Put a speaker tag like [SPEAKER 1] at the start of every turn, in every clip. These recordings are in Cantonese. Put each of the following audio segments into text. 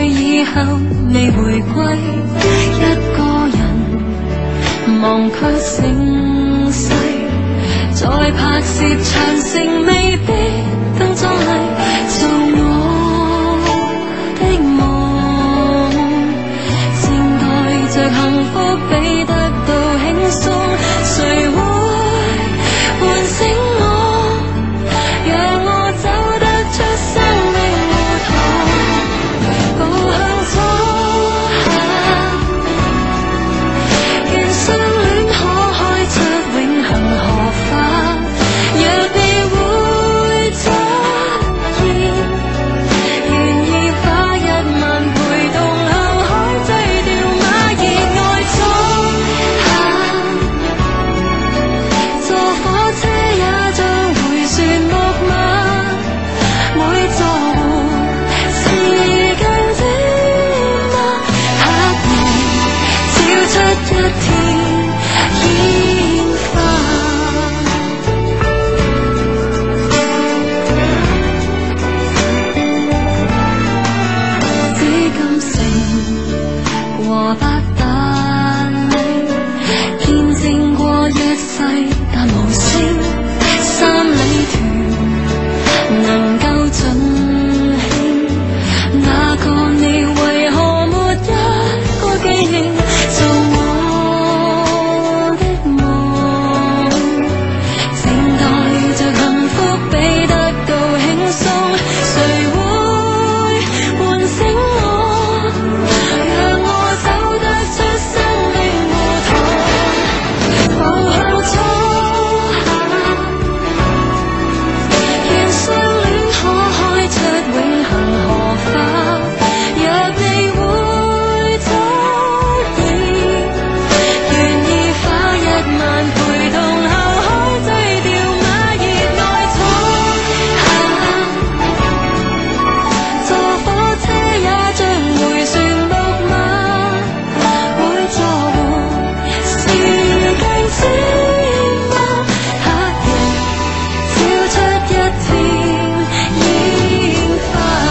[SPEAKER 1] 後未回歸，一個人忘卻盛世，在拍攝長城未必更壯麗，做我的夢，靜待着幸福比得到輕鬆，誰會喚醒我，讓我走得出生命胡同？步向左行，競相戀可開出永恆荷花。若你會出現，願意花一晚陪同向海追掉馬熱愛初行。坐火車也像回旋木馬，每座湖是更尖嗎？黑夜照出一天煙花。紫禁城和白大嶺，見證過一世，但無聲。三里屯能夠盡興，那個你為何沒一個記認？做我的夢。靜待着幸福比得到輕鬆，誰會喚醒我，讓我走得出生命胡同，步向初夏，讓相戀可開出永恆荷花。若你會出現。願意花一晚陪同後海追掉馬熱愛初夏，坐火車也像回旋木馬，每座湖是更尖嗎？黑夜照出一天煙花。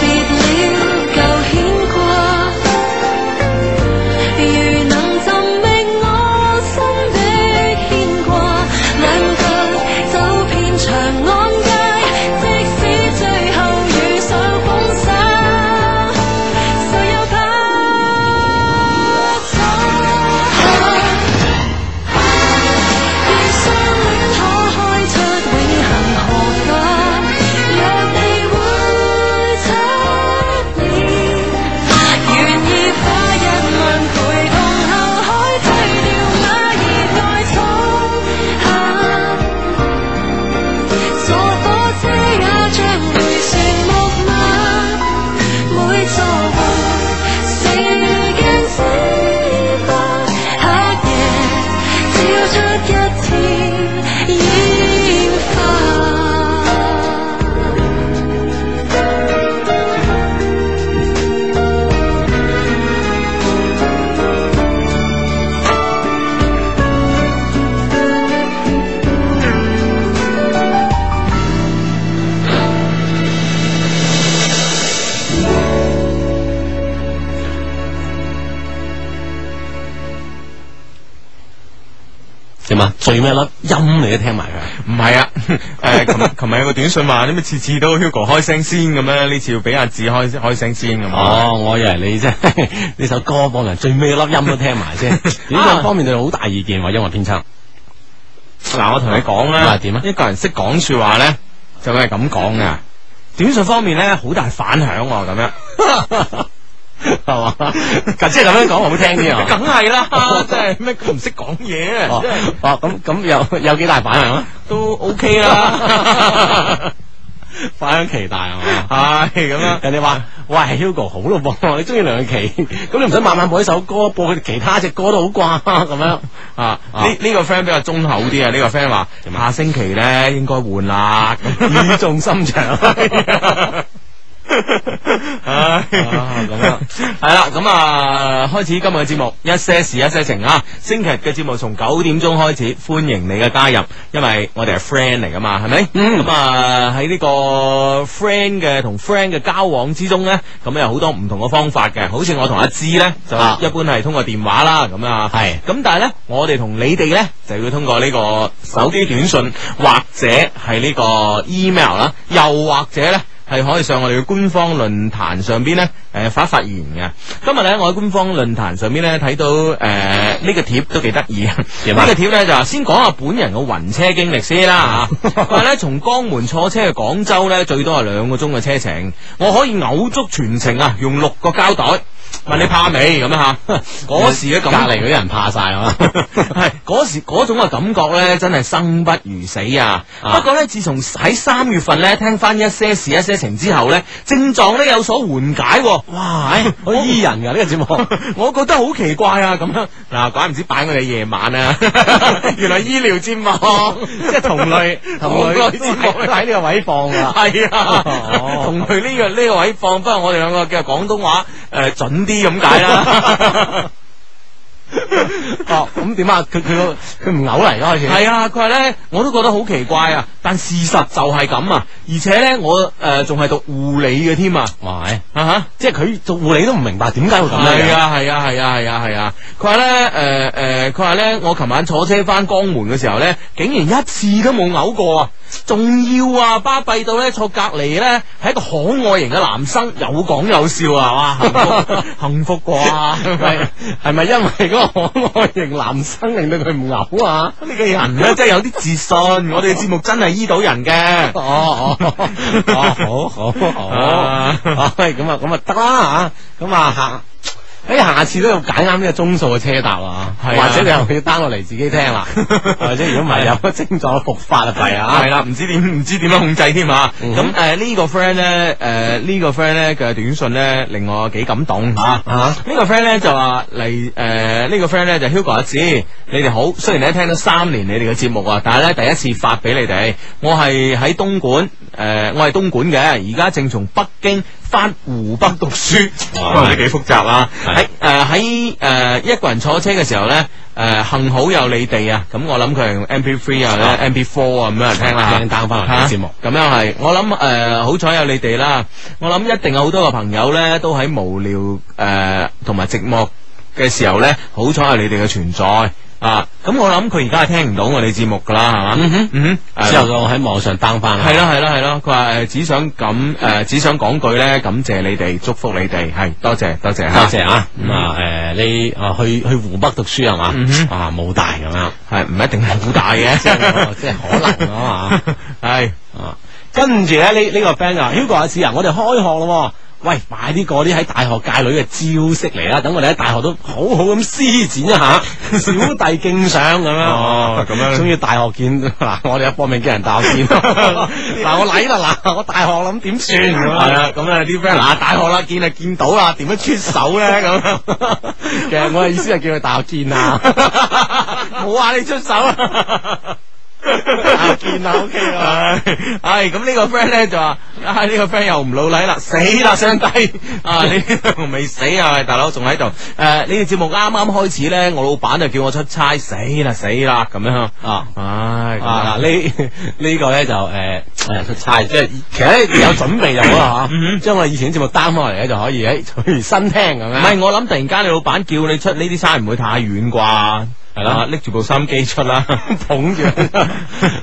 [SPEAKER 1] 別了舊牽掛，如能尋覓我心的牽掛，兩腳走遍長安街，即使最後遇上風沙，誰又怕錯？願相戀可開出永恆荷花，若你會出現，願意花一晚陪同後海退掉那熱愛初夏，坐火車也像回旋木馬，每座湖是鏡子吧，黑夜。照出一天煙花。
[SPEAKER 2] 點啊？最尾一粒音你都聽埋佢，
[SPEAKER 3] 唔係啊， 诶，琴日琴日有個短信話，你咪次次都 Hugo 開聲先咁樣，呢次要俾阿志開開聲先咁啊。
[SPEAKER 2] 哦，我以為你真 係呢首歌播埋最尾一粒音都聽埋 先，呢個方面對你好大意見喎，音樂編 輯。
[SPEAKER 3] 嗱，我同你講
[SPEAKER 2] 啊
[SPEAKER 3] 啦，
[SPEAKER 2] 點啊
[SPEAKER 3] 一個人識講说話咧，就係咁講噶。短信方面咧，好大反響喎，咁樣。
[SPEAKER 2] 系嘛？即系咁樣講好聽啲啊！
[SPEAKER 3] 梗係啦，真係咩佢唔識講嘢啊，真係
[SPEAKER 2] 哦，哦咁咁有有幾大反響啊？
[SPEAKER 3] 都 OK 啦。
[SPEAKER 2] 反響期大啊！
[SPEAKER 3] 係咁啦，
[SPEAKER 2] 人哋話：喂，Hugo 好咯噃，你中意梁詠琪，咁你唔使慢慢播一首歌，播佢其他隻歌都好啩咁樣啊！
[SPEAKER 3] 呢
[SPEAKER 2] 呢
[SPEAKER 3] 呢個 friend 比較忠厚啲啊，呢個 friend 話下星期咧應該換啦。咁
[SPEAKER 2] 語重心長。
[SPEAKER 3] 唉，
[SPEAKER 2] 啊咁樣
[SPEAKER 3] 系啦，咁啊，開始今日嘅節目一些事一些情啊，星期日嘅節目從九點鐘開始，歡迎你嘅加入，因為我哋係 friend 嚟噶嘛，係咪？
[SPEAKER 2] 嗯
[SPEAKER 3] 咁啊喺呢個 friend 嘅同 friend 嘅交往之中呢，咁有好多唔同嘅方法嘅，好似我同阿芝呢，就
[SPEAKER 2] 啊
[SPEAKER 3] 一般係通過電話啦，咁啊，
[SPEAKER 2] 係
[SPEAKER 3] 咁但係呢，我哋同你哋呢，就要通過呢個手機短信或者係呢個 email 啦，又或者呢。係可以上我哋嘅官方論壇上邊咧，誒、發發言嘅。今日咧，我喺官方論壇上邊咧睇到誒呢、個貼都幾得意啊！
[SPEAKER 2] 點啊
[SPEAKER 3] 呢個貼咧就話先講下本人嘅暈車經歷先啦 嚇。佢話咧從江門坐車去廣州咧，最多係兩個鐘嘅車程，我可以嘔足全程啊，用六個膠袋。問你怕未咁樣 嚇？嗰時嘅
[SPEAKER 2] 隔
[SPEAKER 3] 感
[SPEAKER 2] 離嗰啲人怕晒啊 嘛，
[SPEAKER 3] 系嗰時嗰種嘅感覺咧，真係生不如死啊！
[SPEAKER 2] 啊
[SPEAKER 3] 不過咧，自從喺三月份咧聽翻一些事一些情之後咧，症狀咧有所緩解、喎。哇！唉
[SPEAKER 2] 好醫人噶呢個節目。
[SPEAKER 3] 我覺得好奇怪啊！咁樣嗱，怪唔知擺我哋夜晚啊， 原來醫療節 目，即係同類
[SPEAKER 2] 同類節目喺呢個位放啊，
[SPEAKER 3] 系啊
[SPEAKER 2] 哦，
[SPEAKER 3] 同佢呢個呢個位放，不過我哋兩個嘅廣東話诶準啲咁解啦。
[SPEAKER 2] 哦，咁點啊？佢佢個佢唔嘔嚟噶開始，
[SPEAKER 3] 系啊，佢話咧，我都覺得好奇怪啊，但事實就係咁啊，而且咧，我诶仲係讀護理嘅添啊，
[SPEAKER 2] 哇！係
[SPEAKER 3] 啊哈。
[SPEAKER 2] 即係佢做護理都唔明白點解會咁樣
[SPEAKER 3] 係
[SPEAKER 2] 樣。
[SPEAKER 3] 啊係啊係啊係啊係啊！佢話咧誒誒，佢話咧我琴晚坐車翻江門嘅時候咧，竟然一次都冇嘔過啊！仲要啊，巴閉到咧坐隔離咧係一個可愛型嘅男生，有講有笑啊！哇，幸福幸福啩？
[SPEAKER 2] 係係咪因為嗰個可愛型男生令到佢唔嘔啊？
[SPEAKER 3] 你個人咧真係有啲自信，我哋嘅節目真係醫到人嘅。
[SPEAKER 2] 哦哦哦，好好好，
[SPEAKER 3] 啊
[SPEAKER 2] 啊喂咁啊咁啊得啦吓，咁啊下。哎，下次都要揀啱呢個鐘數嘅車搭啊，
[SPEAKER 3] 係啊
[SPEAKER 2] 或者你又 要 down 落嚟自己聽啦，或者如果唔係有個症狀復發啊，弊啊，
[SPEAKER 3] 系啦，唔知点唔知点样控制添啊！
[SPEAKER 2] 嗯
[SPEAKER 3] 咁诶呢個 friend 咧，诶呢個 friend 咧嘅短信咧令我幾感動吓。
[SPEAKER 2] 啊
[SPEAKER 3] 呢個 friend 咧就話嚟诶呢個 friend 咧就 Hugo 阿子，你哋好。雖然咧聽咗三年你哋嘅節目啊，但係咧第一次發俾你哋。我係喺東莞诶，我係東莞嘅，而家正從北京翻湖北讀書。
[SPEAKER 2] 哇
[SPEAKER 3] 幾複雜啊！
[SPEAKER 2] 係
[SPEAKER 3] 喺诶喺诶一個人坐車嘅時候咧，诶幸好有你哋啊！咁我諗佢係用 MP3 啊
[SPEAKER 2] 啊
[SPEAKER 3] MP4 啊咁樣嚟聽啦。
[SPEAKER 2] 聽 down 翻嚟嘅節目
[SPEAKER 3] 咁樣係，我諗誒、呃好彩有你哋啦，我諗一定有好多嘅朋友咧，都喺無聊誒同埋寂寞嘅時候咧，好彩有你哋嘅存在啊！咁我諗佢而家係聽唔到我哋節目噶啦，係嘛？
[SPEAKER 2] 嗯哼
[SPEAKER 3] 嗯哼，
[SPEAKER 2] 之後就喺網上 down 翻啦，
[SPEAKER 3] 係啦係啦係啦，佢話誒只想感誒、呃只想講句咧，感謝你哋，祝福你哋，係多謝多謝嗯
[SPEAKER 2] 多
[SPEAKER 3] 嚇。
[SPEAKER 2] 謝啊，咁啊誒你啊去去湖北讀書係嘛
[SPEAKER 3] 嗯，哼
[SPEAKER 2] 啊武大咁樣，
[SPEAKER 3] 係唔一定係好大嘅，
[SPEAKER 2] 即
[SPEAKER 3] 哦
[SPEAKER 2] 係即係可能啊 嘛。
[SPEAKER 3] 係
[SPEAKER 2] 啊，跟住咧呢呢個 friend 啊，Hugo 阿志啊，我哋開學咯喎，喂，買啲嗰啲喺大學界裏嘅招式嚟啦，等我哋喺大學都好好咁施展一 下，小弟敬上咁樣。
[SPEAKER 3] 哦咁樣
[SPEAKER 2] 終於大學見 嗱，我哋一方面叫人大學 見，嗱我嚟啦嗱，我大學諗點算咁
[SPEAKER 3] 係
[SPEAKER 2] 啊？
[SPEAKER 3] 啦，咁啊啲 friend 嗱大學啦，見啊見到啦，點樣出手咧咁 樣？
[SPEAKER 2] 其實我嘅意思係叫佢大學見 啊，
[SPEAKER 3] 冇話你出 手啊！
[SPEAKER 2] 大學見啊，OK 啦。
[SPEAKER 3] 唉，唉，咁呢個 friend 咧就話，唉，呢個 friend 又唔老禮啦，死啦，上帝 啊！你未死啊，喂大佬仲喺度。誒，呢個節目啱啱開始咧，我老闆就叫我出差，死啦死啦咁樣。
[SPEAKER 2] 啊
[SPEAKER 3] 唉，
[SPEAKER 2] 啊
[SPEAKER 3] 咁啊
[SPEAKER 2] 嗱，呢 呢個咧就誒誒出差，即係其實咧有準備就好 啦嚇，將我哋以前啲節目 down 翻落嚟咧就可以誒 隨身聽咁
[SPEAKER 3] 唔
[SPEAKER 2] 樣。
[SPEAKER 3] 係，我諗突然間你老闆叫你出呢啲差唔會太遠啩，係
[SPEAKER 2] 啦
[SPEAKER 3] 啦，拎住部心機 出啦，
[SPEAKER 2] 捧住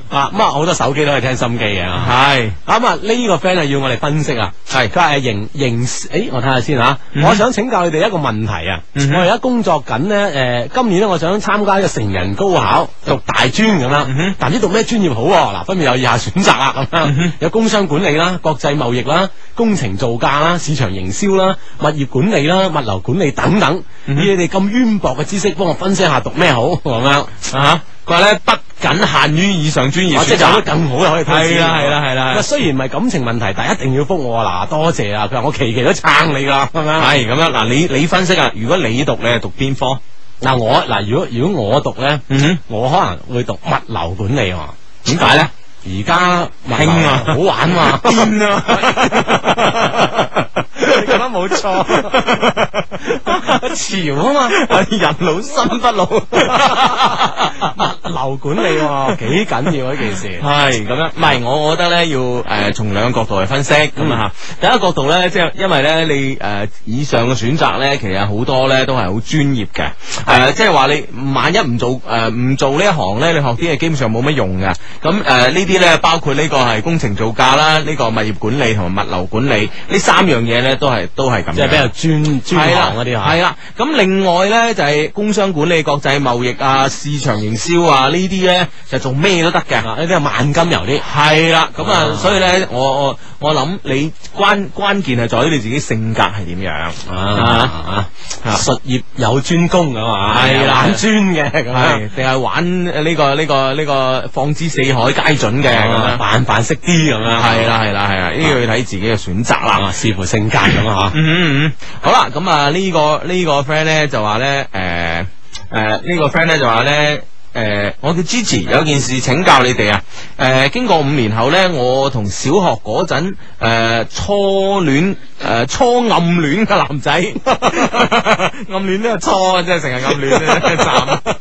[SPEAKER 2] 啊咁啊，好多手機都可以聽心機嘅啊。
[SPEAKER 3] 係
[SPEAKER 2] 咁啊，呢個 friend 啊要我哋分析啊，
[SPEAKER 3] 係
[SPEAKER 2] 佢話係形形誒，我睇下先嚇。
[SPEAKER 3] 嗯
[SPEAKER 2] 我想請教你哋一個問題啊，
[SPEAKER 3] 嗯
[SPEAKER 2] 我而家工作緊咧誒，今年咧我想參加一個成人高考，讀大專咁啦
[SPEAKER 3] 嗯哼，
[SPEAKER 2] 但唔知讀咩專業好喎嗱，分別有以下選擇啦咁樣，有工商管理啦、國際貿易啦、工程造價啦、市場營銷啦、物業管理啦、物流管理等等。以
[SPEAKER 3] 哼
[SPEAKER 2] 你哋咁淵博嘅知識，幫我分析下讀咩好咁樣。
[SPEAKER 3] 啊！佢話咧不僅限於以上專業
[SPEAKER 2] 或者
[SPEAKER 3] 選
[SPEAKER 2] 哦有
[SPEAKER 3] 擇
[SPEAKER 2] 得。更好嘅可以推
[SPEAKER 3] 係啦係啦係啦
[SPEAKER 2] 佢雖然唔係感情問題，但一定要覆我啊！嗱，多謝啊！佢話我期期都撐你噶啦，咁樣。
[SPEAKER 3] 系咁樣嗱，你你分析啊，如果你讀你係讀邊科？
[SPEAKER 2] 嗱我嗱，如果如果我讀咧，
[SPEAKER 3] 嗯哼，
[SPEAKER 2] 我可能會讀物流管理喎。
[SPEAKER 3] 點解咧？
[SPEAKER 2] 而家
[SPEAKER 3] 興啊
[SPEAKER 2] 好玩嘛，
[SPEAKER 3] 癲 啊！
[SPEAKER 2] 你覺得冇 錯， 潮啊嘛，
[SPEAKER 3] 人老心 不老。
[SPEAKER 2] 物流管理喎幾緊要啊呢件事。
[SPEAKER 3] 系咁样，唔系我我覺得咧要诶從兩個角度嚟分析咁
[SPEAKER 2] 嗯
[SPEAKER 3] 啊嚇。第一個角度咧，即係因為咧你诶、呃以上嘅選擇咧，其實好多咧都係好專業嘅，诶、即係話你萬一唔做诶唔、做呢一行咧，你學啲嘢基本上冇乜用嘅。咁诶呢啲咧包括呢個係工程造價啦，呢、個物業管理同埋物流管理呢三樣嘢咧都係都係咁 樣。
[SPEAKER 2] 即係比較專專行啊嗰啲嚇，
[SPEAKER 3] 系啦，咁另外咧就係工商管理、國際貿易啊、市場營銷啊呢啲咧就做咩都得嘅。
[SPEAKER 2] 啊呢啲係萬金油啲。
[SPEAKER 3] 系啦，咁啊
[SPEAKER 2] 啊，
[SPEAKER 3] 所以咧，我我我諗你關關鍵係在於你自己性格係點樣
[SPEAKER 2] 啊
[SPEAKER 3] 啊
[SPEAKER 2] 術業有專攻啊噶嘛，
[SPEAKER 3] 係啦
[SPEAKER 2] 玩專嘅咁啊
[SPEAKER 3] 係
[SPEAKER 2] 樣，
[SPEAKER 3] 定係玩呢個呢個呢個放之四海皆準嘅咁
[SPEAKER 2] 啊
[SPEAKER 3] 樣，
[SPEAKER 2] 扮扮識啲咁樣，
[SPEAKER 3] 係啦係啦係啦，呢個要睇自己嘅選擇啦。
[SPEAKER 2] 啊，視乎性格咁 啊嚇。
[SPEAKER 3] 嗯嗯嗯，好啦，咁啊呢個呢個 friend 咧就話咧，诶诶呢個 friend 咧就話咧。诶、我叫 Gigi，有件事請教你哋啊！诶、經過五年後咧，我同小學嗰陣诶初戀诶、呃初暗戀嘅男仔， 暗戀呢個初啊，真係成日暗戀咧，站。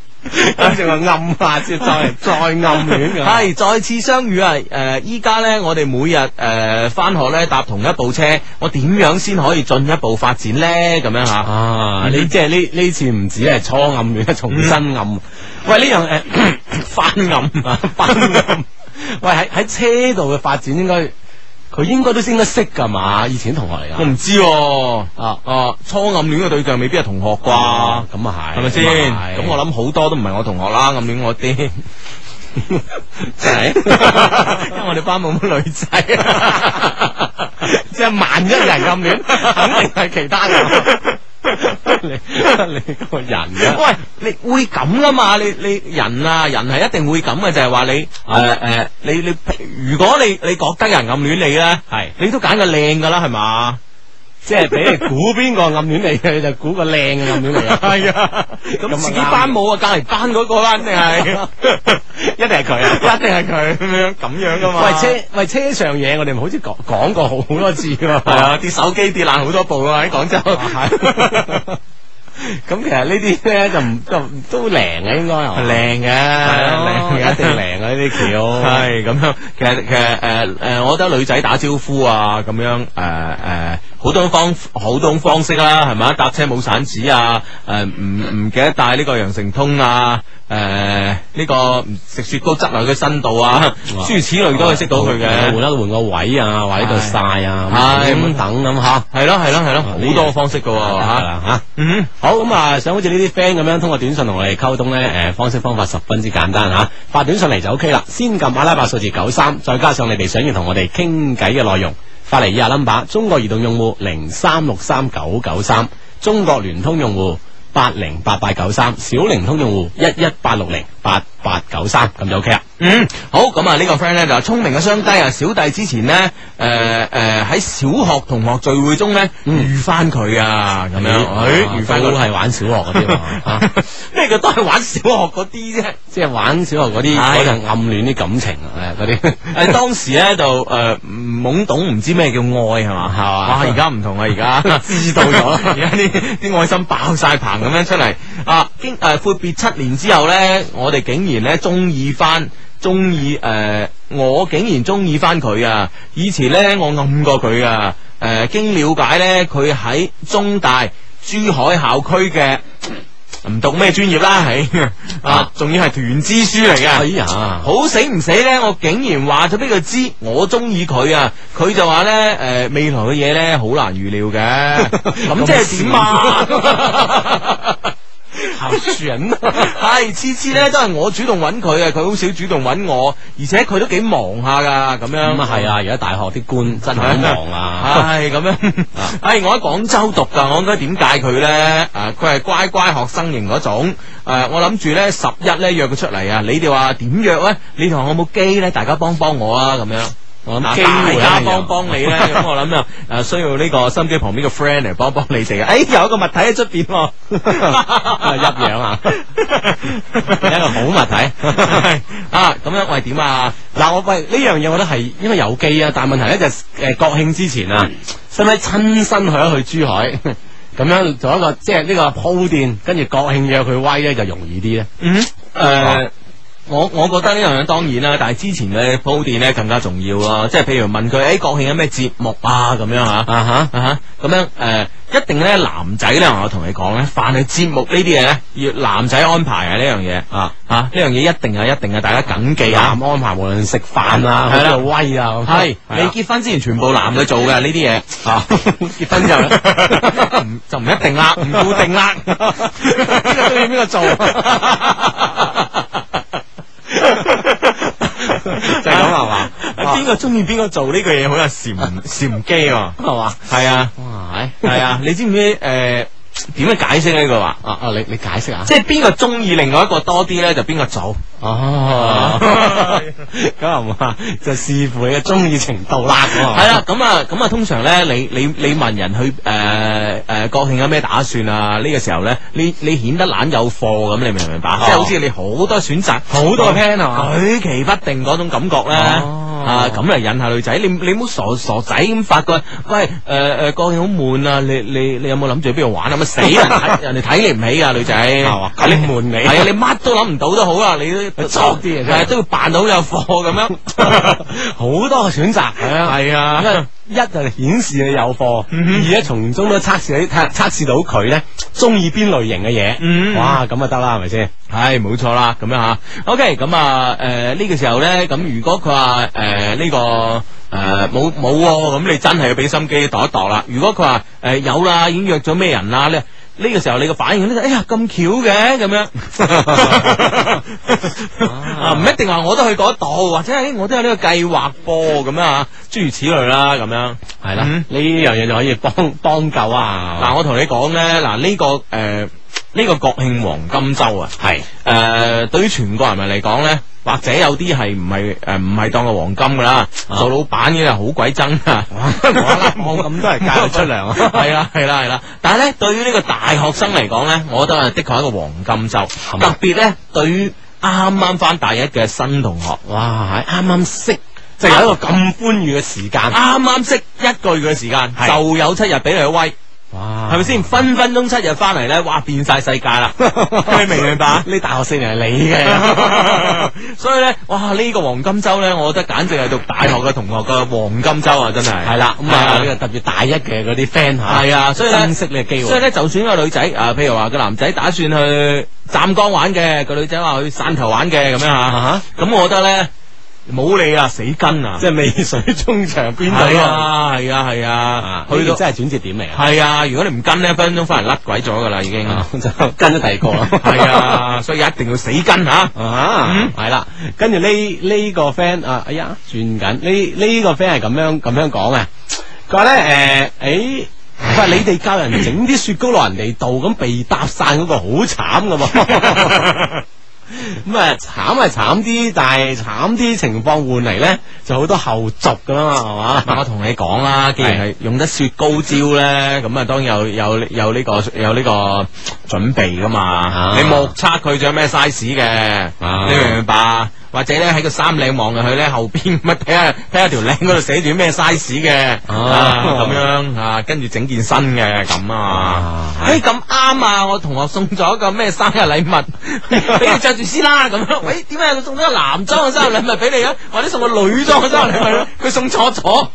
[SPEAKER 2] 跟住我暗下先， 再再暗戀㗎
[SPEAKER 3] 系再次相遇啊！诶、依家咧，我哋每日诶翻學咧搭同一部車，我點樣先可以進一步發展咧？咁樣吓。
[SPEAKER 2] 啊！
[SPEAKER 3] 嗯
[SPEAKER 2] 你即係呢呢次唔止係初暗戀，係重新暗。喂，呢樣诶翻暗啊，翻暗。喂，喺喺車度嘅發展應該，佢應該都應該識㗎嘛？以前同學嚟
[SPEAKER 3] 我
[SPEAKER 2] 㗎。
[SPEAKER 3] 唔知喎、啊，
[SPEAKER 2] 啊
[SPEAKER 3] 初暗戀嘅對象未必係同學啩，
[SPEAKER 2] 哇，
[SPEAKER 3] 係
[SPEAKER 2] 咁啊係，
[SPEAKER 3] 咪先？咁我
[SPEAKER 2] 諗
[SPEAKER 3] 諗好多都唔係我同學啦，暗戀我啲，因
[SPEAKER 2] 真 係，
[SPEAKER 3] 為我哋班冇乜女仔， 即係萬一有人暗戀，肯定係其他人。
[SPEAKER 2] 你你個人啊，
[SPEAKER 3] 喂，你會咁噶嘛？你你人啊，人係一定會咁嘅，就係話你誒誒，你你如果你你覺得人暗戀你咧，
[SPEAKER 2] 係
[SPEAKER 3] 你都揀個靚噶啦，係嘛？
[SPEAKER 2] 即係俾你估邊個暗戀你嘅，你就估個靚嘅暗戀你啊。
[SPEAKER 3] 係啊，咁
[SPEAKER 2] 咁
[SPEAKER 3] 自己
[SPEAKER 2] 啊啱
[SPEAKER 3] 班冇啊，隔離班嗰個啦，一定係，一定係佢啊，一定係佢咁樣咁樣噶嘛。
[SPEAKER 2] 喂車喂車上嘢，我哋好似講講過好多次㗎嘛。
[SPEAKER 3] 係啊，啲手機跌爛好多部啊，喺廣州。
[SPEAKER 2] 咁其實呢啲咧就唔就唔都靚嘅應該係嘛
[SPEAKER 3] 靚嘅，
[SPEAKER 2] 係啊，一定靚啊呢啲
[SPEAKER 3] 系
[SPEAKER 2] 橋。
[SPEAKER 3] 咁樣，其實其實诶诶，誒我覺得女仔打招呼啊，咁樣诶诶，誒好、多方好多種方式啦，係咪？搭車冇散紙啊，诶、唔唔記得帶呢個羊城通啊，诶、呢、個食雪糕執落佢身度啊，
[SPEAKER 2] 哇
[SPEAKER 3] 諸如此類都可以識到佢
[SPEAKER 2] 換一
[SPEAKER 3] 嘅。
[SPEAKER 2] 換個位啊，或者度晒啊，
[SPEAKER 3] 係
[SPEAKER 2] 咁等咁吓。
[SPEAKER 3] 係咯係咯係咯，好
[SPEAKER 2] 啊呢
[SPEAKER 3] 多方式噶
[SPEAKER 2] 係
[SPEAKER 3] 喎吓。
[SPEAKER 2] 啦吓。
[SPEAKER 3] 嗯，
[SPEAKER 2] 好咁啊，想好似呢啲 friend 咁樣通過短信同我哋溝通咧，诶、方式方法十分之簡單吓、啊發短信嚟就 OK 啦。先撳阿拉伯數字九三，再加上你哋想要同我哋傾偈嘅內容，發嚟以下 number：中國移動用戶零三六三九九三，中國聯通用戶八零八八九三，小靈通用戶一一八六零八八九三，咁就 OK 啦。
[SPEAKER 3] 嗯，好咁啊！呢個 friend 咧就話聰明嘅雙低啊，小弟之前咧，誒誒喺小學同學聚會中咧
[SPEAKER 2] 嗯
[SPEAKER 3] 遇翻佢啊，咁樣，誒遇翻
[SPEAKER 2] 都
[SPEAKER 3] 佢
[SPEAKER 2] 係玩小學嗰啲喎啊，
[SPEAKER 3] 咩叫都係玩小學嗰啲啫？
[SPEAKER 2] 即係玩小學嗰啲
[SPEAKER 3] 係
[SPEAKER 2] 嗰陣暗戀啲感情啊，誒嗰 啲。
[SPEAKER 3] 誒當時咧就誒懵懂，唔知咩叫愛係嘛？係
[SPEAKER 2] 嘛
[SPEAKER 3] 哇！而家唔同啊，而家 知道咗啦，而家啲啲愛心爆晒棚咁樣出嚟啊！經誒闊別七年之後咧，我哋竟然咧中意翻。中意誒，我竟然中意翻佢啊！以前咧我暗過佢啊，誒、經了解咧佢喺中大珠海校區嘅唔讀咩專業啦，係啊，仲要係團支書嚟嘅。
[SPEAKER 2] 哎呀！
[SPEAKER 3] 好死唔死咧，我竟然話咗俾佢知我中意佢啊！佢就話咧，誒、未來嘅嘢咧好難預料 嘅，咁即係點啊？
[SPEAKER 2] 好選 啊！
[SPEAKER 3] 係次次咧都係我主動揾佢啊，佢好少主動揾我，而且佢都幾忙下噶，咁樣
[SPEAKER 2] 咁啊係啊，而家大學啲官真係好忙啊！
[SPEAKER 3] 唉，咁樣，唉，我喺廣州讀噶，我應該點戒佢咧？啊，佢係乖乖學生型嗰種。誒、我諗住咧十一咧約佢出嚟啊！你哋話點約咧？你同我有冇機咧？大家幫幫我啊！咁樣，
[SPEAKER 2] 我
[SPEAKER 3] 嗱
[SPEAKER 2] 諗機會
[SPEAKER 3] 大家
[SPEAKER 2] 啊，
[SPEAKER 3] 幫幫 你咧。咁我諗啊，誒需要呢個心機旁邊嘅 friend 嚟幫幫你哋啊！誒、有一個物體喺出邊 喎，
[SPEAKER 2] 啊 入樣啊，一個好物體。
[SPEAKER 3] 啊，咁咁樣喂點啊？
[SPEAKER 2] 嗱，我喂呢樣嘢，我覺得係應該有機啊，但係問題咧就係
[SPEAKER 3] 呃
[SPEAKER 2] 誒國慶之前啊，使唔使親身去一去珠海，咁樣做一個即係呢個鋪墊，跟住國慶約佢威咧就容易啲咧。啊
[SPEAKER 3] 嗯，誒、我我覺得呢樣嘢當然啦，但係之前嘅鋪墊咧更加重要咯，即係譬如問佢誒、國慶有咩節目啊咁樣嚇，
[SPEAKER 2] 啊哈！
[SPEAKER 3] 啊哈，咁樣誒、一定咧男仔咧，我同你講咧，凡係節目呢啲嘢咧，要男仔安排啊呢樣嘢
[SPEAKER 2] 啊
[SPEAKER 3] 啊呢樣嘢一定係一定係大家謹記啊
[SPEAKER 2] 男。安排無論食飯啊，
[SPEAKER 3] 係啦
[SPEAKER 2] 喺度威啊，
[SPEAKER 3] 係
[SPEAKER 2] 係
[SPEAKER 3] 你
[SPEAKER 2] 啦
[SPEAKER 3] 結婚之前全部男嘅做嘅呢啲嘢，
[SPEAKER 2] 啊
[SPEAKER 3] 結婚 之後呢唔就唔一定啦，唔固定啦，邊個中意邊個做，就
[SPEAKER 2] 係咁係嘛
[SPEAKER 3] 邊個中意邊個做呢句嘢好有禪禪機喎，
[SPEAKER 2] 係嘛？
[SPEAKER 3] 係啊，
[SPEAKER 2] 哇！
[SPEAKER 3] 係啊，你知唔知誒點樣解釋呢句話？
[SPEAKER 2] 啊啊！你你解釋下。
[SPEAKER 3] 即係邊個中意另外一個多啲咧，就邊個做。啊
[SPEAKER 2] 哦，咁啊唔啊，就視乎你嘅 中意程度啦。咁啊
[SPEAKER 3] 系啦，咁啊，咁啊，通常咧，你你你問人去诶诶國慶有咩打算啊？呢、個時候咧，你你顯得懶有貨咁，你明唔明白？即係好似你好多選擇，好
[SPEAKER 2] 哦多 plan 係嘛
[SPEAKER 3] 舉棋不定嗰種感覺咧。
[SPEAKER 2] 哦
[SPEAKER 3] 啊，咁嚟引下女仔，你你唔好傻傻仔咁發覺，喂，诶诶，國慶好悶啊！你你你有冇諗住去邊度玩啊？咪 死人睇人哋睇你唔起啊，女仔，
[SPEAKER 2] 係嘛咁悶你
[SPEAKER 3] 係啊，你乜都諗唔到都好啦，你都
[SPEAKER 2] 作啲嘢真係
[SPEAKER 3] 係都要扮到好有 貨咁樣。
[SPEAKER 2] 好多個選擇咁樣。
[SPEAKER 3] 係啊
[SPEAKER 2] 咁啊，一就顯示你有貨，
[SPEAKER 3] 嗯
[SPEAKER 2] 二咧從中都測試你測測試到佢咧中意邊類型嘅嘢。
[SPEAKER 3] 嗯
[SPEAKER 2] 哇，咁啊得啦，係咪先？
[SPEAKER 3] 系冇错啦，咁样吓。OK，咁啊，诶、呢、個个时候咧，咁如果佢话诶呢个诶冇冇喎咁，你真系要俾心機度一度啦。如果佢話诶有啦，已經約咗咩人啦咧，呢、個時候你嘅反應咧，哎呀咁巧嘅咁樣啊，唔一定話我都去嗰度，或者係我都有呢個計劃噃咁樣啊，諸如此類啦，咁樣
[SPEAKER 2] 係啦，
[SPEAKER 3] 嗯
[SPEAKER 2] 呢樣嘢就可以幫幫救啊。
[SPEAKER 3] 嗱，我同你講咧，嗱呢、個誒呢、個國慶黃金周啊，係誒、對於全國人民嚟講咧，或者有啲係唔係誒唔係當個黃金噶啦，做老闆嘅係好鬼憎啊！
[SPEAKER 2] 我咁都係教佢出糧啊。
[SPEAKER 3] 系啦系啦系啦，但系咧對於呢個大學生嚟講咧，我覺得係的確係一個黃金周，
[SPEAKER 2] 嘛
[SPEAKER 3] 特別咧對於啱啱翻大一嘅新同學，
[SPEAKER 2] 哇，啱啱識，就有一個咁寬裕嘅時間。
[SPEAKER 3] 啱啊啱識一個月嘅時間
[SPEAKER 2] 嗯係
[SPEAKER 3] 就有七日俾你去威。
[SPEAKER 2] 哇，
[SPEAKER 3] 系咪先？分分鐘七日翻嚟咧，哇，變晒世界啦！你明唔明白？啊
[SPEAKER 2] 呢大學四年係你嘅。
[SPEAKER 3] 嘅，所以咧，哇！呢、個黃金周咧，我覺得簡直係讀大學嘅同學嘅黃金周 啊，真係
[SPEAKER 2] 係啦，咁啊呢
[SPEAKER 3] 係
[SPEAKER 2] 個特別大一嘅嗰啲 friend 吓，
[SPEAKER 3] 係啊，所以咧
[SPEAKER 2] 珍惜呢個機
[SPEAKER 3] 所以
[SPEAKER 2] 會。
[SPEAKER 3] 咧，就算個女仔啊，譬如話個男仔打算去湛江玩嘅，個女仔話去汕頭玩嘅咁樣吓，
[SPEAKER 2] 啊
[SPEAKER 3] 咁、我覺得咧冇理啊，死根啊！
[SPEAKER 2] 即係未水中場邊
[SPEAKER 3] 係
[SPEAKER 2] 度啊？
[SPEAKER 3] 啊，係啊，係啊，
[SPEAKER 2] 去
[SPEAKER 3] 去
[SPEAKER 2] 到
[SPEAKER 3] 到
[SPEAKER 2] 真係轉折點嚟啊！
[SPEAKER 3] 係啊，如果你唔跟咧，分分鐘翻嚟甩鬼咗噶啦，已經。
[SPEAKER 2] 啊就跟咗第二個啦，
[SPEAKER 3] 系。 啊，所以一定要死跟吓。
[SPEAKER 2] 啊
[SPEAKER 3] 嗯，
[SPEAKER 2] 系啦，跟住呢呢個 friend 啊，哎呀，轉緊呢呢個 friend 係咁樣咁樣講啊，佢話咧誒，誒，佢話你哋教人整啲雪糕落人哋度，咁被搭散嗰個好慘噶喎。 咁啊，慘係慘啲，但係慘啲情況換嚟咧，就好多後續噶啦嘛，係 嘛？
[SPEAKER 3] 我同你講啦，既然係用得雪糕招咧，咁啊當然有有有呢、個有呢個準備噶嘛。
[SPEAKER 2] 啊
[SPEAKER 3] 你目測佢着咩 size 嘅，
[SPEAKER 2] 啊
[SPEAKER 3] 你明唔明白？或者咧喺個衫領望入去咧，後邊乜 睇下睇下條領嗰度寫住咩 size 嘅，
[SPEAKER 2] 啊
[SPEAKER 3] 啊咁樣啊，跟住整件新嘅咁啊
[SPEAKER 2] 啊。
[SPEAKER 3] 誒咁啱啊！我同學送咗個咩生日禮 物俾你着住先啦，咁樣。喂，點解佢送咗個男裝嘅生日禮物俾你啊？或者送個女裝嘅生日禮物咧？佢送錯咗。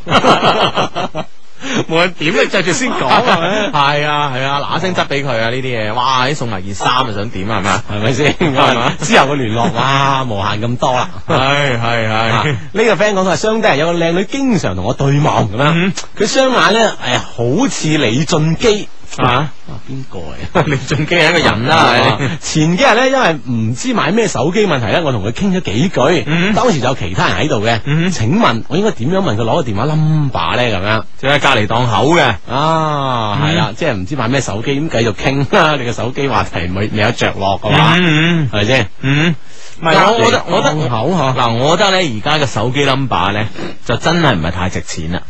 [SPEAKER 2] 無論點你着住先講 係咪
[SPEAKER 3] 係啊係啊，嗱一聲執俾佢啊呢啲嘢，哇！你送埋件衫啊，想點啊？係咪啊？
[SPEAKER 2] 係咪先？啊
[SPEAKER 3] 係 嘛
[SPEAKER 2] 之後嘅聯絡哇，無限咁多啦。
[SPEAKER 3] 係係
[SPEAKER 2] 啊呢個 friend 講佢話相低有個靚女經常同我對望咁樣
[SPEAKER 3] 嗯，
[SPEAKER 2] 佢雙眼咧誒好似李俊基
[SPEAKER 3] 啊！
[SPEAKER 2] 啊邊個嚟？
[SPEAKER 3] 李俊基係一個人啦，
[SPEAKER 2] 啊
[SPEAKER 3] 係！
[SPEAKER 2] 前幾日咧，因為唔知買咩手機問題咧，我同佢傾咗幾句，
[SPEAKER 3] 嗯
[SPEAKER 2] 當時就有其他人喺度嘅。
[SPEAKER 3] 嗯
[SPEAKER 2] 請問我應該點樣問佢攞個電話 number 咧？咁樣
[SPEAKER 3] 仲喺隔離檔口嘅。
[SPEAKER 2] 啊，
[SPEAKER 3] 嗯
[SPEAKER 2] 係啦，即係唔知買咩手機，咁繼續傾啦。你個手機話題未未有着落嘅話，
[SPEAKER 3] 嗯
[SPEAKER 2] 係咪先？
[SPEAKER 3] 嗯，唔
[SPEAKER 2] 隔
[SPEAKER 3] 係我
[SPEAKER 2] 離
[SPEAKER 3] 我覺得我覺得
[SPEAKER 2] 檔口嗬
[SPEAKER 3] 嗱，我覺得咧而家嘅手機 number 咧就真係唔係太值錢啦。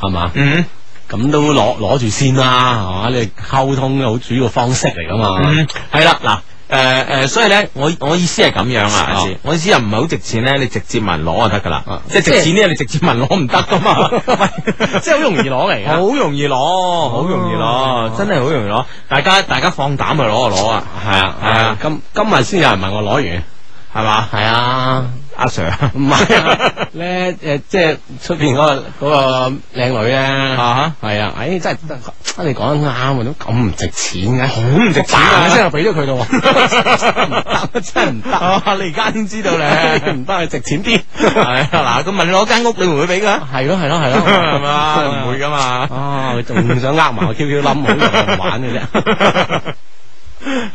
[SPEAKER 2] 係嘛？
[SPEAKER 3] 嗯。
[SPEAKER 2] 咁都攞攞住先啦，係嘛？你溝通嘅好主要方式嚟噶嘛。
[SPEAKER 3] 啊嗯，系啦，嗱。诶诶，所以咧，我我意思係咁樣啊，阿
[SPEAKER 2] 啊
[SPEAKER 3] 志我意思又唔係好值錢咧，你直接問攞就得噶啦
[SPEAKER 2] 啊，
[SPEAKER 3] 即係值錢啲，你直接問攞唔得噶嘛，
[SPEAKER 2] 即 係好容易啊攞嚟㗎
[SPEAKER 3] 好容易攞，好容易攞，真係好容易攞，大家大家放膽去攞就攞啊，
[SPEAKER 2] 系啊
[SPEAKER 3] 係啊
[SPEAKER 2] 今今日先有人問我攞完。
[SPEAKER 3] 係嘛？係啊，阿 Sir
[SPEAKER 2] 唔係啊 咧，诶，即係出边嗰個嗰個靚女咧，
[SPEAKER 3] 啊
[SPEAKER 2] 係啊，诶，真係得，你講得啱啊，都咁唔值錢嘅，好
[SPEAKER 3] 唔值錢啊
[SPEAKER 2] 即係俾咗佢 咯喎，真係唔 得，真係唔
[SPEAKER 3] 哈，啊你而家先知道
[SPEAKER 2] 得，
[SPEAKER 3] 咧，
[SPEAKER 2] 唔得， 係值錢啲，
[SPEAKER 3] 係啊嗱，佢問你攞間屋，你會唔會俾噶？
[SPEAKER 2] 係咯，係咯，係
[SPEAKER 3] 係 嘛，
[SPEAKER 2] 咯，
[SPEAKER 3] 唔會。噶嘛。
[SPEAKER 2] 啊！佢仲想呃埋我 QQ 冧，好唔玩嘅啫。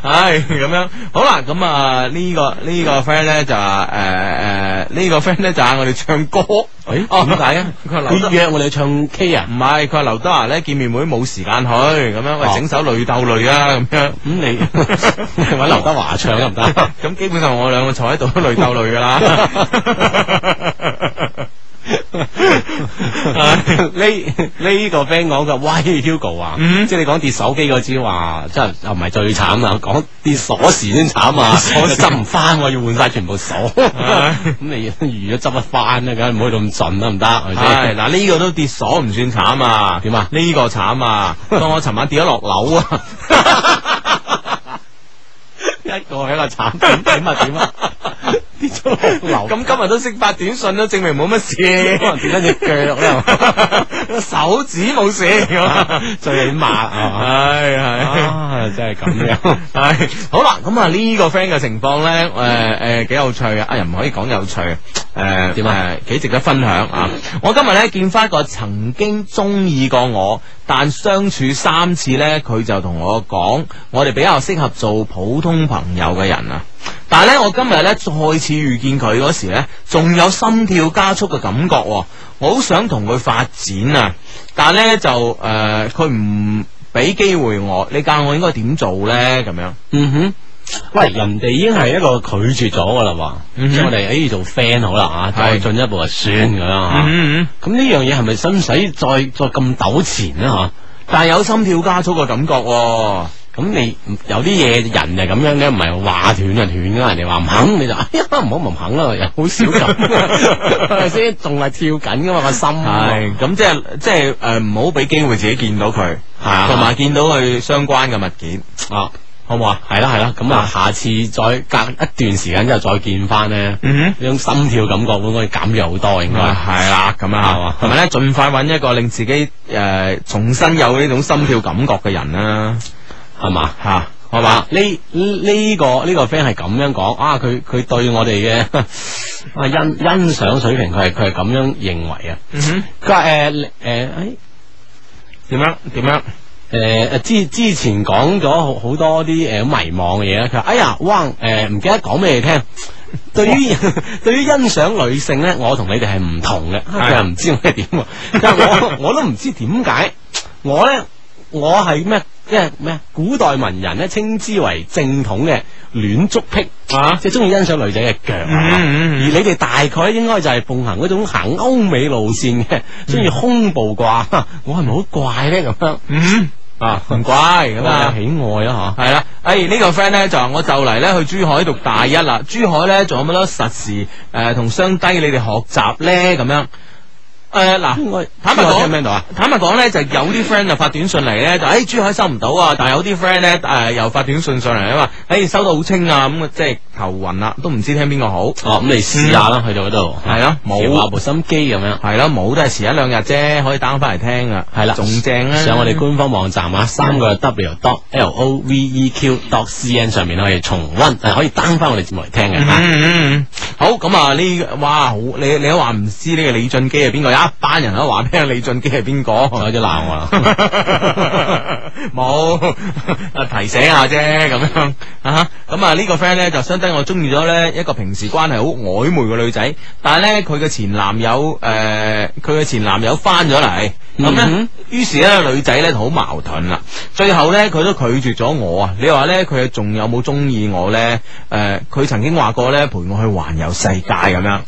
[SPEAKER 3] 唉，咁样好啦，咁啊呢个呢个 friend 咧就诶诶呢个 friend 咧就嗌我哋唱歌，
[SPEAKER 2] 诶，
[SPEAKER 3] 哦
[SPEAKER 2] 點解啊？
[SPEAKER 3] 佢話劉德
[SPEAKER 2] 佢約我哋去唱 K 啊？
[SPEAKER 3] 唔系，佢话刘德华咧见面會冇時間去，咁樣喂
[SPEAKER 2] 哦
[SPEAKER 3] 整首淚鬥淚啊，咁樣
[SPEAKER 2] 咁 你揾劉德華唱得唔得？
[SPEAKER 3] 咁基本上我兩個坐喺度都淚鬥淚噶啦。
[SPEAKER 2] Ờ, 呢呢個 friend 講嘅，喂 Hugo 啊，
[SPEAKER 3] 嗯
[SPEAKER 2] 即係你講跌手機嗰招話，真係又唔係最慘啊，講跌鎖匙先慘啊，我執唔翻，我要換晒全部鎖，咁你預咗執得翻啦，梗係唔可以咁盡啦，唔得係
[SPEAKER 3] 唉，
[SPEAKER 2] 咪
[SPEAKER 3] 嗱呢個都跌鎖唔算慘啊，
[SPEAKER 2] 點啊
[SPEAKER 3] 呢個慘 啊，當我尋晚跌咗落樓啊！
[SPEAKER 2] 先？一個喺個慘點點啊點啊，跌咗落樓，
[SPEAKER 3] 咁今日都識發短信都證明冇 乜
[SPEAKER 2] 可能
[SPEAKER 3] 事，
[SPEAKER 2] 跌親只腳咧，
[SPEAKER 3] 手指冇事咁啊，
[SPEAKER 2] 最起碼啊，
[SPEAKER 3] 係係。
[SPEAKER 2] 啊真係咁樣。
[SPEAKER 3] 系好啦，咁啊呢個 friend 嘅情況咧，诶诶幾有趣啊！啊又唔可以講有趣，诶
[SPEAKER 2] 點啊？
[SPEAKER 3] 誒幾值得分享啊！我今日咧見翻一個曾經中意過我，但相處三次咧，佢就同我講，我哋比較適合做普通朋友嘅人啊！但系咧，我今日咧再次遇見佢嗰時咧，仲有心跳加速嘅感覺喎、我好想同佢發展啊！但系咧就诶，佢唔俾機會我，你教我應該點做咧？咁樣。
[SPEAKER 2] 嗯哼。喂，人哋已經係一個拒絕咗噶啦喎，
[SPEAKER 3] 嗯哼
[SPEAKER 2] 即係我哋誒做 friend 好啦嚇，
[SPEAKER 3] 係
[SPEAKER 2] 再進一步就算咁樣嚇。
[SPEAKER 3] 嗯
[SPEAKER 2] 咁呢樣嘢係咪使唔使再再咁糾纏咧嚇？
[SPEAKER 3] 但系有心跳加速嘅感覺喎。
[SPEAKER 2] 咁你有啲嘢人係咁樣咧，唔係話斷就斷噶，人哋話唔肯你就哎呀唔好唔肯啦，又好少 咁，係咪先？仲係跳緊噶嘛個心，
[SPEAKER 3] 係咁即係即係诶，唔好俾機會自己見到佢，
[SPEAKER 2] 係啊
[SPEAKER 3] 同埋見到佢相關嘅物件，
[SPEAKER 2] 啊，
[SPEAKER 3] 好唔好啊？
[SPEAKER 2] 係啦係啦，咁啊，下次再隔一段時間之後再見翻咧，呢
[SPEAKER 3] 嗯
[SPEAKER 2] 種心跳感覺會唔會減弱好多？應該
[SPEAKER 3] 係啦，咁
[SPEAKER 2] 係
[SPEAKER 3] 啊
[SPEAKER 2] 嘛，
[SPEAKER 3] 同埋咧，盡快揾一個令自己诶重新有呢種心跳感覺嘅人啦，
[SPEAKER 2] 係嘛？
[SPEAKER 3] 吓，
[SPEAKER 2] 系
[SPEAKER 3] 好嘛
[SPEAKER 2] 嘛？？呢呢、個呢、個 friend 係咁樣講啊，佢佢對我哋嘅 啊欣欣賞水平，佢係佢係咁樣認為啊。
[SPEAKER 3] 嗯哼，
[SPEAKER 2] 佢話誒誒
[SPEAKER 3] 點樣點樣？
[SPEAKER 2] 誒誒呃之之前講咗好好多啲誒迷茫嘅嘢啦。佢話哎呀，哇誒唔記得講俾你聽。對於 對於欣賞女性咧，我同你哋係唔同嘅。佢又唔知我係點喎，但我我都唔知點解我咧，我係咩？即係咩？古代文人咧稱之為正統嘅戀足癖，
[SPEAKER 3] 啊
[SPEAKER 2] 即係中意欣賞女仔嘅腳啊。而
[SPEAKER 3] 嗯
[SPEAKER 2] 你哋大概應該就係奉行嗰種行歐美路線嘅，中意胸部啩， 我係咪好怪咧咁樣？
[SPEAKER 3] 嗯啊，唔怪咁
[SPEAKER 2] 咁啊，
[SPEAKER 3] 啊
[SPEAKER 2] 喜。愛啊
[SPEAKER 3] 系啦，诶、呢、個 friend 咧就話我就嚟咧去珠海讀大一啦，珠海咧仲有冇得實時诶同雙低你哋學習咧咁樣？诶、
[SPEAKER 2] 嚇，，
[SPEAKER 3] 嗱
[SPEAKER 2] 應該
[SPEAKER 3] 坦白講
[SPEAKER 2] 聽唔聽到啊？
[SPEAKER 3] 坦白講咧，就有啲 friend 就發短信嚟咧，就誒、哎珠海收唔到啊，但係有啲 friend 咧誒又發短信上嚟啊嘛，誒、哎、收到好清啊，咁啊即係頭暈啦，都唔知聽邊個好，嗯
[SPEAKER 2] 哦，咁你試下啦，去到嗰度
[SPEAKER 3] 係咯冇
[SPEAKER 2] 啊冇話部心機咁樣。
[SPEAKER 3] 係咯，冇都係遲一兩日啫，可以 down 翻嚟聽啊，
[SPEAKER 2] 係啦
[SPEAKER 3] 仲正啊，
[SPEAKER 2] 上我哋官方網站啊，三個 W dot L O V E Q dot C N 上面可以重温，係可以 down 翻我哋節目嚟聽嘅
[SPEAKER 3] 嗯。
[SPEAKER 2] 嚇
[SPEAKER 3] 嗯嗯好咁啊！呢個哇，好你你都話唔知呢個李俊基係邊個，有一班人都話咩李俊基係邊個，
[SPEAKER 2] 有啲鬧 我啦
[SPEAKER 3] 冇 啊提醒下啫咁樣啊！咁啊呢個 friend 咧就相低我中意咗咧一個平時關係好曖昧嘅女仔，但係咧佢嘅前男友誒佢嘅前男友翻咗嚟，咁咧
[SPEAKER 2] 嗯
[SPEAKER 3] 於是咧女仔咧就好矛盾啦。最後咧佢都拒絕咗我啊！你話咧佢仲有冇中意我咧？誒、佢曾經話過咧陪我去環遊世界咁樣。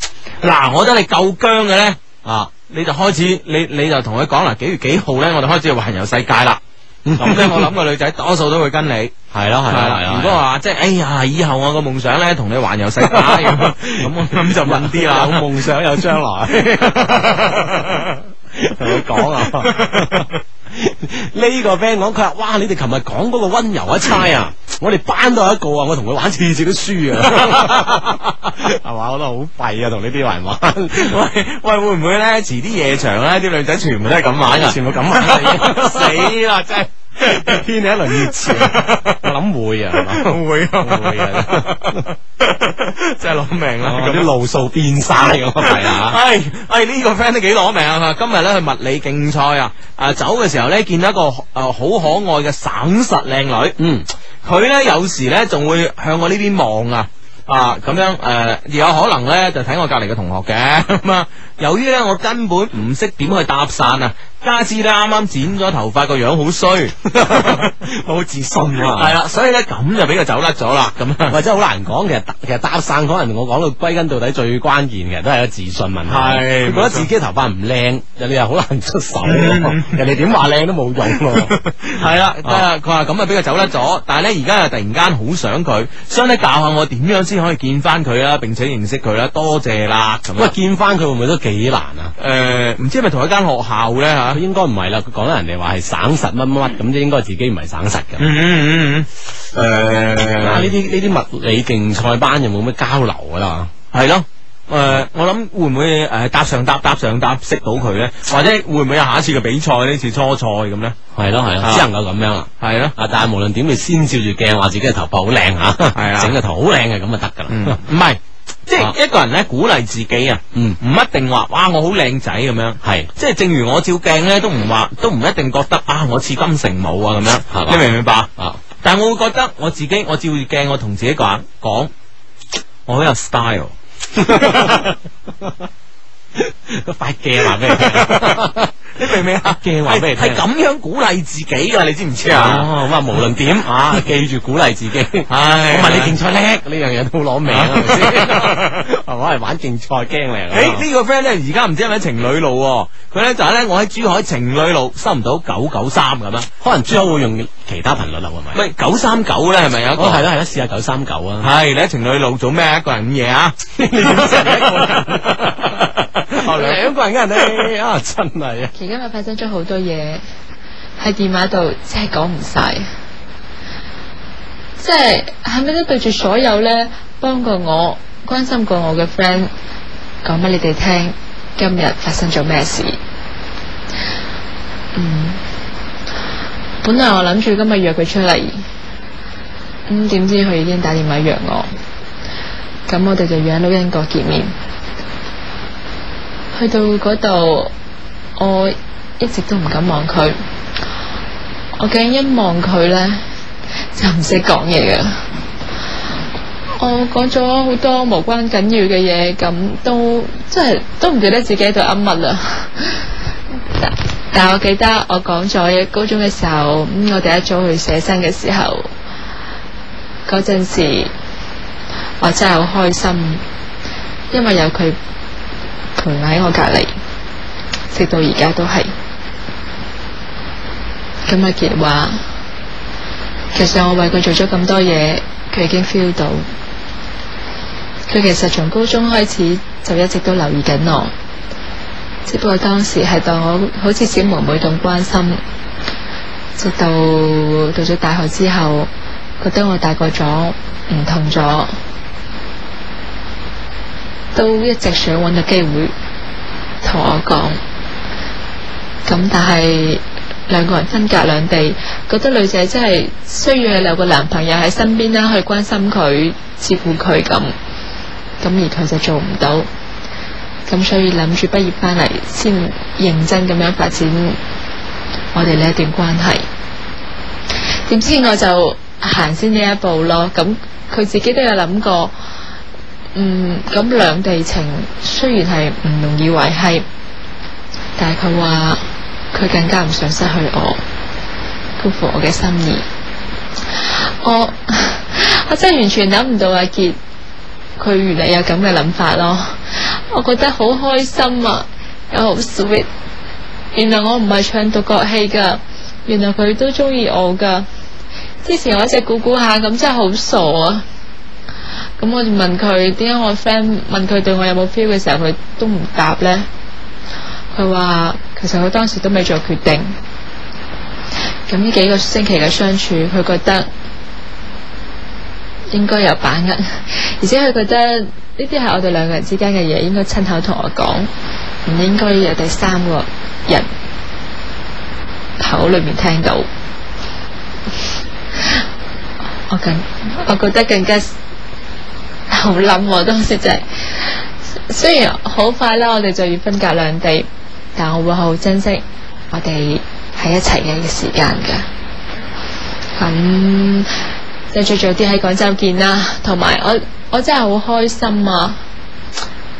[SPEAKER 3] 嗱，我覺得你夠僵嘅咧。
[SPEAKER 2] 啊！
[SPEAKER 3] 你就開始，你你就同佢講啦，幾月幾號咧，我哋開始去環遊世界啦。咁咧，我諗個女仔多數都會跟你。
[SPEAKER 2] 系啦
[SPEAKER 3] 係啦，
[SPEAKER 2] 啊
[SPEAKER 3] 如果話即係，哎呀，以後我個夢想咧，同你環 遊世界咁，咁我咁就問啲啦，
[SPEAKER 2] 有夢想有將 來，同佢講啊。 呢個 friend 講佢話：，哇！你哋琴日講嗰個温柔一猜啊，我哋 班都有一個啊，我同佢玩次次都輸啊，係 嘛？我覺得好弊啊，同呢啲人 玩，
[SPEAKER 3] 喂喂，會唔會咧？遲啲夜場咧，啲女仔全部都係咁玩噶，
[SPEAKER 2] 全部咁玩啊
[SPEAKER 3] 死啦！真係
[SPEAKER 2] 天氣一輪熱潮， 我諗會啊，係嘛？
[SPEAKER 3] 會啊
[SPEAKER 2] 會 啊，
[SPEAKER 3] 真係攞 命啦！
[SPEAKER 2] 啲路數變晒咁啊， 係啊。
[SPEAKER 3] 系系哎呢個 friend 都幾攞命啊！今日咧去物理競賽啊，啊走嘅時候咧見到一個诶好可愛嘅省實靚女，
[SPEAKER 2] 嗯，
[SPEAKER 3] 佢咧有時咧仲會向我呢邊望啊。啊，咁樣诶，而有可能咧就睇我隔離嘅同學嘅 咁啊。由於咧我根本唔識點去搭訕啊，加之咧啱啱剪咗頭髮個樣好衰，
[SPEAKER 2] 好自信啊
[SPEAKER 3] 係啦，所以咧咁就俾佢走甩咗啦，咁啊。
[SPEAKER 2] 或者好難講，其實搭其實搭訕可能我講到歸根到底最關鍵嘅都係個自信問題。
[SPEAKER 3] 係
[SPEAKER 2] 佢覺
[SPEAKER 3] 冇錯
[SPEAKER 2] 得自己頭髮唔靚，人哋又好難出手喎， 人哋點話靚都冇用 咯。
[SPEAKER 3] 系啦，佢話佢话咁啊俾佢走甩咗，但系咧而家又突然間好想佢，想咧教下我點樣先可以見翻佢啦，並且認識佢啦，多謝啦咁
[SPEAKER 2] 喂，
[SPEAKER 3] 啊。
[SPEAKER 2] 見翻佢會唔會都幾難啊？
[SPEAKER 3] 诶，唔、知係咪同一間學校咧吓？
[SPEAKER 2] 佢應該唔係啦，佢講得人哋話係省實乜乜乜，咁即應該自己唔係省實㗎。
[SPEAKER 3] 嗯嗯嗯嗯，
[SPEAKER 2] 啊！呢
[SPEAKER 3] 诶、
[SPEAKER 2] 啲呢啲物理競賽班又冇咩交流啊噶啦，
[SPEAKER 3] 係咯。诶、我諗會唔會诶、誒搭上搭搭上搭識到佢咧，或者會唔會有下一次嘅比賽呢次初賽咁咧？
[SPEAKER 2] 係咯係咯，
[SPEAKER 3] 啊
[SPEAKER 2] 只能夠咁樣啦。
[SPEAKER 3] 係咯，
[SPEAKER 2] 啊！但係無論點，你先照住鏡話自己嘅頭髮好靚
[SPEAKER 3] 係
[SPEAKER 2] 嚇，
[SPEAKER 3] 啊
[SPEAKER 2] 整個頭好靚嘅咁就得㗎
[SPEAKER 3] 嗯啊
[SPEAKER 2] 啦。
[SPEAKER 3] 唔係，即係一個人咧鼓勵自己啊，
[SPEAKER 2] 嗯，
[SPEAKER 3] 唔一定話哇我好靚仔咁樣。
[SPEAKER 2] 係。
[SPEAKER 3] 即係正如我照鏡咧，都唔話，都唔一定覺得啊，我似金城武啊咁
[SPEAKER 2] 係
[SPEAKER 3] 樣，
[SPEAKER 2] 嘛
[SPEAKER 3] 你明唔明白？
[SPEAKER 2] 啊，
[SPEAKER 3] 但係我會覺得我自己，我照鏡，我同自己講講，我好有 style。
[SPEAKER 2] 塊鏡話俾你聽。
[SPEAKER 3] 你明唔明啊？
[SPEAKER 2] 鏡話俾你聽
[SPEAKER 3] 係係咁樣鼓勵自己啊！你知唔知啊？
[SPEAKER 2] 哦，咁啊，無論啊點 啊，記住鼓勵自己。我
[SPEAKER 3] 唉
[SPEAKER 2] 問你競賽叻呢樣嘢都好攞命 啊，係咪先？係嘛，係玩競賽驚 你啊。
[SPEAKER 3] 诶，呢個 friend 咧，而家唔知係咪喺情侶路喎？佢咧就係咧，我喺珠海情侶路收唔到九九三咁樣，
[SPEAKER 2] 可能珠口會用其他頻率啦，係咪？
[SPEAKER 3] 咪九三九咧係咪有一個？
[SPEAKER 2] 哦，係啦係啦，試下九三九 啊。
[SPEAKER 3] 系你喺情侶路做咩？一個人午夜啊？你點知係一個 人？
[SPEAKER 2] 哦，兩哦個人嘅人哋啊，真係 啊。
[SPEAKER 4] 期間我發生咗好多嘢，喺電話度真係講唔晒，即係係咪都對住所有咧幫過我、關心過我嘅 friend 講俾你哋聽，今日發生咗咩事？嗯，本來我諗住今日約佢出嚟，咁、點知佢已經打電話約我，咁我哋就約喺老英國見面。去到嗰度，我一直都唔敢望佢，我驚一望佢呢，就唔識講嘢噶。我講咗好多無關緊要嘅嘢，咁都即係都唔記得自己喺度噏乜啦。但但我記得我講咗高中嘅時候，咁、我哋一早去寫生嘅時候，嗰陣時我真係好開心，因為有佢陪喺我隔離，直到而家都係。咁阿傑話，其實我為佢做咗咁多嘢，佢已經 feel 到。佢其實從高中開始就一直都留意緊我，只不過當時係當我好似小妹妹咁關心。直到到咗大學之後，覺得我大個咗，唔同咗，都一直想揾個機會同我講。咁但係兩個人分隔兩地，覺得女仔真係需要有個男朋友喺身邊啦，去關心佢、照顧佢咁。咁而佢就做唔到，咁所以諗住畢業翻嚟先認真咁樣發展我哋呢一段關係。點知我就行先呢一步咯，咁佢自己都有諗過。嗯，咁兩地情雖然係唔容易維係，但係佢話佢更加唔想失去我，辜負我嘅心意。我 我真係完全諗唔到阿傑佢原來有咁嘅諗法咯，我覺得好開心啊，又好 sweet。原來我唔係唱獨角戲㗎，原來佢都中意我噶。之前我一直估估下，咁真係好傻啊！咁我就問佢點解我 friend 問佢對我有冇 feel 嘅時候，佢都唔答呢？佢話其實佢當時都未做決定。咁呢幾個星期嘅相處，佢覺得應該有把握， 而且佢覺得呢啲係我哋兩個人之間嘅嘢，應該親口同我講，唔應該有第三個人口裏面聽到。我更我覺得更加好諗喎，當時就係、雖然好快啦，我哋就要分隔兩地，但我會好珍惜我哋喺一齊嘅時間噶。咁即係最早啲喺廣州見啦，同埋我我真係好開心啊！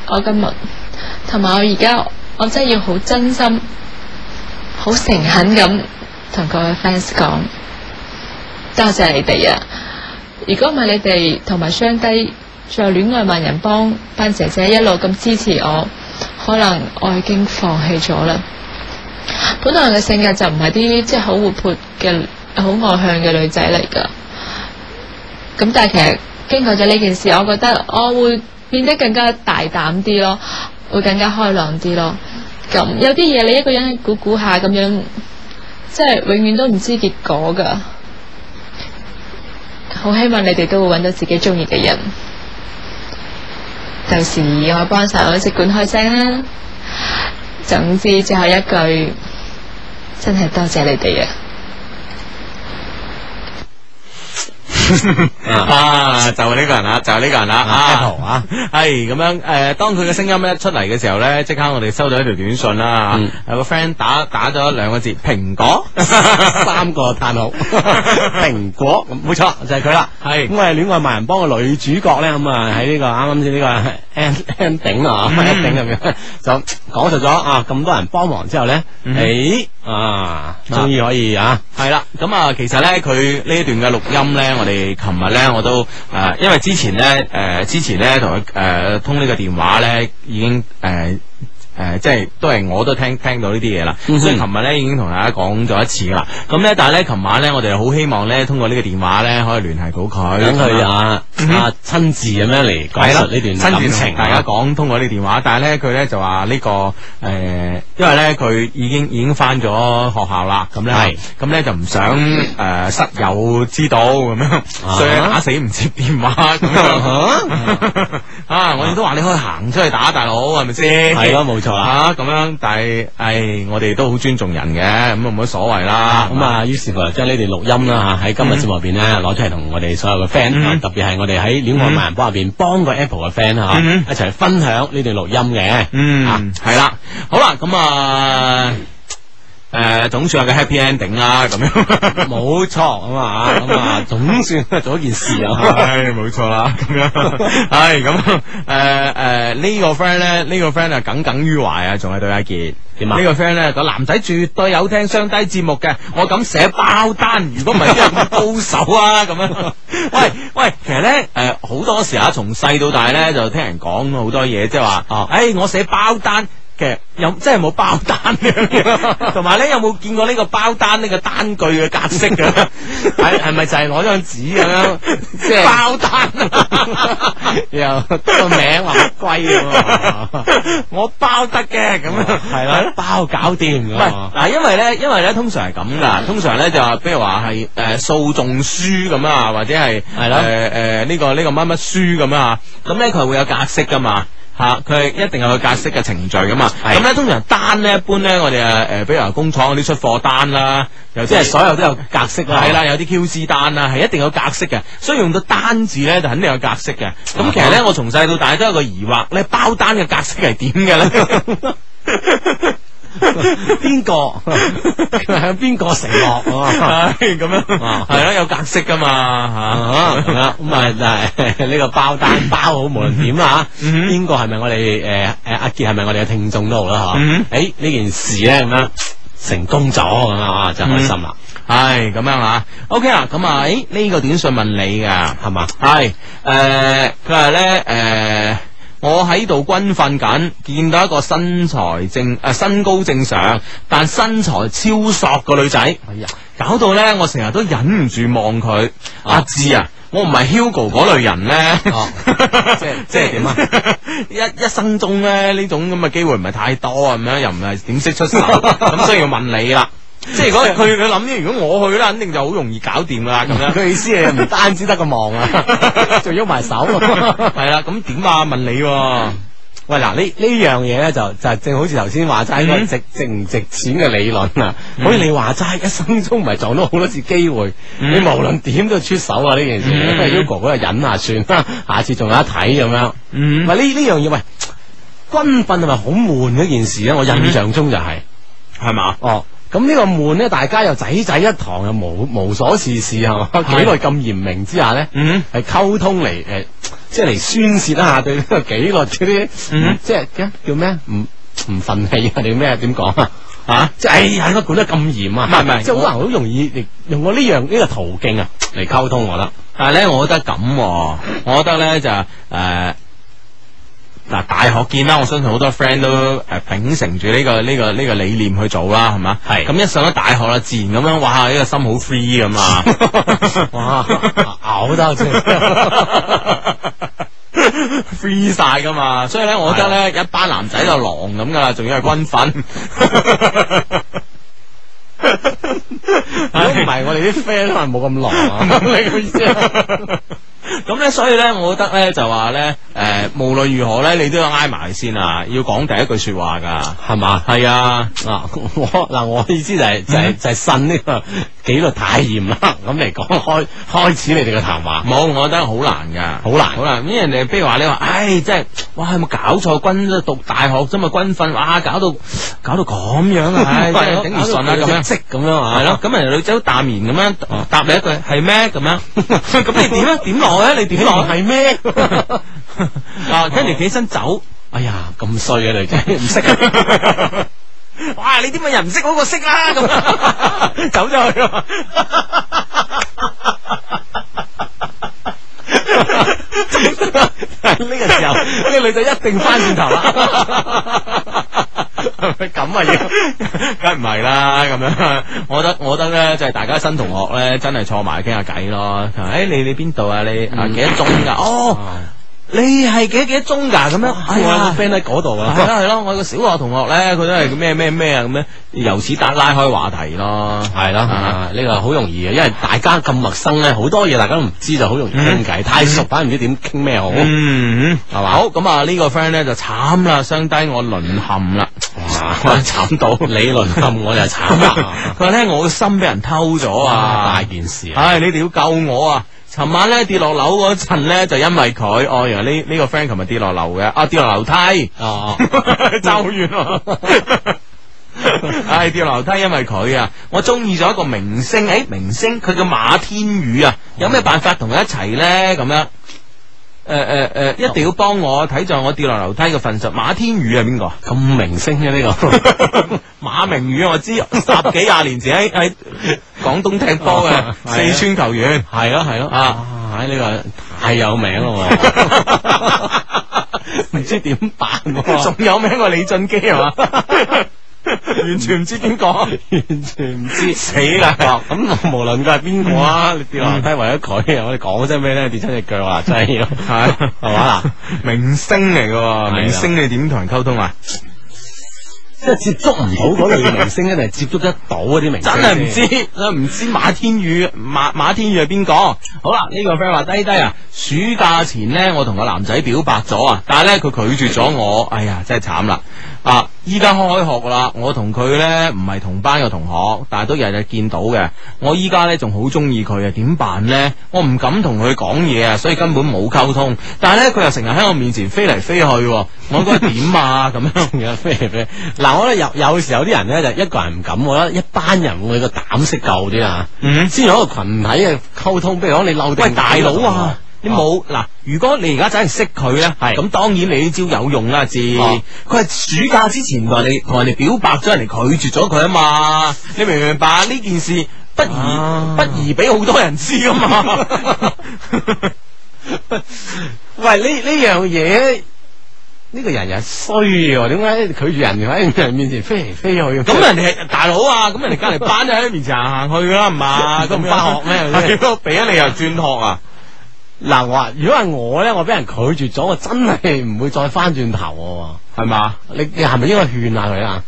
[SPEAKER 4] 我今日同埋我而家我真係要好真心、好誠懇咁同各位 fans 講，多謝你哋啊！如果唔係你哋同埋雙低，仲有戀愛萬人幫班姐姐一路咁支持我，可能我已經放棄咗啦。本來我嘅性格就唔係啲即係好活潑嘅、好外向嘅女仔嚟噶。咁但係其實經過咗呢件事，我覺得我會變得更加大膽啲咯，會更加開朗啲咯。咁有啲嘢你一個人估估下咁樣，即係永遠都唔知結果噶。好希望你哋都會揾到自己中意嘅人。到時我幫手即管開聲啦。總之最後一句，真係多謝你哋啊！
[SPEAKER 3] 啊，就呢個人啦，就呢個人啦，啊
[SPEAKER 2] Apple 啊，
[SPEAKER 3] 系咁樣诶、呃當佢嘅聲音一出嚟嘅時候咧，即刻我哋收到一條短信啦，
[SPEAKER 2] 嗯
[SPEAKER 3] 有個 friend 打打咗兩個字蘋果，
[SPEAKER 2] 三個嘆 號，蘋果，咁冇錯就係佢啦。
[SPEAKER 3] 係
[SPEAKER 2] 咁我係戀愛萬人幫嘅女主角咧，咁啊喺呢個啱啱先呢個 end ending 啊
[SPEAKER 3] 嗯
[SPEAKER 2] ，ending 咁樣就講述咗啊咁多人幫忙之後咧，
[SPEAKER 3] 嗯
[SPEAKER 2] 誒啊，終於可以啊，
[SPEAKER 3] 係啦，咁啊，其實咧佢呢一段嘅錄音咧，我哋琴日咧我都誒、呃因為之前咧誒、呃之前咧同佢誒通呢個電話咧已經誒。呃誒、即係都係我都聽聽到呢啲嘢啦，
[SPEAKER 2] 嗯哼
[SPEAKER 3] 所以琴日咧已經同大家講咗一次啦。咁咧，但係咧，琴晚咧，我哋好希望咧，通過呢個電話咧，可以聯繫到佢，
[SPEAKER 2] 等佢啊
[SPEAKER 3] 嗯哼
[SPEAKER 2] 啊親自咁樣嚟講
[SPEAKER 3] 係啦
[SPEAKER 2] 述呢段感
[SPEAKER 3] 親自
[SPEAKER 2] 情
[SPEAKER 3] 同
[SPEAKER 2] 啊，
[SPEAKER 3] 大家講通過呢個電話，但係咧佢咧就話呢、個誒、因為咧佢已經已經翻咗學校啦，咁咧
[SPEAKER 2] 係
[SPEAKER 3] 咁咧就唔想 誒、室友知道咁樣，所以打死唔接電話咁
[SPEAKER 2] 啊
[SPEAKER 3] 樣 啊！我哋都話你可以行出去打大佬係咪先？
[SPEAKER 2] 係咯，冇錯啦。
[SPEAKER 3] 啊咁樣，但係唉，我哋都好尊重人嘅，咁啊冇乜所謂啦。
[SPEAKER 2] 咁啊，於是乎就將呢段錄音啦嚇，喺今日節目入邊咧攞出嚟同我哋所有嘅 friend，啊
[SPEAKER 3] 嗯
[SPEAKER 2] 特別係我哋喺戀愛萬人幫入邊幫過 Apple 嘅 friend 嚇，
[SPEAKER 3] 嗯
[SPEAKER 2] 一齊分享呢段錄音嘅。
[SPEAKER 3] 嗯，系啦，好啦，咁啊，诶、总算有個 happy ending 啦，咁樣，
[SPEAKER 2] 冇錯咁啊，咁啊，總算做一件事啊！
[SPEAKER 3] 唉，冇錯啦，咁 樣，唉，咁，诶诶，呢個 friend 咧，呢個 friend 啊，耿耿於懷啊，仲係對阿杰。
[SPEAKER 2] 點啊
[SPEAKER 3] 呢個 friend 咧，個男仔絕對有聽雙低節目嘅，我敢寫包單。如果唔係，邊有咁高手啊？咁樣， 喂喂，其實咧，誒、好多時啊，從細到大咧，就聽人講好多嘢，即係話，
[SPEAKER 2] 哦
[SPEAKER 3] 誒、我寫包單。嘅有真係冇包單 嘅，同埋咧有冇見過呢個包單呢個單據嘅格式 嘅？係係咪就係攞張紙咁 樣即係包單？
[SPEAKER 2] 又個名話好貴喎， 哦
[SPEAKER 3] 我包得嘅咁樣
[SPEAKER 2] 係啦，包搞掂啊
[SPEAKER 3] 唔
[SPEAKER 2] 㗎
[SPEAKER 3] 係
[SPEAKER 2] 嘛
[SPEAKER 3] 嗱，因為咧，因為咧，通常係咁
[SPEAKER 2] 嗯
[SPEAKER 3] 噶，通常咧就話，譬如話係誒訴訟書咁啊，或者係
[SPEAKER 2] 係咯
[SPEAKER 3] 誒誒呢個呢個乜乜書咁啊，咁咧佢會有格式噶嘛。吓，佢係一定有個格式嘅程序噶嘛，
[SPEAKER 2] 係
[SPEAKER 3] 咁咧通常單咧一般咧，我哋啊誒，比如話工廠嗰啲出貨單啦，又
[SPEAKER 2] 即係所有都有格式啦。
[SPEAKER 3] 係啦，有啲 QC 單啦，係一定有格式嘅，所以用到單字咧就肯定有格式嘅。
[SPEAKER 2] 啊
[SPEAKER 3] 咁其實咧，我從細到大都有個疑惑咧，包單嘅格式係點嘅咧？
[SPEAKER 2] 邊個向 邊個承諾啊？
[SPEAKER 3] 係咁樣，
[SPEAKER 2] 啊
[SPEAKER 3] 係咯，有格式噶嘛
[SPEAKER 2] 啊，咁啊，咁啊，但係呢個包單包好，無論點啊，
[SPEAKER 3] 嗯
[SPEAKER 2] 邊個係咪我哋诶诶阿杰係咪我哋嘅聽眾都好啦，
[SPEAKER 3] 嗯
[SPEAKER 2] 吓，诶呢件事咧咁樣成功咗咁啊，就開心啦，
[SPEAKER 3] 吓，係咁樣啊。OK 啦，咁啊，誒呢個短信問你噶，
[SPEAKER 2] 係嘛？
[SPEAKER 3] 係誒，佢話咧誒。我喺度軍訓緊，見到一個身材正誒、呃身高正常，但身材超索個女仔，哎呀，搞到咧我成日都忍唔住望佢。阿志啊，我唔係 Hugo 嗰類人咧。
[SPEAKER 2] 哦，即係即係點啊？
[SPEAKER 3] 一一生中咧呢種咁嘅機會唔係太多啊咁樣，又唔係點識出 手，咁所以要問你啦。即係如果佢佢諗呢，如果我去咧，肯定就好容易搞掂噶啦咁 樣。
[SPEAKER 2] 佢意思係唔單止得個望 啊，仲喐埋手。
[SPEAKER 3] 係啦，咁點啊？問你喎，
[SPEAKER 2] 喂，嗱呢呢樣嘢咧就就正好似頭先話齋，應該
[SPEAKER 3] 嗯
[SPEAKER 2] 值值唔值錢嘅理論啊。
[SPEAKER 3] 嗯
[SPEAKER 2] 好似你話齋，一生中唔係撞到好多次機會，
[SPEAKER 3] 嗯
[SPEAKER 2] 你無論點都出手啊呢件事。
[SPEAKER 3] 嗯
[SPEAKER 2] 不如 Hugo 嗰個忍下算 啦，下次仲有一睇咁樣。喂，
[SPEAKER 3] 嗯
[SPEAKER 2] 呢呢樣嘢喂，軍訓係咪好悶嗰件事咧？啊我
[SPEAKER 3] 嗯
[SPEAKER 2] 印象中就係、
[SPEAKER 3] 係嘛？
[SPEAKER 2] 哦。咁呢個悶咧，大家又仔仔一堂，又無無所事事係嘛？紀律咁嚴明之下咧，
[SPEAKER 3] 嗯
[SPEAKER 2] 係溝通嚟誒、即係嚟宣泄一下對呢個紀律嗰啲，
[SPEAKER 3] 嗯
[SPEAKER 2] 即係叫叫咩？唔唔憤氣啊？定咩？點講啊？
[SPEAKER 3] 啊，
[SPEAKER 2] 即係哎呀，乜管得咁嚴啊？
[SPEAKER 3] 唔係唔係
[SPEAKER 2] 即係好
[SPEAKER 3] 我
[SPEAKER 2] 多人好容易嚟用我呢樣呢個途徑啊嚟溝通，我覺得。
[SPEAKER 3] 但係咧，我覺得咁喎，我覺得咧就誒。呃嗱，大學見啦，我相信好多 friend 都誒秉承住呢個呢個呢個理念去做啦，係嘛？
[SPEAKER 2] 係
[SPEAKER 3] 咁一上咗大學啦，自然咁樣，哇！呢個心好 free 咁啊！
[SPEAKER 2] 哇，嘔得先。
[SPEAKER 3] free 晒噶嘛，所以咧，我覺得
[SPEAKER 2] 啊
[SPEAKER 3] 咧，一班男仔就狼咁噶啦，仲要係軍訓。
[SPEAKER 2] 如果唔係，我哋啲 friend 可能冇咁狼 啊。
[SPEAKER 3] 你個意思啊？ 咁咧，所以咧，我覺得咧就話咧，誒、無論如何咧，你都要挨埋先啊，要講第一句說話噶，
[SPEAKER 2] 係嘛？
[SPEAKER 3] 係啊，嗯
[SPEAKER 2] 啊，我嗱我意思就係、就係、就係信呢個 紀律太嚴啦，咁嚟講開開始你哋嘅談話，
[SPEAKER 3] 冇，我覺得好難噶，
[SPEAKER 2] 好難
[SPEAKER 3] 好難，因為人哋譬如話你話，唉，真係，哇，有冇搞錯？軍讀大學啫嘛，軍訓，哇，搞到搞到咁樣啊， 唉，真係頂唔順啦，咁樣。
[SPEAKER 2] 即咁樣啊，
[SPEAKER 3] 系咯，啊咁人哋女仔好淡然咁樣答你一句係咩咁 樣，咁你點啊？點落啊？你點落係咩？ 啊，跟住起身走，
[SPEAKER 2] 哎呀，咁衰嘅女仔，唔識啊，
[SPEAKER 3] 哇！你啲咪人唔識好過識啦，咁 走咗去咯。
[SPEAKER 2] 呢個時候呢個女仔一定翻轉頭 啦。 係咪咁啊要，
[SPEAKER 3] 梗唔係啦，咁樣，我覺得我覺得咧，就係大家新同學咧，真係坐埋傾下偈咯。誒、你你邊度啊？你啊幾多鐘㗎？哦，你係幾多幾多鐘㗎？咁樣，哎
[SPEAKER 2] 我有
[SPEAKER 3] 呀
[SPEAKER 2] 個 friend 喺嗰度
[SPEAKER 3] 係
[SPEAKER 2] 啊，
[SPEAKER 3] 咯係咯，我有個小學同學咧，佢都係咩咩咩啊咁樣，由此打拉開話題咯。
[SPEAKER 2] 係啦，啊呢個好容易嘅，因為大家咁陌生咧，好多嘢大家都唔知，就好容易傾偈。太熟，反而唔知點傾咩好。
[SPEAKER 3] 嗯，
[SPEAKER 2] 係嘛
[SPEAKER 3] 好咁啊，呢個 friend 咧就慘啦，相低我淪陷啦。
[SPEAKER 2] 哇， 慘到理論咁，我就慘啦。
[SPEAKER 3] 佢話 咧我個心俾人偷咗啊，
[SPEAKER 2] 大件事啊！
[SPEAKER 3] 唉，你哋要救我啊！尋晚咧跌落樓嗰陣咧，就因為佢，哦，原來呢呢個 friend 琴日跌落樓嘅，啊跌落樓梯，
[SPEAKER 2] 哦，
[SPEAKER 3] 就好遠咯。啊唉，跌落樓梯，因為佢啊，我中意咗一個明星，誒，明星佢叫馬天宇啊，有咩辦法同佢一齊咧？咁樣，誒誒誒，一定要幫我睇在我跌落樓梯嘅份上。馬天宇係邊個啊？
[SPEAKER 2] 咁明星嘅呢個。
[SPEAKER 3] 馬明宇啊我知，十幾廿年前哎喺喺廣東踢波
[SPEAKER 2] 哦
[SPEAKER 3] 嘅四川球員。
[SPEAKER 2] 系咯系咯啊！喺呢個太有名啊咯， 唔知點辦喎，
[SPEAKER 3] 仲有名過李俊基係 嘛？完全唔知邊個，
[SPEAKER 2] 完全唔知
[SPEAKER 3] 死啦！
[SPEAKER 2] 哦咁無論佢係邊個啊，你跌落樓梯為咗佢，我哋講真咩咧？跌親隻腳啊，真係要
[SPEAKER 3] 係
[SPEAKER 2] 係嘛啊嗱，
[SPEAKER 3] 明星嚟噶，
[SPEAKER 2] 啦
[SPEAKER 3] 明星你點同人溝通啊？
[SPEAKER 2] 即係接觸唔到嗰類明星，一定係接觸得到嗰啲明星。
[SPEAKER 3] 真係唔知，唔知馬天宇馬馬天宇係邊個？好啦，呢、個 friend 話低低啊，暑假前呢，我同個男仔表白咗啊，但係呢，佢拒絕咗我，哎呀，真係慘啦！啊，依家開學啦，我同佢呢唔係同班嘅同學，但係都日日見到嘅。我依家呢仲好中意佢啊，點辦呢？我唔敢同佢講嘢啊，所以根本冇溝通。但係呢，佢又成日喺我面前飛嚟飛去喎，我應該點啊？咁樣。
[SPEAKER 2] 有咩咩？嗱，我覺得有有時有啲人咧就一個人唔敢，我覺得一班人會個膽識夠啲啊。
[SPEAKER 3] 嗯
[SPEAKER 2] 先有一個群體嘅溝通，譬如講你漏定
[SPEAKER 3] 喂，大佬啊！你
[SPEAKER 2] 哦
[SPEAKER 3] 冇嗱，如果你而家真係識佢咧，
[SPEAKER 2] 係
[SPEAKER 3] 咁當然你呢招有用啦，至
[SPEAKER 2] 哦
[SPEAKER 3] 佢係暑假之前同人哋同人哋表白咗，人哋拒絕咗佢啊嘛，你明唔明白呢件事不宜、
[SPEAKER 2] 啊
[SPEAKER 3] 不宜俾好多人知啊 嘛，
[SPEAKER 2] 喂，呢呢樣嘢呢個人又係衰喎，點解拒絕人喺人面前飛嚟飛去咁？
[SPEAKER 3] 咁人哋係大佬啊，咁人哋隔離班都喺面前行行去噶啦，係 嘛？咁
[SPEAKER 2] 啊咁
[SPEAKER 3] 唔
[SPEAKER 2] 樣
[SPEAKER 3] 係咯，俾咗你又轉學啊？
[SPEAKER 2] 嗱，我話如果係我咧，我俾人拒絕咗，我真係唔會再翻轉頭
[SPEAKER 3] 係嘛？
[SPEAKER 2] 喎。你你係咪應該勸下佢啊？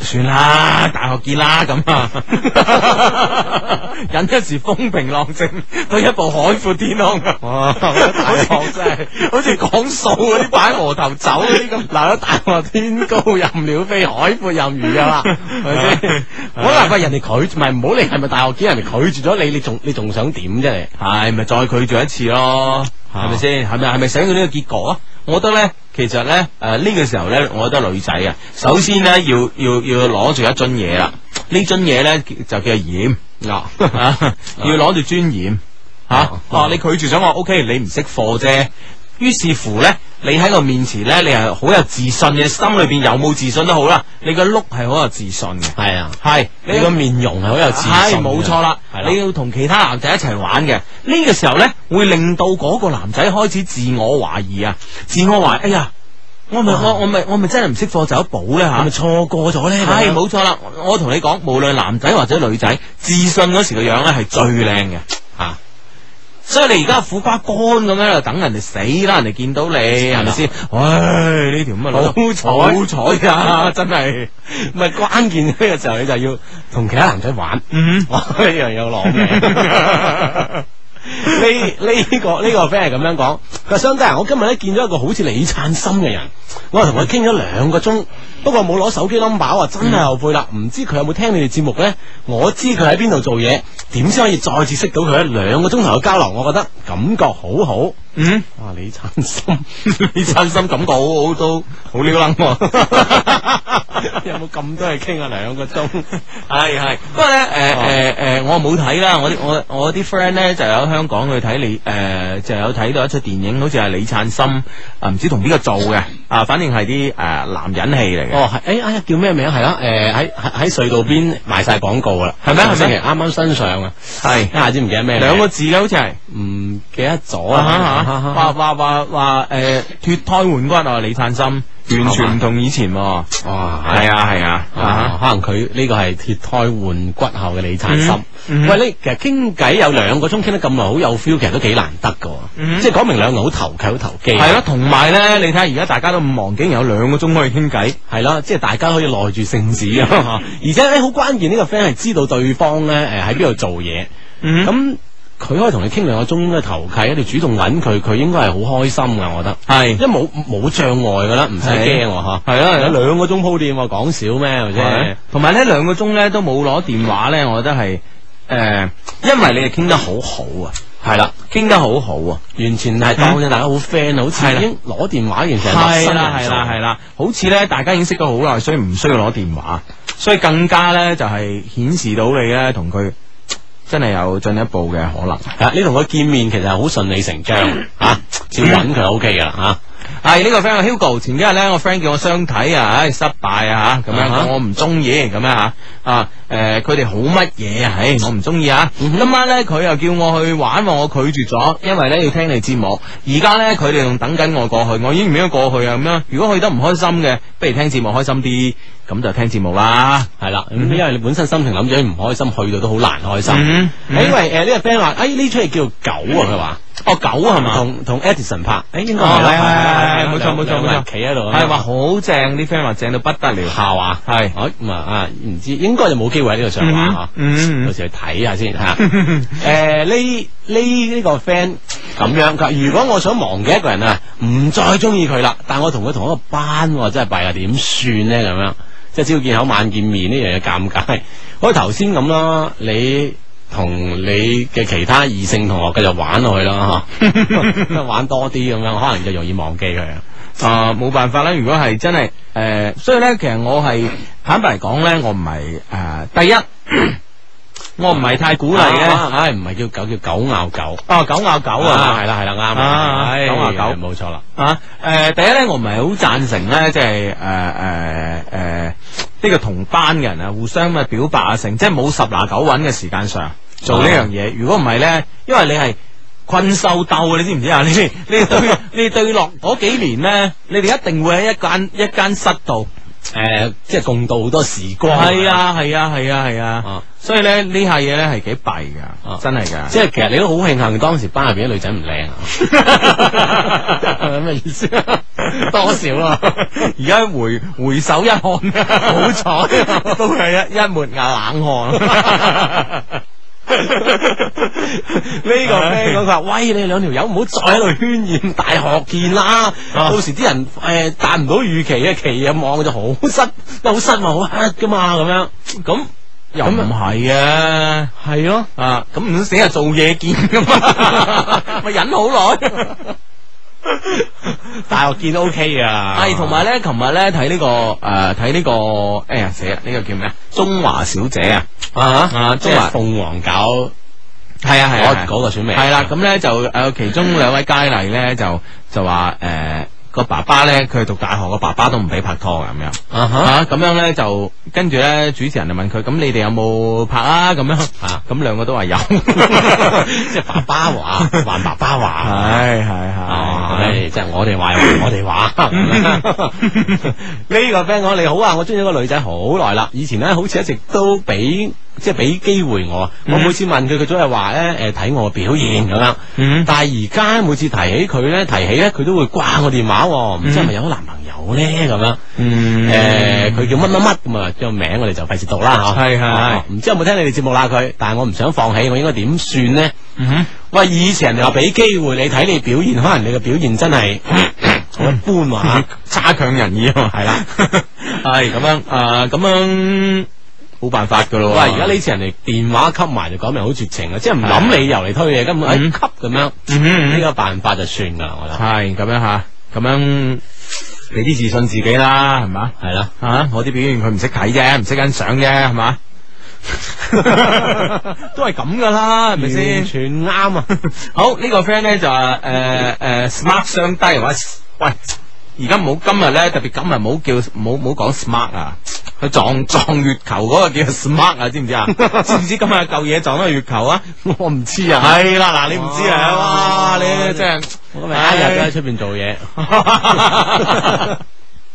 [SPEAKER 3] 算啦，大學見啦咁 啊，忍一時風平浪靜，退一步海闊天空啊！
[SPEAKER 2] 哇！哦大學真係
[SPEAKER 3] 好似講數嗰啲擺河頭走嗰啲咁，
[SPEAKER 2] 嗱，大學天高任鳥飛，海闊任魚噶 啦，係咪先？
[SPEAKER 3] 係
[SPEAKER 2] 好啦，喂，人哋拒唔係唔好理係咪大學見人哋拒絕咗你，你仲你仲想點啫？你
[SPEAKER 3] 係咪再拒絕一次咯？係咪先？係咪係咪想要呢個結果啊？我覺得咧，其實咧，誒、呢、個時候咧，我覺得女仔啊，首先咧要要要攞住一樽嘢啦，呢樽嘢咧就叫做鹽。
[SPEAKER 2] 嗱，
[SPEAKER 3] 啊，要攞住尊嚴吓，
[SPEAKER 2] 啊
[SPEAKER 3] 哦、你拒絕咗我，OK，你唔識貨啫。於是乎呢，你喺我面前呢，你係好有自信嘅，心裏邊有冇自信都好啦，你個碌係好有自信嘅，
[SPEAKER 2] 係啊，
[SPEAKER 3] 係
[SPEAKER 2] 你個面容係好有自信嘅，
[SPEAKER 3] 係冇錯啦
[SPEAKER 2] 係，啦
[SPEAKER 3] 你要同其他男仔一齊玩嘅，呢、個時候呢，會令到嗰個男仔開始自我懷疑啊，自我懷疑，哎呀，我咪我我咪我咪真係唔識貨走一步呢。
[SPEAKER 2] 係
[SPEAKER 3] 吓
[SPEAKER 2] 啊咪。錯過咗咧？
[SPEAKER 3] 係冇錯啦，我我同你講，無論男仔或者女仔，自信嗰時個樣咧係最靚嘅吓。所以你而家苦瓜乾咁樣就等人哋死啦，人哋見到你係咪先？唉，呢條咁嘅女好
[SPEAKER 2] 好
[SPEAKER 3] 彩啊， 真係，
[SPEAKER 2] 唔係關鍵呢個時候，你就要同其他男仔玩。
[SPEAKER 3] 嗯，
[SPEAKER 2] 哇！ 呢樣有攞命。呢呢個呢個 friend 係咁樣講，佢話相低人，我今日咧見咗一個好似李燦森嘅人，我同佢傾咗兩個鐘，不過冇攞手機 number 啊，真係後悔啦。唔知佢有冇聽你哋節目呢？我知佢喺邊度做嘢，點先可以再次識到佢？兩個鐘頭嘅交流，我覺得感覺好好。
[SPEAKER 3] 嗯，
[SPEAKER 2] 哇！李燦森
[SPEAKER 3] 你真心感覺好好都好撩楞喎。
[SPEAKER 2] 有冇咁多嘢傾啊？兩個鐘，
[SPEAKER 3] 系系，不過咧，诶诶诶，我冇睇啦，我啲我我啲 friend 咧就有香港去睇李诶，就有睇到一出電影，好似係李燦森啊，唔知同邊個做嘅啊，反正係啲诶男人戲嚟 嘅。
[SPEAKER 2] 哦，係，誒、哎，叫咩名係啦？誒，喺喺喺隧道邊賣晒廣告啦，
[SPEAKER 3] 係咩
[SPEAKER 2] 上星期
[SPEAKER 3] 係
[SPEAKER 2] 啱啱身上啊，
[SPEAKER 3] 係
[SPEAKER 2] 一下子唔記得咩名，
[SPEAKER 3] 兩個字嘅，好似係。
[SPEAKER 2] 唔記得咗
[SPEAKER 3] 啊
[SPEAKER 2] 啦，
[SPEAKER 3] 話話話話诶，脱胎換骨啊！李燦森完全唔同以前喎。
[SPEAKER 2] 哇，哦係
[SPEAKER 3] 係啊係啊
[SPEAKER 2] 啊，
[SPEAKER 3] 啊，
[SPEAKER 2] 可能佢呢個係脱胎換骨後嘅李燦森。
[SPEAKER 3] 嗯嗯
[SPEAKER 2] 喂，呢其實傾偈有兩個鐘傾得咁耐，好有 feel，其實都幾難得噶，
[SPEAKER 3] 嗯
[SPEAKER 2] 即係講明兩個好投契，好投機。
[SPEAKER 3] 係咯，同埋咧，你睇下而家大家都咁忙，竟然有兩個鐘可以傾偈。
[SPEAKER 2] 係啦，即係大家可以耐住性子啊，而且咧好關鍵，呢個 friend 係知道對方咧誒喺邊度做嘢。
[SPEAKER 3] 嗯
[SPEAKER 2] 咁佢可以同你傾兩個鐘應該投契，你主動揾佢，佢應該係好開心噶，我覺得。
[SPEAKER 3] 係
[SPEAKER 2] 因為冇冇障礙噶啦，唔使
[SPEAKER 3] 係
[SPEAKER 2] 驚喎嚇。
[SPEAKER 3] 係啊啦係啦
[SPEAKER 2] 有兩個鐘鋪墊喎，講少咩係咪
[SPEAKER 3] 係
[SPEAKER 2] 先？
[SPEAKER 3] 同埋呢兩個鐘呢都冇攞電話呢，我覺得係誒、呃因為你哋傾得好好啊，
[SPEAKER 2] 係啦，
[SPEAKER 3] 傾得好好啊，
[SPEAKER 2] 完全係當咗大家好 friend，好似
[SPEAKER 3] 係
[SPEAKER 2] 已
[SPEAKER 3] 啦
[SPEAKER 2] 經攞電話完全係陌
[SPEAKER 3] 係
[SPEAKER 2] 生
[SPEAKER 3] 啦
[SPEAKER 2] 人
[SPEAKER 3] 係
[SPEAKER 2] 做
[SPEAKER 3] 啦係啦，好似呢大家已經識咗好耐，所以唔需要攞電話，所以更加呢就係、顯示到你呢同佢真係有進一步嘅可能。
[SPEAKER 2] 係啦，你同佢見面其實係好順理成章 嚇，只要揾佢 O K 噶啦
[SPEAKER 3] 係呢、個 friend 叫 Hugo，前幾日呢，我 friend 叫我相睇啊，唉失敗啊吓，咁樣、
[SPEAKER 2] 啊哈
[SPEAKER 3] 我唔中意咁樣吓啊誒佢哋好乜嘢啊，唉我唔中意啊。今晚呢，佢又叫我去玩喎，我拒絕咗，因為呢要聽你節目。而家呢，佢哋仲等緊我過去，我應唔應該過去啊？咁樣如果去得唔開心嘅，不如聽節目開心啲，咁就聽節目啦。
[SPEAKER 2] 嚇，係啦，咁因為你本身心情諗住哎唔開心，去到都好難開心。
[SPEAKER 3] 嗯嗯
[SPEAKER 2] 誒喂誒呢個 friend 話，誒呢出戲叫做狗啊，佢話。
[SPEAKER 3] 哦狗係嘛？
[SPEAKER 2] 同同 Edison 拍，誒應該
[SPEAKER 3] 哦
[SPEAKER 2] 係啦
[SPEAKER 3] 係係係
[SPEAKER 2] 係
[SPEAKER 3] 冇錯
[SPEAKER 2] 兩
[SPEAKER 3] 冇錯
[SPEAKER 2] 兩個
[SPEAKER 3] 冇錯
[SPEAKER 2] 人企喺度咁樣，
[SPEAKER 3] 係話好正，啲 friend 話正到不得了。
[SPEAKER 2] 下話
[SPEAKER 3] 係
[SPEAKER 2] 哦咁啊啊，唔知應該就冇機會喺呢度上畫嚇，
[SPEAKER 3] 嗯嗯嗯
[SPEAKER 2] 到時去睇下先 嚇。誒呢呢呢個 friend 咁樣，佢話如果我想忘記一個人啊，唔再中意佢啦，但我同佢同一個班喎，真係弊啦，啊點算咧咁樣？即係朝見口晚見面呢樣嘢尷尬。好似頭先咁啦，你。同你嘅其他異性同學繼續玩落去 啦，嚇，玩多啲咁樣，可能就容易忘記佢啊。
[SPEAKER 3] 啊，冇辦法啦！如果係真係誒、呃所以咧，其實我係坦白嚟講咧，我唔係呃誒第一，我唔係太鼓勵咧。
[SPEAKER 2] 啊唉，唔係叫狗，叫狗咬狗。
[SPEAKER 3] 哦，狗咬狗
[SPEAKER 2] 狗
[SPEAKER 3] 啊，
[SPEAKER 2] 啊，系啦系啦，啱
[SPEAKER 3] 啊
[SPEAKER 2] 唉
[SPEAKER 3] 狗啊狗
[SPEAKER 2] 冇錯啦。
[SPEAKER 3] 啊，誒、第一咧，我唔係好贊成咧，即係誒誒誒呢個同班嘅人啊，互相嘅表白啊，成即係冇十拿九穩嘅時間上做呢樣嘢。如果唔係咧，因為你係困獸鬥啊！你知唔知啊？你哋你 哋對你哋對落嗰幾年咧，你哋一定會喺一間一間室度。
[SPEAKER 2] 诶，即系共度好多时光。
[SPEAKER 3] 係，啊係啊係啊係
[SPEAKER 2] 啊
[SPEAKER 3] 啊！所以咧呢下嘢咧係幾弊噶，真係噶。
[SPEAKER 2] 即系其实你都好庆幸当时班入边啲女仔唔靓啊， 咁嘅意思多少啊？
[SPEAKER 3] 而家回回首一看，好 彩都係一一抹牙冷 汗。
[SPEAKER 2] 呢個 friend 講佢話：，喂，你兩條友唔好再喺度渲染大學見啦，
[SPEAKER 3] 啊
[SPEAKER 2] 到時啲人誒達唔到預期嘅期啊，望就好失，好失
[SPEAKER 3] 啊
[SPEAKER 2] 望，好黑噶嘛，咁樣咁啊
[SPEAKER 3] 又唔係嘅，
[SPEAKER 2] 係咯，
[SPEAKER 3] 啊，咁唔通死日做嘢見噶 嘛，咪忍好耐。
[SPEAKER 2] 大學見都 OK 啊，
[SPEAKER 3] 係，同埋咧，琴日咧睇呢個诶，睇呢個哎呀死啦，呢個叫咩啊？中華小姐啊，
[SPEAKER 2] 啊
[SPEAKER 3] 啊
[SPEAKER 2] 即
[SPEAKER 3] 中華
[SPEAKER 2] 係鳳凰搞
[SPEAKER 3] 係啊係
[SPEAKER 2] 嗰
[SPEAKER 3] 啊，
[SPEAKER 2] 嗰個選美
[SPEAKER 3] 係啦，咁咧就诶，其中兩位佳麗咧就就話诶個爸爸咧，佢係讀大學個爸爸都唔俾拍拖㗎咁樣。
[SPEAKER 2] 啊哈，
[SPEAKER 3] 啊，咁樣咧就跟住咧，主持人就問佢：咁你哋有冇拍啊？咁樣
[SPEAKER 2] 啊，
[SPEAKER 3] 咁兩個都話有，
[SPEAKER 2] 即係爸爸 話還爸爸話。
[SPEAKER 3] 係係係。
[SPEAKER 2] 唉，即系我哋话， 我哋话。呢 個 friend 講你好啊，我中意咗個女仔好耐啦，以前咧好似一直都俾即係俾機會我，我每次問佢，佢都係話咧诶睇我表現咁樣。
[SPEAKER 3] 嗯
[SPEAKER 2] 但係而家每次提起佢咧，提起咧佢都會掛我電話喎，唔知係咪有咗男朋友咧咁樣。
[SPEAKER 3] 嗯
[SPEAKER 2] 诶，佢叫乜乜乜咁啊，個名我哋就費事讀啦吓。
[SPEAKER 3] 係係
[SPEAKER 2] 啊唔知有冇聽你哋節目啦佢，但係我唔想放棄，我應該點算咧？
[SPEAKER 3] 嗯
[SPEAKER 2] 喂，以前人哋話俾機會你睇你表現，可能你嘅表現真 係好一般
[SPEAKER 3] 哼
[SPEAKER 2] 嘛，
[SPEAKER 3] 差強人意啊嘛，係啦， 係咁樣啊，咁樣冇辦法噶咯
[SPEAKER 2] 喂，
[SPEAKER 3] 喎。
[SPEAKER 2] 而家呢次人哋電話吸埋就講明好絕情啊，即係唔諗理由嚟推嘢，根本
[SPEAKER 3] 嗯
[SPEAKER 2] 誒吸咁樣，
[SPEAKER 3] 嗯哼
[SPEAKER 2] 呢個辦法就算噶啦，我覺得
[SPEAKER 3] 係咁樣吓，咁樣俾啲自信自己啦，係嘛？
[SPEAKER 2] 係啦。
[SPEAKER 3] 啊！我啲表現佢唔識睇啫，唔識欣賞啫，係嘛？ 都係咁噶啦，係咪先？
[SPEAKER 2] 完全啱啊！
[SPEAKER 3] 好呢、個 friend 咧就話誒誒 smart 相低或者喂。而家唔好今日咧，特別今日唔好叫唔好唔好講 smart 啊，佢撞 撞月球嗰個叫 smart 啊，知唔 知啊？知唔知今日嚿嘢撞到月球啊？
[SPEAKER 2] 我唔知啊，
[SPEAKER 3] 係啦，嗱你唔知啊，哇
[SPEAKER 2] 哇
[SPEAKER 3] 你真係
[SPEAKER 2] 我今日一日都啊喺出邊做 嘢，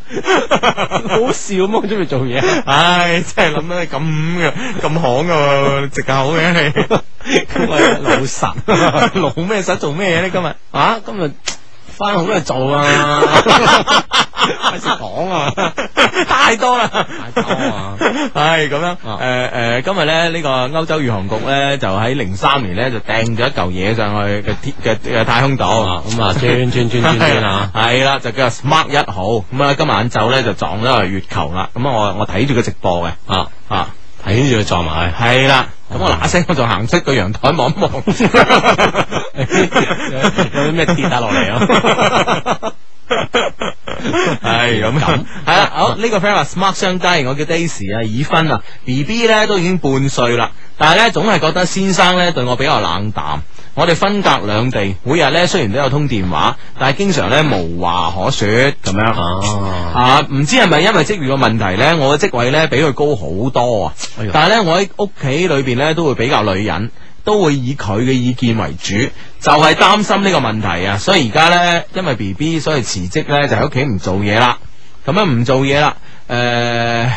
[SPEAKER 2] 好笑咁喺出邊做嘢，
[SPEAKER 3] 唉，真係諗到你咁嘅咁行噶，直口嘅你，
[SPEAKER 2] 咁我係老神
[SPEAKER 3] 老咩實做咩嘢咧今日？
[SPEAKER 2] 啊！今日翻好多嘢做 啊，費事講啊，
[SPEAKER 3] 太多啦，
[SPEAKER 2] 太多啊
[SPEAKER 3] 系咁样，
[SPEAKER 2] 啊
[SPEAKER 3] 诶诶，今日咧呢個歐洲宇航局咧就喺零三年咧就掟咗一嚿嘢上去嘅天嘅嘅太空度
[SPEAKER 2] 啊咁啊，轉轉轉轉轉 啊！
[SPEAKER 3] 系啦，就叫做 Smart 一號咁啊，今日晏晝咧就撞咗去月球啦。咁啊，我我睇住佢直播嘅
[SPEAKER 2] 啊
[SPEAKER 3] 啊，
[SPEAKER 2] 睇住佢撞埋去，
[SPEAKER 3] 係嗯啦。咁我嗱聲我就行出個陽台望一 望，
[SPEAKER 2] 有啲咩跌打落嚟 啊？
[SPEAKER 3] 系咁咁，系啦，好呢、個 friend 話 smart 相低，我叫 Daisy 啊，已婚啊，B B 咧都已經半歲啦，但係咧總係覺得先生咧對我比較冷淡。我哋分隔兩地，每日咧雖然都有通電話，但係經常咧無話可說咁樣。
[SPEAKER 2] 哦，
[SPEAKER 3] 啊，唔知係咪因為職業嘅問題呢？我嘅職位呢比佢高好多啊
[SPEAKER 2] 哎呀！
[SPEAKER 3] 但係呢，我喺屋企裏邊呢都會比較女人，都會以佢嘅意見為主，就係、擔心呢個問題啊！所以而家呢，因為 B B，所以辭職呢，就喺屋企唔做嘢啦。咁樣唔做嘢啦，誒、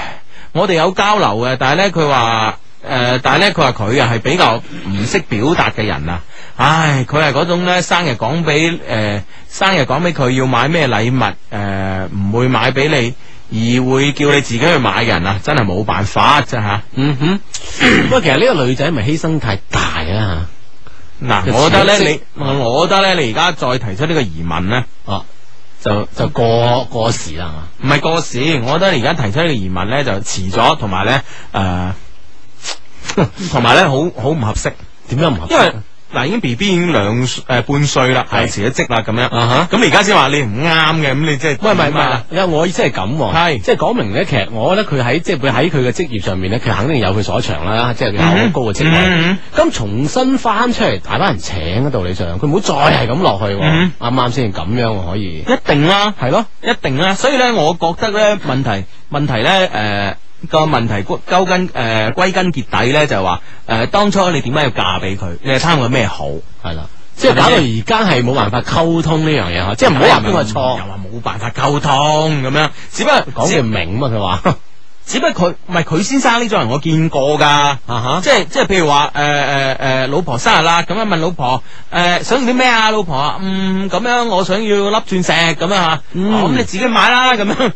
[SPEAKER 3] 我哋有交流嘅，但係呢，佢話。誒、但係咧，佢話佢啊係比較唔識表達嘅人啊，唉，佢係嗰種咧生日講俾誒生日講俾佢要買咩禮物，誒、呃唔會買俾你，而會叫你自己去買嘅人啊，真係冇辦法啫嚇。
[SPEAKER 2] 嗯哼，不過其實呢個女仔咪犧牲太大啊啦
[SPEAKER 3] 嗱、
[SPEAKER 2] 佢
[SPEAKER 3] 我覺得
[SPEAKER 2] 辭職
[SPEAKER 3] 咧你，我覺得咧你而家再提出呢個疑問咧，
[SPEAKER 2] 吓，哦，就就過過時啦係嘛，
[SPEAKER 3] 唔係過時，我覺得你而家提出呢個疑問咧就遲咗，同埋咧誒， 同埋咧好好唔合適。
[SPEAKER 2] 點樣唔合適？
[SPEAKER 3] 因為嗱，已經 B B 已經兩誒、呃半歲啦，係
[SPEAKER 2] 係
[SPEAKER 3] 辭咗職啦，咁樣。
[SPEAKER 2] 啊
[SPEAKER 3] 咁你而家先話你唔啱嘅，咁你即係
[SPEAKER 2] 喂，唔係唔
[SPEAKER 3] 點啊
[SPEAKER 2] 係，因為我意思係咁喎，
[SPEAKER 3] 係
[SPEAKER 2] 即係講明咧，其實我覺得佢喺即係佢喺佢嘅職業上面咧，佢肯定有佢所長啦，即係佢有好高嘅職位
[SPEAKER 3] 嗯。
[SPEAKER 2] 咁重新翻出嚟，大把人請嘅道理上，佢唔好再係咁落去喎
[SPEAKER 3] 嗯，
[SPEAKER 2] 啱唔啱先？咁樣喎可以，
[SPEAKER 3] 一定啦，
[SPEAKER 2] 係咯，
[SPEAKER 3] 一定啦。所以咧，我覺得咧問題問題咧誒。呃個問題歸歸根誒、呃、歸根結底咧，就係話誒當初你點解要嫁俾佢？你係貪佢咩好？啊
[SPEAKER 2] 係啦。即係搞到而家係冇辦法溝通呢樣嘢嗬，即係唔好話邊個錯
[SPEAKER 3] 又，話冇辦法溝通咁樣，只不過
[SPEAKER 2] 講
[SPEAKER 3] 只
[SPEAKER 2] 唔明嘛佢話
[SPEAKER 3] 只不過佢唔係佢先生呢種人，我見過㗎。
[SPEAKER 2] 啊
[SPEAKER 3] 即係即係，譬如話誒誒誒，老婆生日啦，咁樣啊問老婆誒、呃想要啲咩啊？老婆啊，嗯咁樣，我想要粒鑽石咁樣吓，
[SPEAKER 2] 嗯
[SPEAKER 3] 哦咁、你自己買啦 咁樣。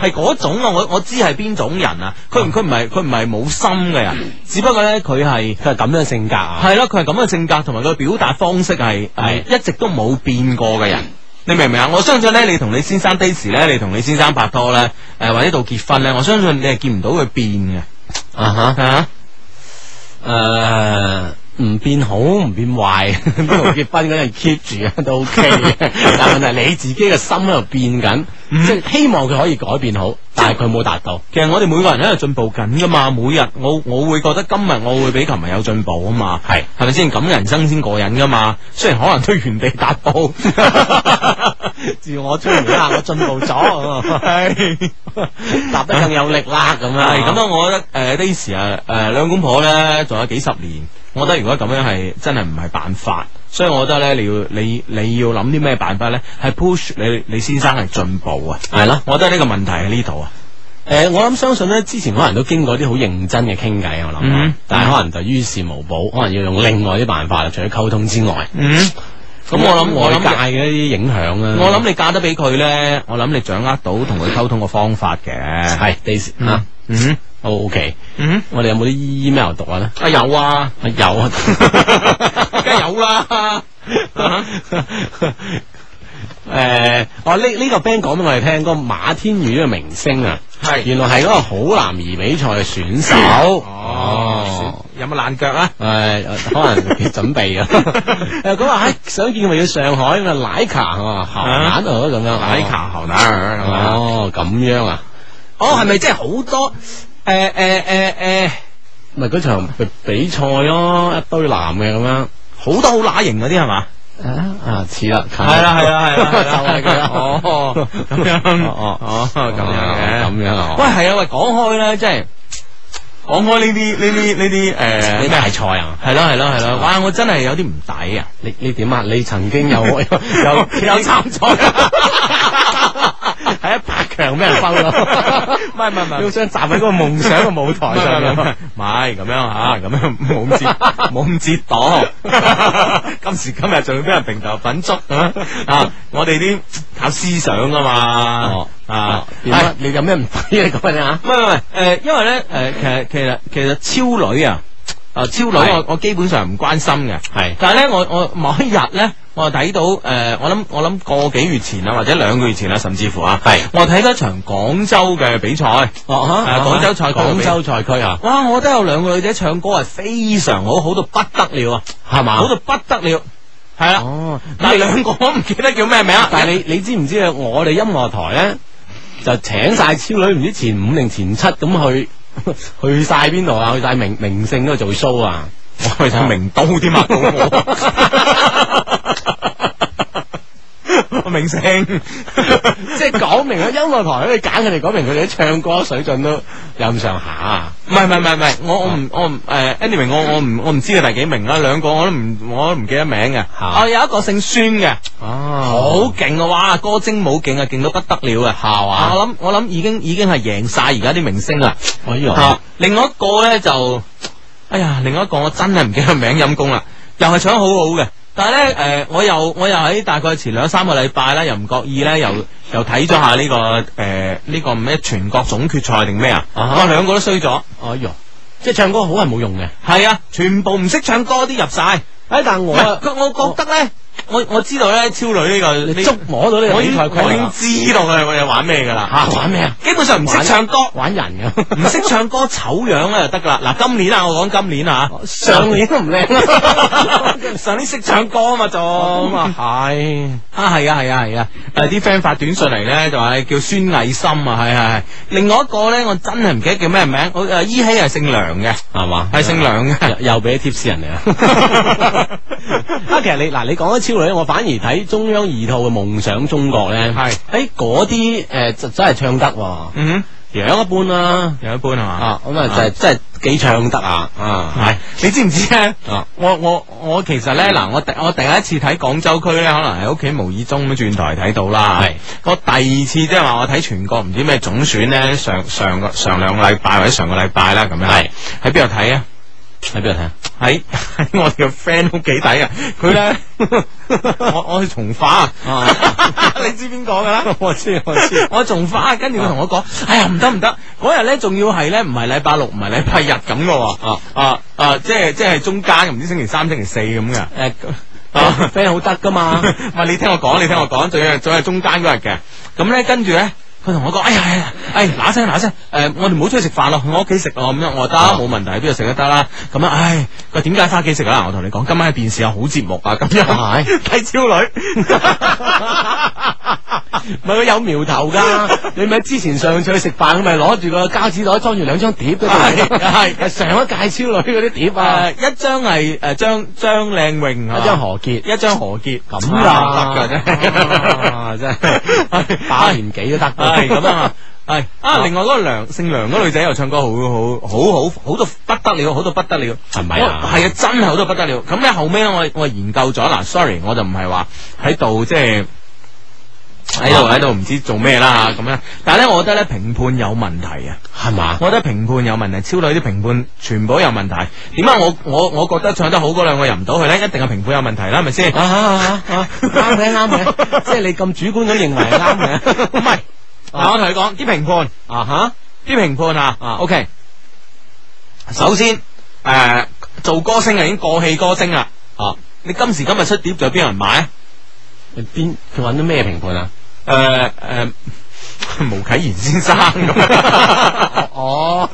[SPEAKER 3] 係嗰種啊，我我知係邊種人啊，佢唔佢唔係佢唔係冇心嘅人，只不過咧佢係
[SPEAKER 2] 吓，佢係咁樣性格啊，
[SPEAKER 3] 係咯，佢係咁嘅性格同埋佢表達方式係係一直都冇變過嘅人。你明唔明啊？我相信咧，你同你先生 d a t 咧，你同你先生拍拖咧，誒、或者到結婚咧，我相信你係見唔到佢變嘅，
[SPEAKER 2] 啊吓。
[SPEAKER 3] 係啊。
[SPEAKER 2] 诶，呃唔、變好唔變壞， 不同結婚嗰陣 keep 住 啊都 OK 嘅。但係問題你自己嘅心喺度變緊，
[SPEAKER 3] 嗯
[SPEAKER 2] 即係希望佢可以改變好，但係佢冇達到。
[SPEAKER 3] 其實我哋每個人喺度進步緊噶嘛，每日我我會覺得今日我會比琴日有進步啊嘛，係係咪先？咁人生先過癮噶嘛，雖然可能都原地踏步，
[SPEAKER 2] 自我催眠啦，我進步咗，
[SPEAKER 3] 係。
[SPEAKER 2] 踏得更有力啦，咁啊，
[SPEAKER 3] 系咁啊！我覺得诶 d a i s 啊，诶兩公婆咧，仲有幾十年，我覺得如果咁樣係真係唔係辦法，所以我覺得咧，你要你你要諗啲咩辦法咧，係 push 你你先生係進步啊！
[SPEAKER 2] 係咯。
[SPEAKER 3] 我覺得呢個問題喺呢度啊，
[SPEAKER 2] 诶、我諗相信咧，之前可能都經過啲好認真嘅傾偈，我諗啊，
[SPEAKER 3] 嗯
[SPEAKER 2] 但係可能就於事無補，可能要用另外啲辦法啦，除咗溝通之外，
[SPEAKER 3] 嗯，咁我諗我
[SPEAKER 2] 外
[SPEAKER 3] 諗
[SPEAKER 2] 界嘅一啲影響啊啦。
[SPEAKER 3] 我諗你嫁得俾佢咧，我諗你掌握到同佢溝通嘅方法嘅。
[SPEAKER 2] 係 Daisy
[SPEAKER 3] 嗯
[SPEAKER 2] 啊
[SPEAKER 3] 嗯
[SPEAKER 2] ，OK，
[SPEAKER 3] 嗯，
[SPEAKER 2] 我哋有冇啲 email 讀下咧？
[SPEAKER 3] 啊有啊，
[SPEAKER 2] 啊有啊，
[SPEAKER 3] 梗係有啦。
[SPEAKER 2] 诶，哦呢呢個 band 講俾我哋聽，個馬天宇呢個明星啊，
[SPEAKER 3] 係
[SPEAKER 2] 原來係嗰個好男兒比賽嘅選手，
[SPEAKER 3] 哦，有冇爛腳啊？
[SPEAKER 2] 诶，可能要準 備啊！誒佢話：，唉，哎想見咪要上海啊嘛，奶卡啊，喉眼啊咁樣，
[SPEAKER 3] 奶卡
[SPEAKER 2] 喉奶哦，咁樣啊，
[SPEAKER 3] 哦，係咪即係好多？诶诶诶诶，
[SPEAKER 2] 咪嗰場比比賽咯，一堆男嘅咁樣，
[SPEAKER 3] 好多好乸型嗰啲係嘛？
[SPEAKER 2] 啊啊似啦，近
[SPEAKER 3] 啦係
[SPEAKER 2] 啦就係佢啦
[SPEAKER 3] 哦，咁樣
[SPEAKER 2] 哦
[SPEAKER 3] 哦
[SPEAKER 2] 哦
[SPEAKER 3] 咁樣嘅
[SPEAKER 2] 咁樣啊，
[SPEAKER 3] 喂，係啊，喂，講開咧，即係講開呢啲呢啲呢啲
[SPEAKER 2] 呢
[SPEAKER 3] 诶
[SPEAKER 2] 大賽啊！
[SPEAKER 3] 係咯係咯係咯，哇！我真係有啲唔抵啊！
[SPEAKER 2] 你你点啊？你曾 經有有有參賽， 喺一百啊強俾人分咯，
[SPEAKER 3] 唔係唔係唔係
[SPEAKER 2] 要想站喺嗰個夢想嘅舞
[SPEAKER 3] 哦
[SPEAKER 2] 台上
[SPEAKER 3] 唔
[SPEAKER 2] 面。
[SPEAKER 3] 係咁樣 吓，咁樣冇咁折冇咁折墮。 今時今日仲要俾人平頭品足啊！啊我哋啲靠思想噶嘛
[SPEAKER 2] 哦
[SPEAKER 3] 啊
[SPEAKER 2] 啊！，點啊你有咩唔抵啊？你講啊
[SPEAKER 3] 唔係唔！係誒，因為咧誒，其實其實其實超女啊，啊超女
[SPEAKER 2] 係
[SPEAKER 3] 我我基本上唔關心嘅，
[SPEAKER 2] 係
[SPEAKER 3] 但係咧我我某一日咧，我就睇到誒、呃我諗我諗個幾月前啊，或者兩個月前啊，甚至乎啊，
[SPEAKER 2] 係
[SPEAKER 3] 我睇到一場廣州嘅比賽。
[SPEAKER 2] 哦
[SPEAKER 3] 啊廣州賽區
[SPEAKER 2] 廣州賽區啊，
[SPEAKER 3] 哇！我覺得有兩個女仔唱歌係非常好，好到不得了啊，
[SPEAKER 2] 係嘛
[SPEAKER 3] 好？到不得了，係啦。
[SPEAKER 2] 哦，
[SPEAKER 3] 但係兩個我唔記得叫咩名啦。
[SPEAKER 2] 但係你你知唔知啊？我哋音樂台咧就請晒超女，唔知前五定前七咁去 去晒邊度啊？去晒明明星嗰度做 show 啊！
[SPEAKER 3] 我去睇明都添啊，到我明星，
[SPEAKER 2] 即係講明啊，音樂台可以揀佢哋，講明佢哋啲唱歌水準都 有咁上下啊！
[SPEAKER 3] 唔係唔係唔係唔係，我我唔我唔诶，anyway 我我唔我唔知佢第幾名啦，兩個我都唔我都唔記得名嘅，
[SPEAKER 2] 嚇
[SPEAKER 3] 哦有一個姓孫嘅，
[SPEAKER 2] 哦，
[SPEAKER 3] 好勁啊，哇歌精舞勁啊，勁到不得了啊，
[SPEAKER 2] 下
[SPEAKER 3] 啊
[SPEAKER 2] 話，
[SPEAKER 3] 我諗我諗已經已經係贏晒而家啲明星啦，
[SPEAKER 2] 哎呀
[SPEAKER 3] 啊另外一個咧就，哎呀另外一個我真係唔記得名陰公啦，又係唱得好好嘅。但係咧，誒、我又我又喺大概前兩三個禮拜啦，又唔覺意咧，又又睇咗下呢、個誒呢、個咩全國總決賽定咩啊？
[SPEAKER 2] 啊哈
[SPEAKER 3] 哇，兩個都衰咗。
[SPEAKER 2] 哎呀，即係唱歌好係冇用嘅。
[SPEAKER 3] 系啊，全部唔识唱歌啲入晒。
[SPEAKER 2] 哎，但
[SPEAKER 3] 唔
[SPEAKER 2] 我
[SPEAKER 3] 係佢我覺得咧，我我知道咧，超女呢個
[SPEAKER 2] 你
[SPEAKER 3] 呢
[SPEAKER 2] 捉摸到呢個
[SPEAKER 3] 我已
[SPEAKER 2] 比
[SPEAKER 3] 經
[SPEAKER 2] 賽規
[SPEAKER 3] 我
[SPEAKER 2] 律
[SPEAKER 3] 已
[SPEAKER 2] 啦
[SPEAKER 3] 經知道佢我哋玩咩噶啦，
[SPEAKER 2] 嚇玩咩啊？
[SPEAKER 3] 基本上唔識唱歌，
[SPEAKER 2] 玩人咁。
[SPEAKER 3] 唔識唱歌醜樣咧就得噶啦。嗱，今年啊，我講今年啊，
[SPEAKER 2] 上年都唔靚啦，
[SPEAKER 3] 上年識唱歌啊嘛，仲
[SPEAKER 2] 咁
[SPEAKER 3] 啊
[SPEAKER 2] 啊 係，
[SPEAKER 3] 係啊係啊係啊，誒啲 friend 發短信嚟咧就話叫孫藝心啊，係係係。另外一個咧，我真係唔記得叫咩名，我誒依希係姓梁嘅，
[SPEAKER 2] 係嘛？
[SPEAKER 3] 係姓梁嘅。
[SPEAKER 2] 又又俾啲 tips 人哋啊！ 啊，其實你嗱，你講咗超女，我反而睇中央二套嘅《夢想中國》咧，
[SPEAKER 3] 係
[SPEAKER 2] 喺嗰啲誒就真係唱得喎，
[SPEAKER 3] 嗯哼，
[SPEAKER 2] 樣一般啦。
[SPEAKER 3] 有一般係嘛？
[SPEAKER 2] 啊，咁啊就係即係幾唱得啊！
[SPEAKER 3] 啊，系你知唔知咧
[SPEAKER 2] 啊？嗯
[SPEAKER 3] 我我我其實咧嗱，我第我第一次睇廣州區咧，可能喺屋企無意中咁轉台睇到啦。
[SPEAKER 2] 係
[SPEAKER 3] 我第二次即係話我睇全國唔知咩總選咧，上上個上兩個禮拜或者上個禮拜啦咁樣。
[SPEAKER 2] 係
[SPEAKER 3] 喺邊度睇啊？
[SPEAKER 2] 喺邊度睇啊？
[SPEAKER 3] 喺 喺我哋個 friend 屋企睇啊！佢咧，我我去從化啊，
[SPEAKER 2] 哦
[SPEAKER 3] 你知邊個噶啦？
[SPEAKER 2] 我知我知，
[SPEAKER 3] 我仲花，跟住佢同我講：哎呀，唔得唔得，嗰日咧仲要係咧，唔係禮拜六，唔係禮拜日咁嘅喎，
[SPEAKER 2] 啊
[SPEAKER 3] 啊啊，即係即係中間，唔知星期三、星期四咁嘅。
[SPEAKER 2] 诶
[SPEAKER 3] 啊
[SPEAKER 2] ，friend 好得噶 嘛，
[SPEAKER 3] 唔係你聽我講，你聽我講，仲要仲係中間嗰日嘅。咁咧，跟住咧，佢同我講：哎呀，哎呀，哎嗱聲嗱聲，誒、我哋唔好出去食飯咯，去我屋企食咯咁樣。我話得
[SPEAKER 2] 啊
[SPEAKER 3] 冇問題，邊度食都得啦。咁樣，唉，佢點解翻屋企食啊？我同你講，今晚嘅電視有好節目啊，咁樣
[SPEAKER 2] 係
[SPEAKER 3] 睇超女。
[SPEAKER 2] 唔係佢有苗頭㗎。你咪之前上次去食飯，佢咪攞住個膠紙袋裝住兩張碟嗰度，
[SPEAKER 3] 係係
[SPEAKER 2] 上一屆超女嗰啲碟啊
[SPEAKER 3] 誒，呃一張係誒張張靚穎啊，
[SPEAKER 2] 一張何潔。
[SPEAKER 3] 一張何潔啊
[SPEAKER 2] 咁
[SPEAKER 3] 㗎
[SPEAKER 2] 啊㗎
[SPEAKER 3] 得㗎
[SPEAKER 2] 啊 真係把年紀都得
[SPEAKER 3] 係咁啊！係啊！另外嗰個梁姓梁嗰個女仔又唱歌好好好好好到不得了，好到不得了，
[SPEAKER 2] 係咪啊
[SPEAKER 3] 我係啊，真係好到不得了。咁咧後尾咧，我我研究咗嗱，sorry，我就唔係話喺度即係喺度喺度唔知做咩啦咁樣。但係咧，我覺得咧評判有問題啊。
[SPEAKER 2] 係嘛？
[SPEAKER 3] 我覺得評判有問題，超女啲評判全部都有問題。點解我我我覺得唱得好嗰兩個入唔到去咧？一定係評判有問題啦，係咪先？
[SPEAKER 2] 啊啊啊！啱嘅啱嘅，即係你咁主觀咁認為係啱嘅。
[SPEAKER 3] 唔係，嗱我同你講，啲評判，
[SPEAKER 2] 啊哈！
[SPEAKER 3] 啲評判啊
[SPEAKER 2] 啊
[SPEAKER 3] ，OK。首先，誒、做歌星啊已經過氣歌星啦。
[SPEAKER 2] 啊，
[SPEAKER 3] 你今時今日出碟仲有邊有人買啊？
[SPEAKER 2] 你邊佢揾到咩評判啊？
[SPEAKER 3] 誒、誒、 毛啟賢先生 咁。
[SPEAKER 2] 哦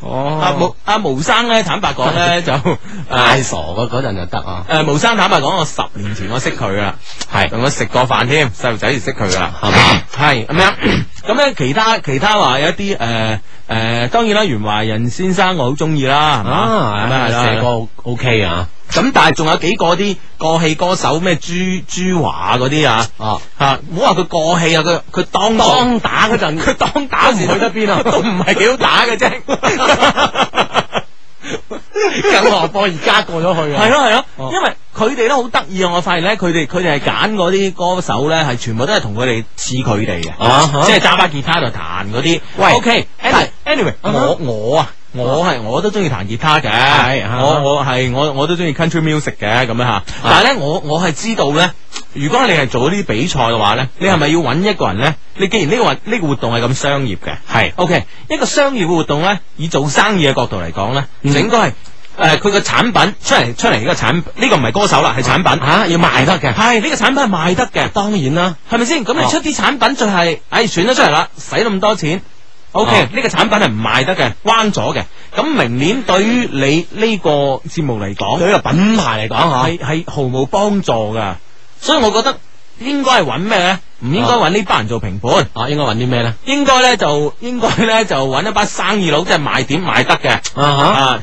[SPEAKER 2] 哦啊
[SPEAKER 3] 阿毛阿毛生咧，坦白講咧就 誒。
[SPEAKER 2] 太傻嗰嗰陣就得啊，
[SPEAKER 3] 诶、呃毛生坦白講，我十年前我識佢噶啦，
[SPEAKER 2] 係
[SPEAKER 3] 同我食過飯添，細路仔就識佢噶啦，
[SPEAKER 2] 係嘛？
[SPEAKER 3] 係咁樣，咁咧其他其他話有一啲诶诶，当然啦，袁華仁先生我好中意啦，係嘛
[SPEAKER 2] 啊，
[SPEAKER 3] 咁啊係啦
[SPEAKER 2] 寫歌 OK 啊，
[SPEAKER 3] 咁但係仲有幾個啲過氣歌手咩朱朱華嗰啲啊，
[SPEAKER 2] 哦，
[SPEAKER 3] 吓唔好話佢過氣啊，佢佢當
[SPEAKER 2] 當打嗰陣
[SPEAKER 3] 佢當打 時
[SPEAKER 2] 都唔去得邊啊
[SPEAKER 3] 都唔係幾好打嘅 啫。
[SPEAKER 2] 更何況而家過咗去啊，
[SPEAKER 3] 系咯系
[SPEAKER 2] 哦
[SPEAKER 3] 咯，因為佢哋咧好得意啊！我發現咧，佢哋佢哋係揀嗰啲歌手咧，係全部都係同佢哋似佢哋嘅，
[SPEAKER 2] 啊哈
[SPEAKER 3] 即係揸把吉他喺度彈嗰啲。
[SPEAKER 2] 喂係
[SPEAKER 3] OK，anyway，
[SPEAKER 2] 啊哈
[SPEAKER 3] 我我啊。我係我都中意彈吉他嘅，
[SPEAKER 2] 啊
[SPEAKER 3] 我我係啊我我都中意 country music 嘅咁樣吓，但係咧我我係知道咧，如果你係做呢啲比賽嘅話咧，你係咪要揾一個人咧？你既然呢個運呢個活動係咁商業嘅，
[SPEAKER 2] 係
[SPEAKER 3] O、k 一個商業嘅活動咧，以做生意嘅角度嚟講咧，
[SPEAKER 2] 嗯
[SPEAKER 3] 就應該係誒呃佢個產品出嚟出嚟呢個產呢、個唔係歌手啦，係產品
[SPEAKER 2] 啊要賣得嘅
[SPEAKER 3] 係呢個產品係賣得嘅，
[SPEAKER 2] 當然啦，
[SPEAKER 3] 係咪先？咁
[SPEAKER 2] 哦
[SPEAKER 3] 你出啲產品就係、唉選咗出嚟啦，使咁多錢。O K，
[SPEAKER 2] 哦
[SPEAKER 3] 呢個產品係唔賣得嘅，彎咗嘅。咁明年對於你呢個節目嚟講，
[SPEAKER 2] 對於個品牌嚟講嚇
[SPEAKER 3] 係係毫無幫助噶。所以我覺得應該係揾咩咧？唔應該
[SPEAKER 2] 哦
[SPEAKER 3] 揾呢班人做評判。
[SPEAKER 2] 啊應該揾啲咩咧？
[SPEAKER 3] 應該咧就應該咧就揾一班生意佬，即係賣點賣得嘅
[SPEAKER 2] 啊
[SPEAKER 3] 啊，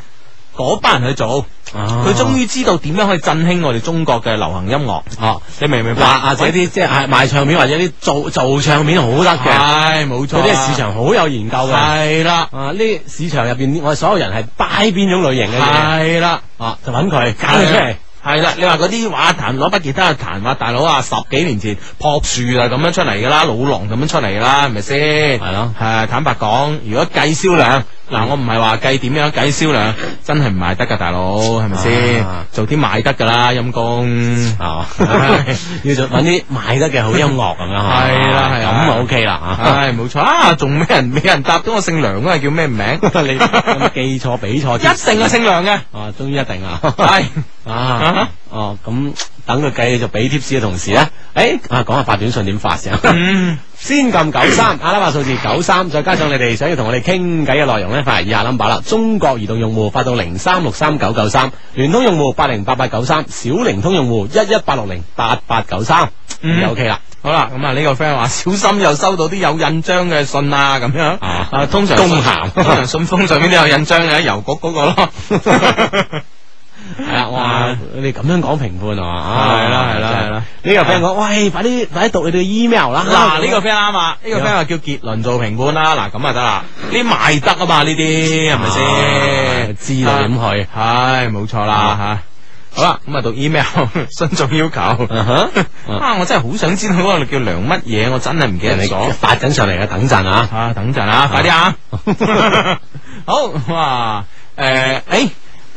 [SPEAKER 3] 嗰班人去做，
[SPEAKER 2] 哈，啊
[SPEAKER 3] 佢終於知道點樣去振興我哋中國嘅流行音樂，
[SPEAKER 2] 哦。
[SPEAKER 3] 你明唔明白？
[SPEAKER 2] 嗱，或者啲即係賣唱片或者啲做做唱片好得嘅，
[SPEAKER 3] 係
[SPEAKER 2] 佢
[SPEAKER 3] 冇錯，啊
[SPEAKER 2] 啲市場好有研究嘅。
[SPEAKER 3] 係啦，
[SPEAKER 2] 啊！呢市場入邊，我哋所有人係 buy 邊種類型嘅嘢，
[SPEAKER 3] 係啦，
[SPEAKER 2] 啊就揾佢搞佢出嚟。
[SPEAKER 3] 係啦，你話嗰啲話彈攞把吉他去彈話，大佬啊，十幾年前朴樹啊咁樣出嚟噶啦，老狼咁樣出嚟噶啦，係咪先？
[SPEAKER 2] 係咯
[SPEAKER 3] 係坦白講，如果計銷量，
[SPEAKER 2] 嗯
[SPEAKER 3] 嗱，我唔係話計點樣計銷量，真係唔賣得噶，大佬係咪先
[SPEAKER 2] 啊？
[SPEAKER 3] 做啲賣得噶啦，陰公。
[SPEAKER 2] 啊
[SPEAKER 3] 唉，
[SPEAKER 2] 要做揾啲買得嘅好音樂咁樣，
[SPEAKER 3] 係啦係
[SPEAKER 2] 咁
[SPEAKER 3] 啦
[SPEAKER 2] 啊 OK 啦
[SPEAKER 3] 唉，冇錯啊！仲咩人？咩人答到我姓梁嗰個叫咩名？
[SPEAKER 2] 嚇， 你咁記錯比錯
[SPEAKER 3] 一定係姓梁嘅，
[SPEAKER 2] 啊，終於一定啊，
[SPEAKER 3] 係啊
[SPEAKER 2] 啊
[SPEAKER 3] 哈
[SPEAKER 2] 哦咁等佢繼續俾 tips 嘅同時咧，誒啊講下發短信點發先啊。
[SPEAKER 3] 嗯，
[SPEAKER 2] 先撳九三，阿拉伯數字九三，再加上你哋想要同我哋傾偈嘅內容呢，發嚟以下 number 啦。中國移動用戶發到零三六三九九三，聯通用戶八零八八九三，小靈通用戶一一八六零八八九三，
[SPEAKER 3] 嗯
[SPEAKER 2] 就 OK 啦。
[SPEAKER 3] 好啦，咁啊呢個 friend 話小心又收到啲有印章嘅信啊，咁樣
[SPEAKER 2] 啊
[SPEAKER 3] 啊，通常
[SPEAKER 2] 公函
[SPEAKER 3] 通常信封上面都有印章嘅，郵局嗰個咯。
[SPEAKER 2] 系啊，哇！你咁樣講評判啊嘛，
[SPEAKER 3] 係啦係啦係啦啊
[SPEAKER 2] 真係呢個 friend 講，喂，快啲快啲讀你哋 email 啦，
[SPEAKER 3] 嗱呢個 friend 啱啊，呢個 friend 話叫杰倫做評判啦，嗱咁啊得啦，呢賣得啊嘛呢啲係咪先？
[SPEAKER 2] 啊
[SPEAKER 3] 啊
[SPEAKER 2] 知道點去
[SPEAKER 3] 唉，冇錯
[SPEAKER 2] 啊
[SPEAKER 3] 啦吓。好啦，咁啊讀 email 新眾要求，
[SPEAKER 2] 嗯哼
[SPEAKER 3] 啊我真係好想知道嗰個叫梁乜嘢，我真係唔記得
[SPEAKER 2] 人
[SPEAKER 3] 咗
[SPEAKER 2] 哋。發緊上嚟嘅，等陣啊，
[SPEAKER 3] 啊，等陣啊，快啲啊！ 好哇，诶、诶，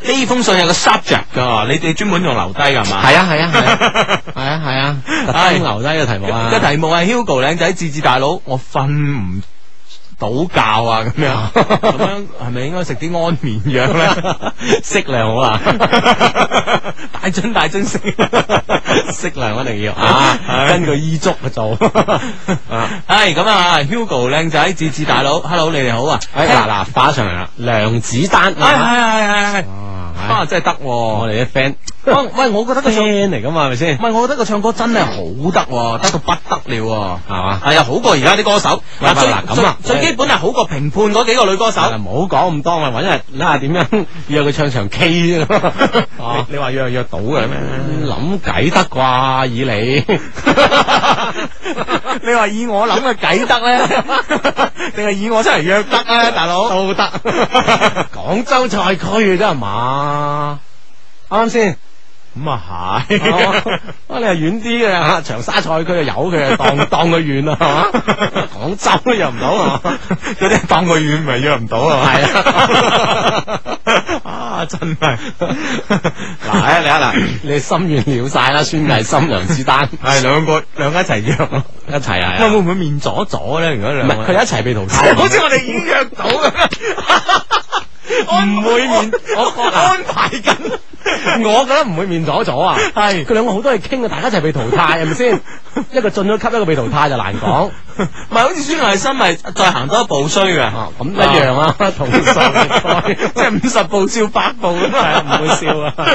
[SPEAKER 3] 呢封信有個 subject 噶，你哋專門用留低㗎 係嘛？
[SPEAKER 2] 係啊係啊係啊係啊係啊， 特登留低個題目啊，
[SPEAKER 3] 個題目係 Hugo 靚仔自治大佬，我瞓唔到覺啊，咁樣咁樣係咪應該食啲安眠藥咧？
[SPEAKER 2] 適量好啊，
[SPEAKER 3] 大樽大樽食，
[SPEAKER 2] 適量一定要啊，根據醫足去做啊，
[SPEAKER 3] 係咁 啊，Hugo 靚仔自治大佬，Hello 你哋好啊！哎
[SPEAKER 2] 哎嗱嗱發上嚟啦，梁子丹
[SPEAKER 3] 係係係係係
[SPEAKER 2] 啊
[SPEAKER 3] 啊，真係得喎！
[SPEAKER 2] 我
[SPEAKER 3] 我
[SPEAKER 2] 哋啲 friend
[SPEAKER 3] 喂，我覺得個唱
[SPEAKER 2] friend 嚟噶嘛，係咪先
[SPEAKER 3] 唔？係，我覺得佢唱歌真係好得喎，得到不得了
[SPEAKER 2] 係嘛
[SPEAKER 3] 喎，？係啊，好過而家啲歌手。
[SPEAKER 2] 喂喂嗱咁啊
[SPEAKER 3] 最最最基本係好過評判嗰幾個女歌手。
[SPEAKER 2] 嗱唔好講咁多，咪揾日諗下點樣約佢唱場 K 啫。
[SPEAKER 3] 你你話約約到嘅咩？
[SPEAKER 2] 諗計得啩，以你
[SPEAKER 3] 你話以我諗嘅計得 咧，定係以我真係約得咧，大佬？
[SPEAKER 2] 都 得。廣州賽區嘅啫係嘛？啊啱唔啱先？
[SPEAKER 3] 咁啊
[SPEAKER 2] 係嘛
[SPEAKER 3] 係。
[SPEAKER 2] 啊，你係遠啲嘅嚇，長沙賽區就由佢， 當當佢遠啊啦，係嘛？廣州都入唔到啊！
[SPEAKER 3] 有啲當個遠咪約唔到啊！
[SPEAKER 2] 係
[SPEAKER 3] 啊， 啊真係
[SPEAKER 2] 嗱，啊你啊嗱，你心願了晒啦，孫藝心、梁子 丹
[SPEAKER 3] 係兩個兩個一齊約咯。
[SPEAKER 2] 一齊係
[SPEAKER 3] 喂，會
[SPEAKER 2] 啊，
[SPEAKER 3] 唔會面阻阻咧？如果
[SPEAKER 2] 唔係
[SPEAKER 3] 兩個哎
[SPEAKER 2] 佢一齊被淘汰，
[SPEAKER 3] 好似我哋已經約 到咁樣，
[SPEAKER 2] 唔會面
[SPEAKER 3] 我我安排緊，
[SPEAKER 2] 我覺得唔會面阻阻啊，
[SPEAKER 3] 係
[SPEAKER 2] 佢兩個好多嘢傾嘅，大家一齊被淘汰，係咪先？一個進咗級，一個被淘汰就難講。
[SPEAKER 3] 唔係好似孫藝新咪再行多一步衰嘅，
[SPEAKER 2] 啊，咁一樣啊，同數
[SPEAKER 3] 即係五十步笑百步咁
[SPEAKER 2] 係啊，唔會笑啊，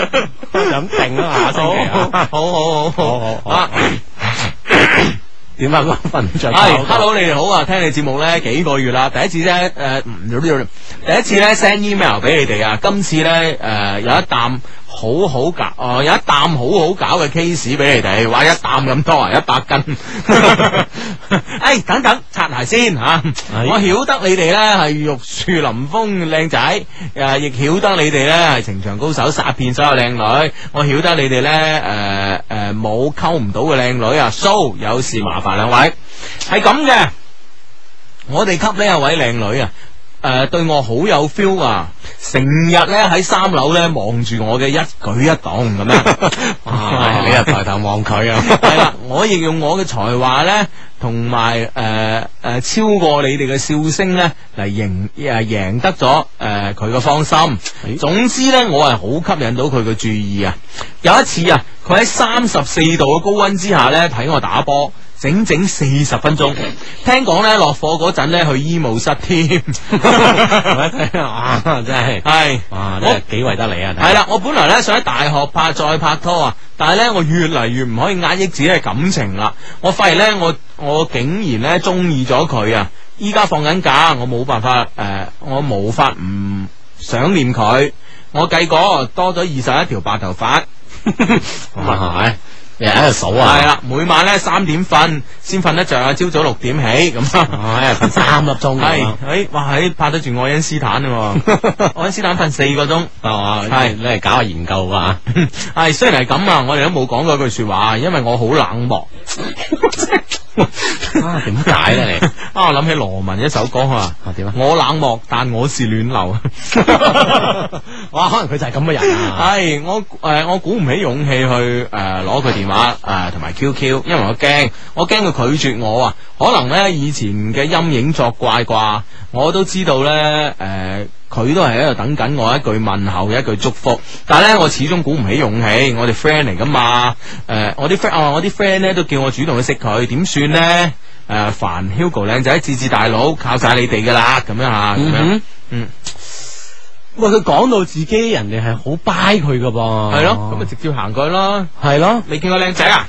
[SPEAKER 2] 就咁定啦，下星期啊，
[SPEAKER 3] 好好好好
[SPEAKER 2] 好好好
[SPEAKER 3] 啊！
[SPEAKER 2] 點啊，瞓唔着覺
[SPEAKER 3] 系，hello，你哋好啊！聽你節目咧幾個月啦，第一次咧，诶、唔第一次咧 send email 俾你哋啊，今次咧诶、誒有一啖好好搞，哦、有一啖好好搞嘅 case 俾你哋，哇，一啖咁多啊，一百斤。哎，等等，擦鞋先吓、
[SPEAKER 2] 哎
[SPEAKER 3] 我曉得你哋咧係玉樹臨風靚仔，诶、亦曉得你哋咧係情場高手，殺遍所有靚女。我曉得你哋咧诶诶冇溝唔到嘅靚女啊，so 有事麻煩兩位。係咁嘅，我哋給呢一位靚女啊。诶、對我好有 feel 啊！成日咧喺三樓咧望住我嘅一舉一動 咁樣，
[SPEAKER 2] 啊，你又抬頭望佢啊，
[SPEAKER 3] 系啦，我亦用我嘅才華咧，同埋诶诶超過你哋嘅笑聲咧嚟呃贏诶赢得咗诶佢嘅芳心。總之咧，我係好吸引到佢嘅注意啊！有一次啊，佢喺三十四度嘅高温之下咧睇我打波。整整四十分鐘，聽講咧落課嗰陣咧去醫務室添，
[SPEAKER 2] 啊，真係，
[SPEAKER 3] 係
[SPEAKER 2] 哇，真
[SPEAKER 3] 我
[SPEAKER 2] 係幾為得你啊，
[SPEAKER 3] 系啦，我本來咧想喺大學拍再拍拖啊，但系咧我越嚟越唔可以壓抑自己嘅感情啦。我發現咧，我我竟然咧中意咗佢啊！依家放緊假，我冇辦法诶、呃我無法唔想念佢。我計過多咗二十一條白頭髮。
[SPEAKER 2] 咁啊係，你又喺度數啊，
[SPEAKER 3] 系，啦，每晚咧三點瞓先瞓得着啊，朝早六點起咁啊。
[SPEAKER 2] 啊，一日瞓三粒鐘
[SPEAKER 3] 系
[SPEAKER 2] 啊，，
[SPEAKER 3] 诶，哇，喺拍得住愛因斯坦啊喎，愛因斯坦瞓四個鐘。
[SPEAKER 2] 係嘛，
[SPEAKER 3] 係
[SPEAKER 2] 你係搞下研究啊，
[SPEAKER 3] 系，虽然系咁啊，我哋都冇讲过一句说话，因为我好冷漠。
[SPEAKER 2] 啊，點解咧你？
[SPEAKER 3] 啊，我谂起罗文一首歌啊，
[SPEAKER 2] 啊點啊
[SPEAKER 3] 我冷漠，但我是暖流。
[SPEAKER 2] 哇，可能佢就係咁嘅人啊。
[SPEAKER 3] 系我诶、我鼓唔起勇氣去诶攞佢電話诶同埋 QQ，因為我驚，我驚佢拒絕我啊。可能咧以前嘅陰影作怪啩，我都知道咧诶。誒佢都係喺度等緊我一句問候，一句祝福。但係咧，我始終鼓唔起勇氣。我哋 friend 嚟噶嘛？誒、我啲 friend 啊，我啲 friend 咧都叫我主動去識佢，點算呢？誒、凡 Hugo 靚仔，志志大佬，靠晒你哋噶啦，咁樣嚇，咁樣
[SPEAKER 2] 嗯
[SPEAKER 3] 嗯，
[SPEAKER 2] 喂，佢講到自己，人哋係好 buy 佢噶噃，
[SPEAKER 3] 係咯，咁啊咪直接行過去咯。，
[SPEAKER 2] 係咯
[SPEAKER 3] 你見過靚仔啊？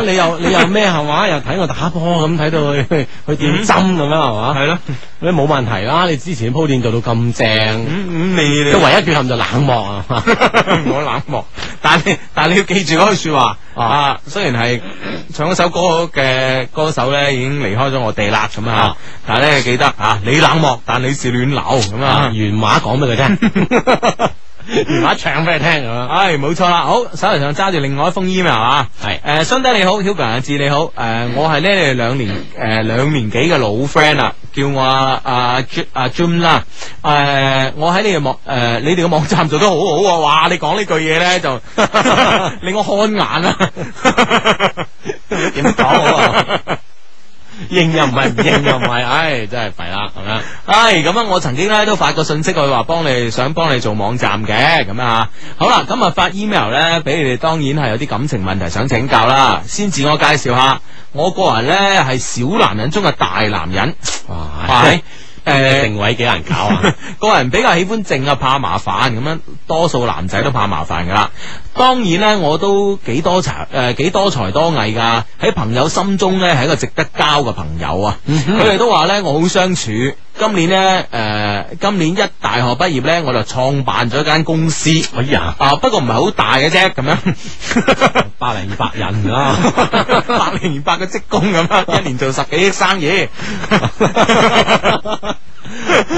[SPEAKER 2] 你又你又咩係嘛？又睇我打波咁，睇到去去去點針咁樣係嘛？
[SPEAKER 3] 啊系咯，
[SPEAKER 2] 你冇問題啦，你之前鋪墊做到咁正，
[SPEAKER 3] 嗯嗯，你
[SPEAKER 2] 佢唯一缺陷就冷漠 啊嘛。
[SPEAKER 3] 唔好冷漠，但系但系你要記住嗰句说話
[SPEAKER 2] 啊
[SPEAKER 3] 啊！雖然係唱嗰首歌嘅歌手咧已經離開咗我哋啦咁啊
[SPEAKER 2] 啊，
[SPEAKER 3] 但係咧記得啊，你冷漠，但你是暖流咁
[SPEAKER 2] 啊
[SPEAKER 3] 啊，。
[SPEAKER 2] 原話講俾佢 聽，原話唱俾佢聽咁樣。
[SPEAKER 3] 唉，冇錯啦，好手頭上揸住另外一封 email 啊，
[SPEAKER 2] 係
[SPEAKER 3] 诶，兄弟你好，Hugo 阿志你好，诶、我係呢你哋兩年诶两、兩年幾嘅老 friend 啦，叫我阿阿 Jun 阿 Jun 啦，诶、我喺你哋網诶、你哋嘅網站做得好好啊，哇，你講呢句嘢咧就 令我看眼啊，
[SPEAKER 2] 點講好啊？應又唔係，唔應又唔係，唉，真係弊啦咁樣。
[SPEAKER 3] 唉，咁啊，我曾經咧都發過信息去話幫你，想幫你做網站嘅，咁啊，好啦，咁啊發 email 咧，俾你哋當然係有啲感情問題想請教啦，先自我介紹下，我個人咧係小男人中嘅大男人，
[SPEAKER 2] 哇，
[SPEAKER 3] 係
[SPEAKER 2] 誒
[SPEAKER 3] 誒。
[SPEAKER 2] 定位幾難搞 啊！
[SPEAKER 3] 個人比較喜歡靜啊，怕麻煩咁樣，多數男仔都怕麻煩噶啦。當然咧，我都幾多才誒、呃、幾多才多藝噶，喺朋友心中咧係一個值得交嘅朋友啊。佢哋都話咧，我好相處。今年咧，誒、今年一大學畢業咧，我就創辦咗一間公司。
[SPEAKER 2] 哎呀，
[SPEAKER 3] 啊，不過唔係好大嘅啫，咁樣。
[SPEAKER 2] 百零二百人啊！
[SPEAKER 3] 百零二百嘅職工咁樣，一年做十幾億生意。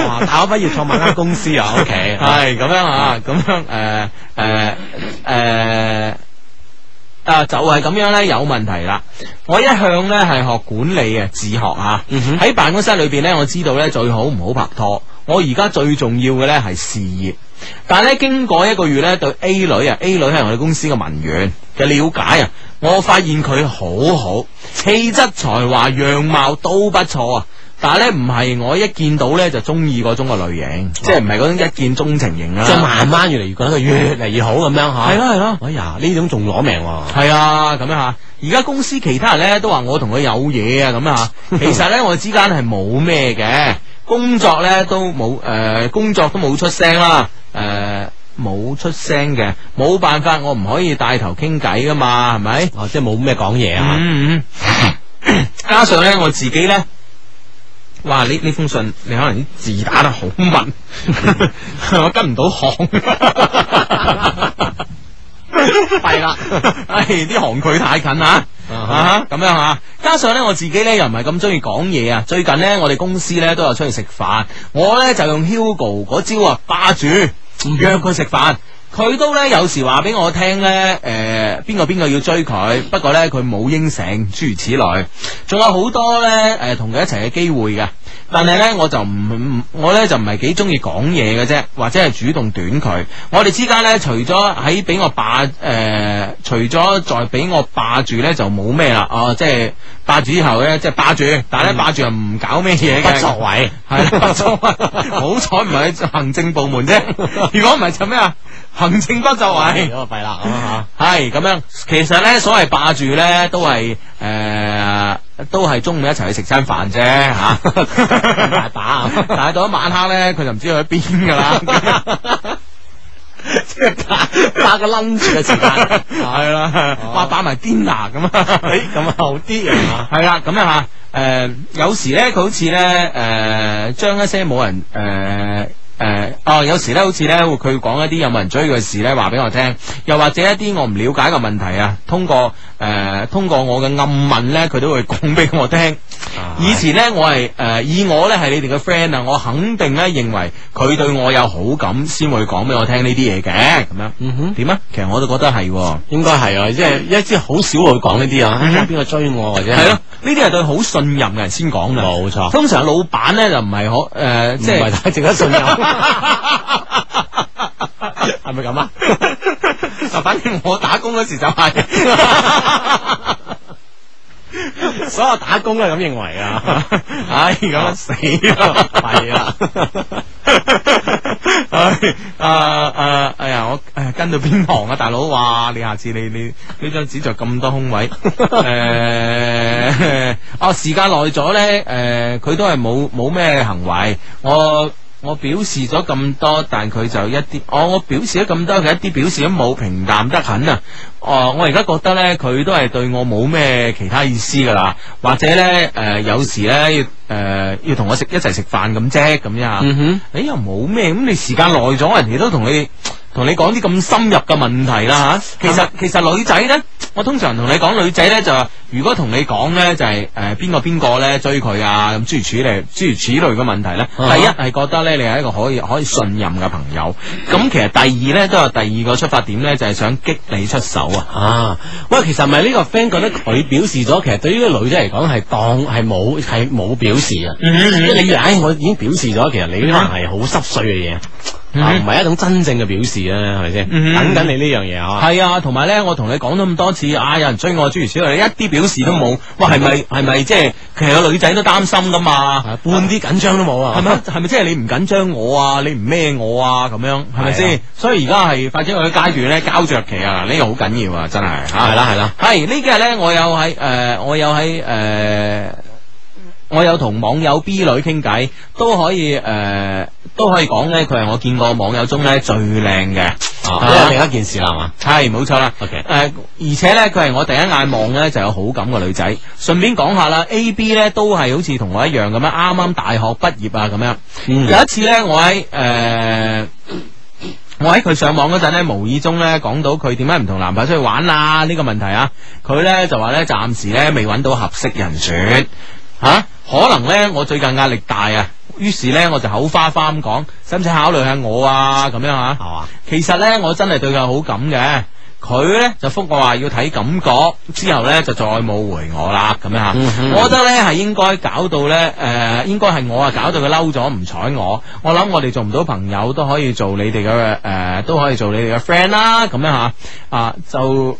[SPEAKER 2] 哇，大學畢業創辦間公司啊，OK，啊
[SPEAKER 3] 系咁样啊，咁样诶诶诶啊，就系、咁样咧有问題啦。我一向咧係學管理嘅，自學啊。
[SPEAKER 2] 嗯哼
[SPEAKER 3] 喺、辦公室裏边咧，我知道咧最好唔好拍拖。我而家最重要嘅咧係事業。但系咧經過一個月咧對 A 女啊，A 女係我哋公司嘅文員嘅了解啊，我發現佢好好，氣質、才華、樣貌都不錯啊。但系咧唔係我一見到咧就中意嗰種嘅類型，即係唔係嗰種一見鐘情型啦。啊
[SPEAKER 2] 即係慢慢越嚟越覺得佢越嚟越好咁樣嚇。
[SPEAKER 3] 係咯係咯。
[SPEAKER 2] 哎呀，呢種仲攞命喎！
[SPEAKER 3] 系啊，咁樣吓。而家公司其他人咧都話我同佢有嘢啊，咁啊。其實咧我哋之間係冇咩嘅，工作咧都冇诶、呃工作都冇出聲啦，诶、冇出聲嘅，冇辦法，我唔可以帶頭傾偈噶嘛，係咪？
[SPEAKER 2] 哦，即係冇咩講嘢啊！
[SPEAKER 3] 嗯嗯， 加上咧我自己咧。哇！呢呢封信你可能啲字打得好密， 我跟唔到行，弊啦！ 唉，啲行距太近啊！
[SPEAKER 2] 嗯
[SPEAKER 3] 啊咁样啊，加上咧我自己咧又唔係咁中意講嘢啊，最近咧我哋公司咧都有出去食飯，我咧就用 Hugo 嗰招啊霸住約佢食飯。佢都咧有時話俾我聽咧，诶、邊個邊個要追佢，不過咧佢冇應承，諸如此類，仲有好多咧诶、誒同佢一齊嘅機會嘅，但係咧我就唔唔我咧就唔係幾中意講嘢嘅啫，或者係主動短佢。我哋之間咧，除咗喺俾我霸诶、除咗再俾我霸住咧，就冇咩啦。哦、即係霸住以後咧，即係霸住，但係咧霸住又唔搞咩嘢嘅。
[SPEAKER 2] 不作為，
[SPEAKER 3] 系啦，不作為 好彩唔係喺行政部門啫。如果唔係就咩啊？行政不作為。
[SPEAKER 2] 咁啊弊啦咁啊
[SPEAKER 3] 系咁样，其實咧所謂霸住咧，都係诶、呃都係中午一齊去食餐飯啫吓，
[SPEAKER 2] 大把啊
[SPEAKER 3] 但係到咗晚黑咧，佢就唔知去咗邊噶啦。即系
[SPEAKER 2] 嚇，打個 lunch 嘅時間，
[SPEAKER 3] 系啦，哇霸埋 dinner 咁啊，
[SPEAKER 2] 哎咁啊好啲啊！
[SPEAKER 3] 系啦，咁樣吓，诶、有時咧，佢好似咧，诶、將一些冇人，诶、诶、哦，有時咧，好似咧，會佢講一啲有冇人追佢嘅事咧，話俾我聽，又或者一啲我唔了解嘅問題啊，通過诶、誒通過我嘅暗問咧，佢都會講俾我聽。以前咧，我係诶、誒以我咧係你哋嘅 friend 啊，我肯定咧認為佢對我有好感，先會講俾我聽呢啲嘢嘅，咁樣
[SPEAKER 2] 嗯哼。
[SPEAKER 3] 點啊？其實我都覺得係喎。
[SPEAKER 2] 應該係啊，即係一即係好少會講呢啲啊，哎呀邊個追我或者
[SPEAKER 3] 系咯，呢啲係對好信任嘅人先講嘅。
[SPEAKER 2] 冇錯
[SPEAKER 3] 通常老闆咧啊就唔係可诶，呃
[SPEAKER 2] 唔
[SPEAKER 3] 即
[SPEAKER 2] 係
[SPEAKER 3] 係
[SPEAKER 2] 太值得信任，係咪咁啊？
[SPEAKER 3] 啊反正我打工嗰時就係，
[SPEAKER 2] 所有打工都係咁認為啊，
[SPEAKER 3] 唉咁啊死啦，
[SPEAKER 2] 弊啦！
[SPEAKER 3] 唉，啊啊，哎呀，我哎呀跟到邊行啊，大佬，哇！你下次你你呢張紙就咁多空位，诶、哦，時間耐咗咧，诶、佢都係冇冇咩行為，我我表示咗咁多，但佢就一啲，我、我表示咗咁多，佢一啲表示都冇，平淡得很啊！哦、我而家覺得呢，佢都係對我冇咩其他意思噶啦，或者呢，誒、有時呢，要誒、要同我食一齊食飯咁啫，咁樣啊。
[SPEAKER 2] 嗯
[SPEAKER 3] 你又冇咩，咁你時間耐咗，人哋都同你同你講啲咁深入嘅問題啦吓。其實其實女仔呢，我通常同你講女仔呢，就話如果同你講呢，就係誒邊個邊個呢追佢啊咁諸如此類諸如此類嘅問題呢。
[SPEAKER 2] 啊哈
[SPEAKER 3] 第一係覺得呢，你係一個可以可以信任嘅朋友，咁其實第二呢，都有第二個出發點呢，就係想激你出手啊。
[SPEAKER 2] 哼，啊，喂，其實咪呢個 friend 覺得佢表示咗，其實對於個女仔嚟講係當係冇係冇表示啊。即係你以為唉，我已經表示咗，其實你可能係好濕碎嘅嘢，啊唔係一種真正嘅表示啊，係咪先？
[SPEAKER 3] 嗯
[SPEAKER 2] 等緊你呢樣嘢啊。
[SPEAKER 3] 系啊，同埋咧，我同你講咗咁多次，啊，有人追我，諸如此類，一啲表示都冇。哇，係咪係咪即係其實個女仔都擔心噶嘛？
[SPEAKER 2] 啊半啲緊張都冇啊，
[SPEAKER 3] 係咪係咪即係你唔緊張我啊？你唔咩我啊？咁樣係咪
[SPEAKER 2] 係
[SPEAKER 3] 先
[SPEAKER 2] 啊？
[SPEAKER 3] 所以而家係發展到嘅階段咧，膠着期啊，呢個好緊要啊，真係吓。
[SPEAKER 2] 嗯係啦係啦，
[SPEAKER 3] 係呢幾日咧，我有喺诶，我有喺诶。我有同網友 B 女傾偈，都可以诶，呃都可以講咧，佢係我見過網友中咧最靚嘅，
[SPEAKER 2] 啊
[SPEAKER 3] 啊
[SPEAKER 2] 呢係另一件事啦，係嘛？
[SPEAKER 3] 係冇錯啦。
[SPEAKER 2] OK
[SPEAKER 3] 诶、而且咧，佢係我第一眼望咧就有好感嘅女仔。順便講下啦，A、B 咧都係好似同我一樣咁樣，啱啱大學畢業啊咁樣。
[SPEAKER 2] 嗯
[SPEAKER 3] 有一次咧，我喺诶。呃我喺佢上網嗰陣咧，無意中咧講到佢點解唔同男朋友出去玩啊呢、個問題啊，佢咧就話咧暫時咧未揾到合適人選吓、可能咧我最近壓力大啊，於是咧我就口花花咁講，使唔使考慮下我啊咁樣啊？
[SPEAKER 2] 係嘛？
[SPEAKER 3] 其實呢，我真係對佢好感嘅。佢呢就覆我話要睇感覺，之後呢就再冇回我啦，咁樣吓。
[SPEAKER 2] 嗯哼
[SPEAKER 3] 我覺得呢係應該搞到呢，誒、應該係我啊搞到佢嬲咗唔睬我。我諗我哋做唔到朋友都可以做你哋嘅誒，都可以做你哋嘅 friend 啦，咁樣吓。啊，就誒。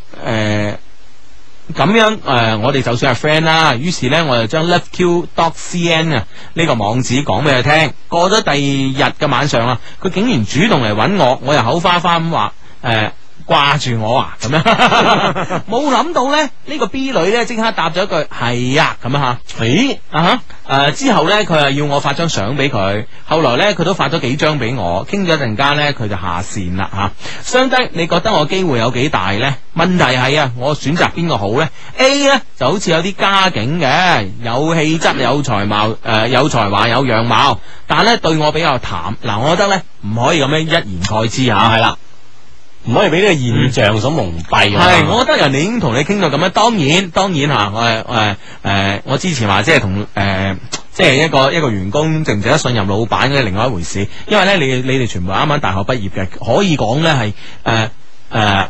[SPEAKER 3] 咁樣誒、呃我哋就算係 friend 啦，於是呢，我就將 loveq.cn 啊呢個網址講俾佢聽。過咗第二日嘅晚上啊，佢竟然主動嚟揾我，我又口花花咁話誒掛住我啊咁樣， 冇諗到呢，呢、個 B 女呢，即刻答咗一句係啊咁樣嚇。
[SPEAKER 2] 咦，
[SPEAKER 3] 啊哈！誒、之後咧，佢係要我發張相俾佢。後來咧，佢都發咗幾張俾我。傾咗一陣間咧，佢就下線啦嚇。相低，你覺得我機會有幾大呢？問題係啊，我選擇邊個好呢 a 呢就好似有啲家境嘅，有氣質、有才貌、誒、呃有才華、有樣貌，但係咧對我比較淡。嗱，我覺得呢唔可以咁樣一言蓋之嚇。係啦。
[SPEAKER 2] 唔可以俾呢個現象所蒙蔽啊。
[SPEAKER 3] 系，我覺得人哋已經同你傾到咁樣，當然當然吓，我係诶诶，我之前話即係同诶，即係一個一個員工值唔值得信任老闆嘅另外一回事，因為咧你你哋全部啱啱大學畢業嘅，可以講咧係诶诶。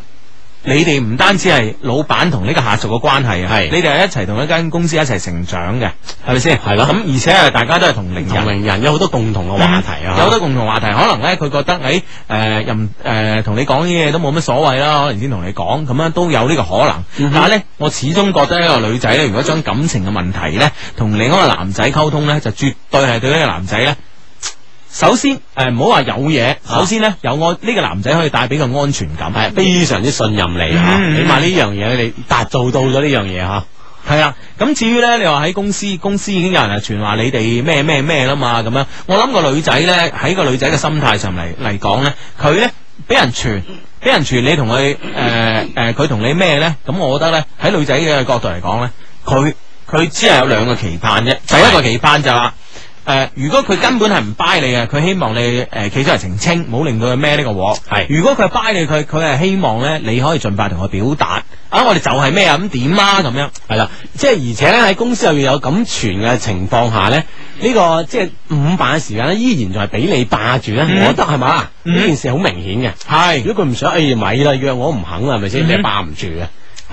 [SPEAKER 3] 你哋唔單止係老闆同呢個下屬嘅關係啊，
[SPEAKER 2] 係
[SPEAKER 3] 你哋係一齊同一間公司一齊成長嘅，係咪先？
[SPEAKER 2] 係咯
[SPEAKER 3] 咁而且係大家都係同齡人
[SPEAKER 2] 同。名人有好多共同嘅話題啊，
[SPEAKER 3] 有好多共同話題，可能咧佢覺得誒誒又唔誒同你講啲嘢都冇乜所謂啦，可能先同你講咁樣都有呢個可能。
[SPEAKER 2] 嗯哼
[SPEAKER 3] 但係咧，我始終覺得一個女仔咧，如果將感情嘅問題咧同另一個男仔溝通咧，就絕對係對呢個男仔咧。首先，誒唔好話有嘢，首先咧有安呢、個男仔可以帶俾佢安全感，
[SPEAKER 2] 係非常之信任你啊，
[SPEAKER 3] 嗯
[SPEAKER 2] 起碼呢樣嘢你達做到咗呢樣嘢吓。
[SPEAKER 3] 系啦，啊咁至於咧，你話喺公司，公司已經有人係傳話你哋咩咩咩啦嘛，咁樣，我諗個女仔咧喺個女仔嘅心態上嚟嚟講咧，佢咧俾人傳，俾人傳你同佢诶诶，佢、同你咩咧？咁我覺得咧喺女仔嘅角度嚟講咧，佢佢只係有兩個期盼啫，第一個期盼就話、诶、如果佢根本係唔 buy 你嘅，佢希望你诶企出嚟澄清，唔好令到佢孭呢個鑊。
[SPEAKER 2] 係
[SPEAKER 3] 如果佢係 buy 你，佢佢係希望咧你可以盡快同佢表達啊，我哋就係咩啊，咁點啊，咁樣。
[SPEAKER 2] 系啦，即系而且咧喺公司入面有咁傳嘅情況下咧，呢、個即係午飯嘅時間咧，依然仲係俾你霸住咧，
[SPEAKER 3] 嗯
[SPEAKER 2] 我覺得係咪啊？
[SPEAKER 3] 嗯
[SPEAKER 2] 呢件事好明顯嘅。
[SPEAKER 3] 系
[SPEAKER 2] 如果佢唔想，哎咪啦，約我唔肯啦，係咪先？
[SPEAKER 3] 嗯
[SPEAKER 2] 你係霸唔住嘅，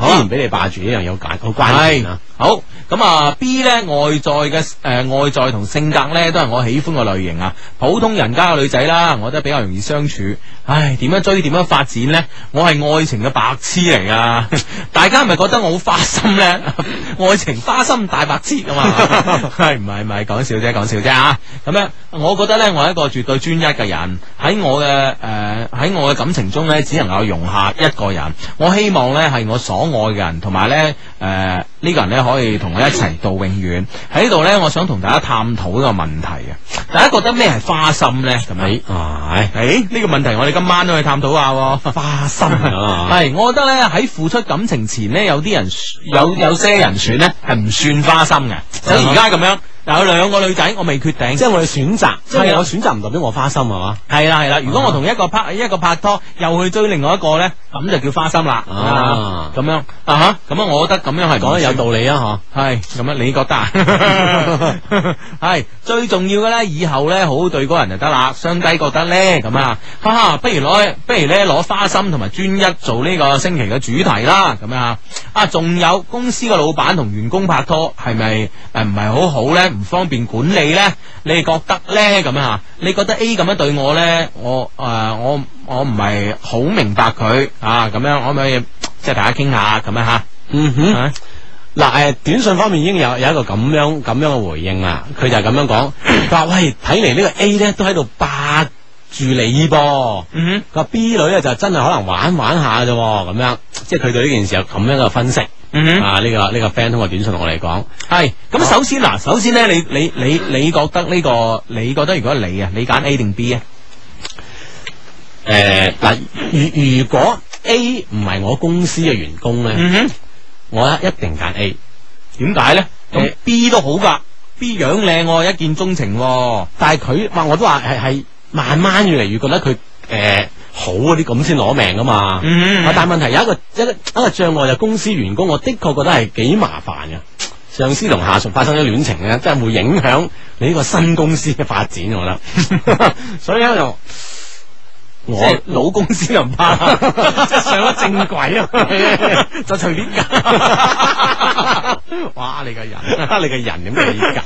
[SPEAKER 2] 依然俾你霸住呢樣嘢好簡好關
[SPEAKER 3] 系
[SPEAKER 2] 鍵啊！
[SPEAKER 3] 好咁啊！B 呢外在嘅誒、呃外在同性格呢都係我喜歡嘅類型啊。普通人家嘅女仔啦，我覺得比較容易相處。唉，點樣追點樣發展呢？我係愛情嘅白痴嚟噶， 大家係咪覺得我好花心呢？ 愛情花心大白痴啊嘛， 係唔係唔係講笑啫，講笑啫啊！咁樣，我覺得呢，我係一個絕對專一嘅人，喺我嘅誒喺我嘅感情中呢，只能夠容下一個人。我希望呢，係我所愛嘅人，同埋咧诶呢個人咧可以同佢一齊到永遠。喺呢度咧，我想同大家探討一個問題啊！大家覺得咩係花心咧？咁樣？
[SPEAKER 2] 唉，
[SPEAKER 3] 诶，呢、個問題我哋今晚都去探討下喎。
[SPEAKER 2] 花心 啊，
[SPEAKER 3] 系，我覺得咧喺付出感情前咧，有啲人有有些人選咧係唔算花心嘅，就好似而家咁樣。嗱，有兩個女仔，我未決定
[SPEAKER 2] 啊即。系我哋选择，即系
[SPEAKER 3] 係啊
[SPEAKER 2] 我选择唔代表我花心啊系嘛？
[SPEAKER 3] 係啦係啦，如果我同一個拍一個拍拖，又去追另外一個咧，咁就叫花心啦。
[SPEAKER 2] 啊
[SPEAKER 3] 咁樣啊吓，咁啊，我覺得咁樣係
[SPEAKER 2] 讲得有道理啊，
[SPEAKER 3] 理。系咁樣，你覺得啊？係最重要嘅咧，以後咧好好對嗰個人就得啦。相低覺得咧咁啊，哈哈，不如攞不如咧攞花心同埋專一做呢個星期嘅主題啦。咁啊，啊，仲有公司嘅老闆同員工拍拖係咪诶唔係好好咧？唔方便管理咧？你哋覺得咧咁啊？你覺得 A 咁樣對我咧，我诶、呃我我唔係好明白佢啊，咁樣可唔可以即係大家傾下咁樣吓？
[SPEAKER 2] 嗯哼。
[SPEAKER 3] 啊
[SPEAKER 2] 嗱，诶，短信方面已經有有一個咁樣咁樣嘅回應啦。佢就係咁樣講，佢話：喂，睇嚟呢個 A 咧都喺度霸住你噃。佢
[SPEAKER 3] 嗯
[SPEAKER 2] 話 B 女咧就真係可能玩玩下啫喎，咁樣即係佢對呢件事有咁樣嘅分析。
[SPEAKER 3] 哼，嗯哼。
[SPEAKER 2] 啊，呢、個呢、個 friend 通過短信同我哋講，
[SPEAKER 3] 系咁，首先嗱，首先咧，你你你你觉得呢、個？个，你覺得如果你啊，你揀 A 定 B 啊？
[SPEAKER 2] 诶、呃嗱，如如果 A 唔係我公司嘅員工咧，
[SPEAKER 3] 嗯哼，
[SPEAKER 2] 我一定揀 A。
[SPEAKER 3] 點解咧？咁
[SPEAKER 2] 誒
[SPEAKER 3] B 都好噶，B 樣靚喎，一見钟情喎。
[SPEAKER 2] 但係佢，哇我都話係係慢慢越嚟越覺得佢诶、誒好嗰啲咁先攞命噶嘛。
[SPEAKER 3] 嗯
[SPEAKER 2] 啊，但系问题有一個一個一个障礙就公司員工，我的確覺得係幾麻煩嘅。上司同下屬發生咗戀情咧，真係會影響你呢個新公司嘅發展，我覺 得。所以咧就
[SPEAKER 3] 即
[SPEAKER 2] 我
[SPEAKER 3] 係老公司就唔怕啦，即係上咗正 軌啊，就隨便 揀。哇！你個人
[SPEAKER 2] 你嘅人點理解？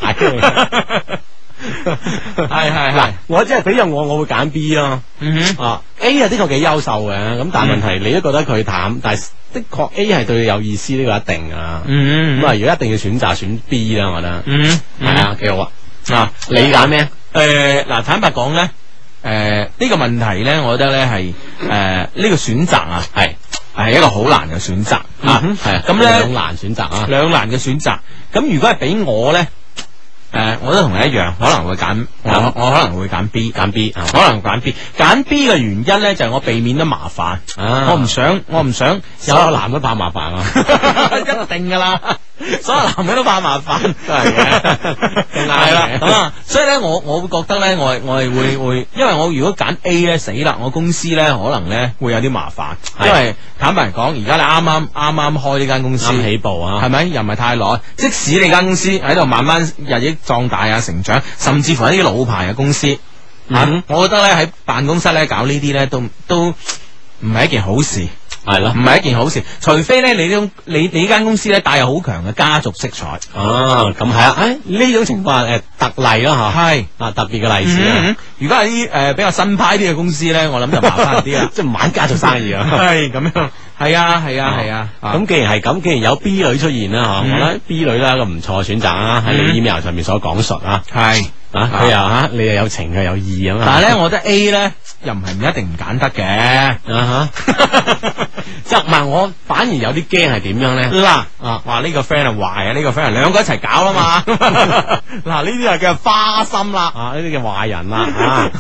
[SPEAKER 3] 係係係，
[SPEAKER 2] 我即係俾咗我，我會揀 B 咯。
[SPEAKER 3] 嗯哼。
[SPEAKER 2] 啊，A 啊的確幾優秀嘅，咁但係問
[SPEAKER 3] 嗯
[SPEAKER 2] 題你都覺得佢淡，但係的確 A 係對佢有意思呢、個一定啊。
[SPEAKER 3] 嗯
[SPEAKER 2] 咁啊，如果一定要選擇選 B 啦，我覺得
[SPEAKER 3] 嗯，
[SPEAKER 2] 係啊，幾好啊。
[SPEAKER 3] 啊，
[SPEAKER 2] 你揀咩？
[SPEAKER 3] 诶，嗱、坦白講咧，诶、呢、個問題咧，我覺得咧係诶呢個選擇啊，係係一個好難嘅選擇啊，
[SPEAKER 2] 係啊，
[SPEAKER 3] 咁
[SPEAKER 2] 兩
[SPEAKER 3] 咧
[SPEAKER 2] 難選擇啊。
[SPEAKER 3] 兩難嘅選擇。咁如果係俾我咧，诶、我都同你一樣，可能會揀
[SPEAKER 2] 嗯
[SPEAKER 3] 我，我可能會揀 B，
[SPEAKER 2] 揀 B 啊
[SPEAKER 3] 可能揀 B，揀 B 嘅原因咧就係我避免得麻煩，
[SPEAKER 2] 啊
[SPEAKER 3] 我唔想，我唔想
[SPEAKER 2] 有個男都怕麻 煩啊，
[SPEAKER 3] 一定噶啦，所有男人都怕麻煩，
[SPEAKER 2] 都係 嘅都啱嘅
[SPEAKER 3] 係啦，咁啊，所以咧，我我會覺得咧，我係我係會會，因為我如果揀 A 咧，死啦，我公司咧可能咧會有啲麻煩，
[SPEAKER 2] 係
[SPEAKER 3] 因為坦白講，而家你啱啱啱啱開呢間公司
[SPEAKER 2] 啱。起步啊
[SPEAKER 3] 係，咪？又唔係太耐。即使你間公司喺度慢慢日益壯大啊、成長，甚至乎一啲老牌嘅公司，啊
[SPEAKER 2] 嗯
[SPEAKER 3] 我覺得咧喺辦公室咧搞呢啲咧，都都唔係一件好事。
[SPEAKER 2] 係咯
[SPEAKER 3] 唔。係一件好事，除非咧你呢種你你呢間公司咧帶有好強嘅家族色彩，
[SPEAKER 2] 啊，咁係啊，诶，呢種情況诶特例啦吓，
[SPEAKER 3] 係。
[SPEAKER 2] 啊特別嘅例子啊
[SPEAKER 3] 嗯，如果係啲誒比較新派啲嘅公司咧，我諗就麻煩啲啦
[SPEAKER 2] 啊。即係唔玩家 做生意啊。 哦
[SPEAKER 3] 係咁樣，係啊，係啊，係啊。咁
[SPEAKER 2] 咁既然係咁，既然有 B 女出現啦，吓，我
[SPEAKER 3] 嗯
[SPEAKER 2] 覺得 B 女啦一個唔錯嘅選擇啊，喺
[SPEAKER 3] 嗯
[SPEAKER 2] 你 email 上面所講述啊，
[SPEAKER 3] 係，
[SPEAKER 2] 啊，佢又吓，你又有情佢有義咁啊，
[SPEAKER 3] 但係咧，我覺得 A 咧又唔係唔一定唔揀得嘅。
[SPEAKER 2] 咧， 啊吓，即係唔係我反而有啲驚係點樣咧？
[SPEAKER 3] 嗱，
[SPEAKER 2] 啊
[SPEAKER 3] 哇！呢、個 friend 係壞啊，呢、個 friend 係兩個一齊搞啊 嘛。嗱，呢啲就叫花心啦。
[SPEAKER 2] 啊，呢啲嘅壞人啦，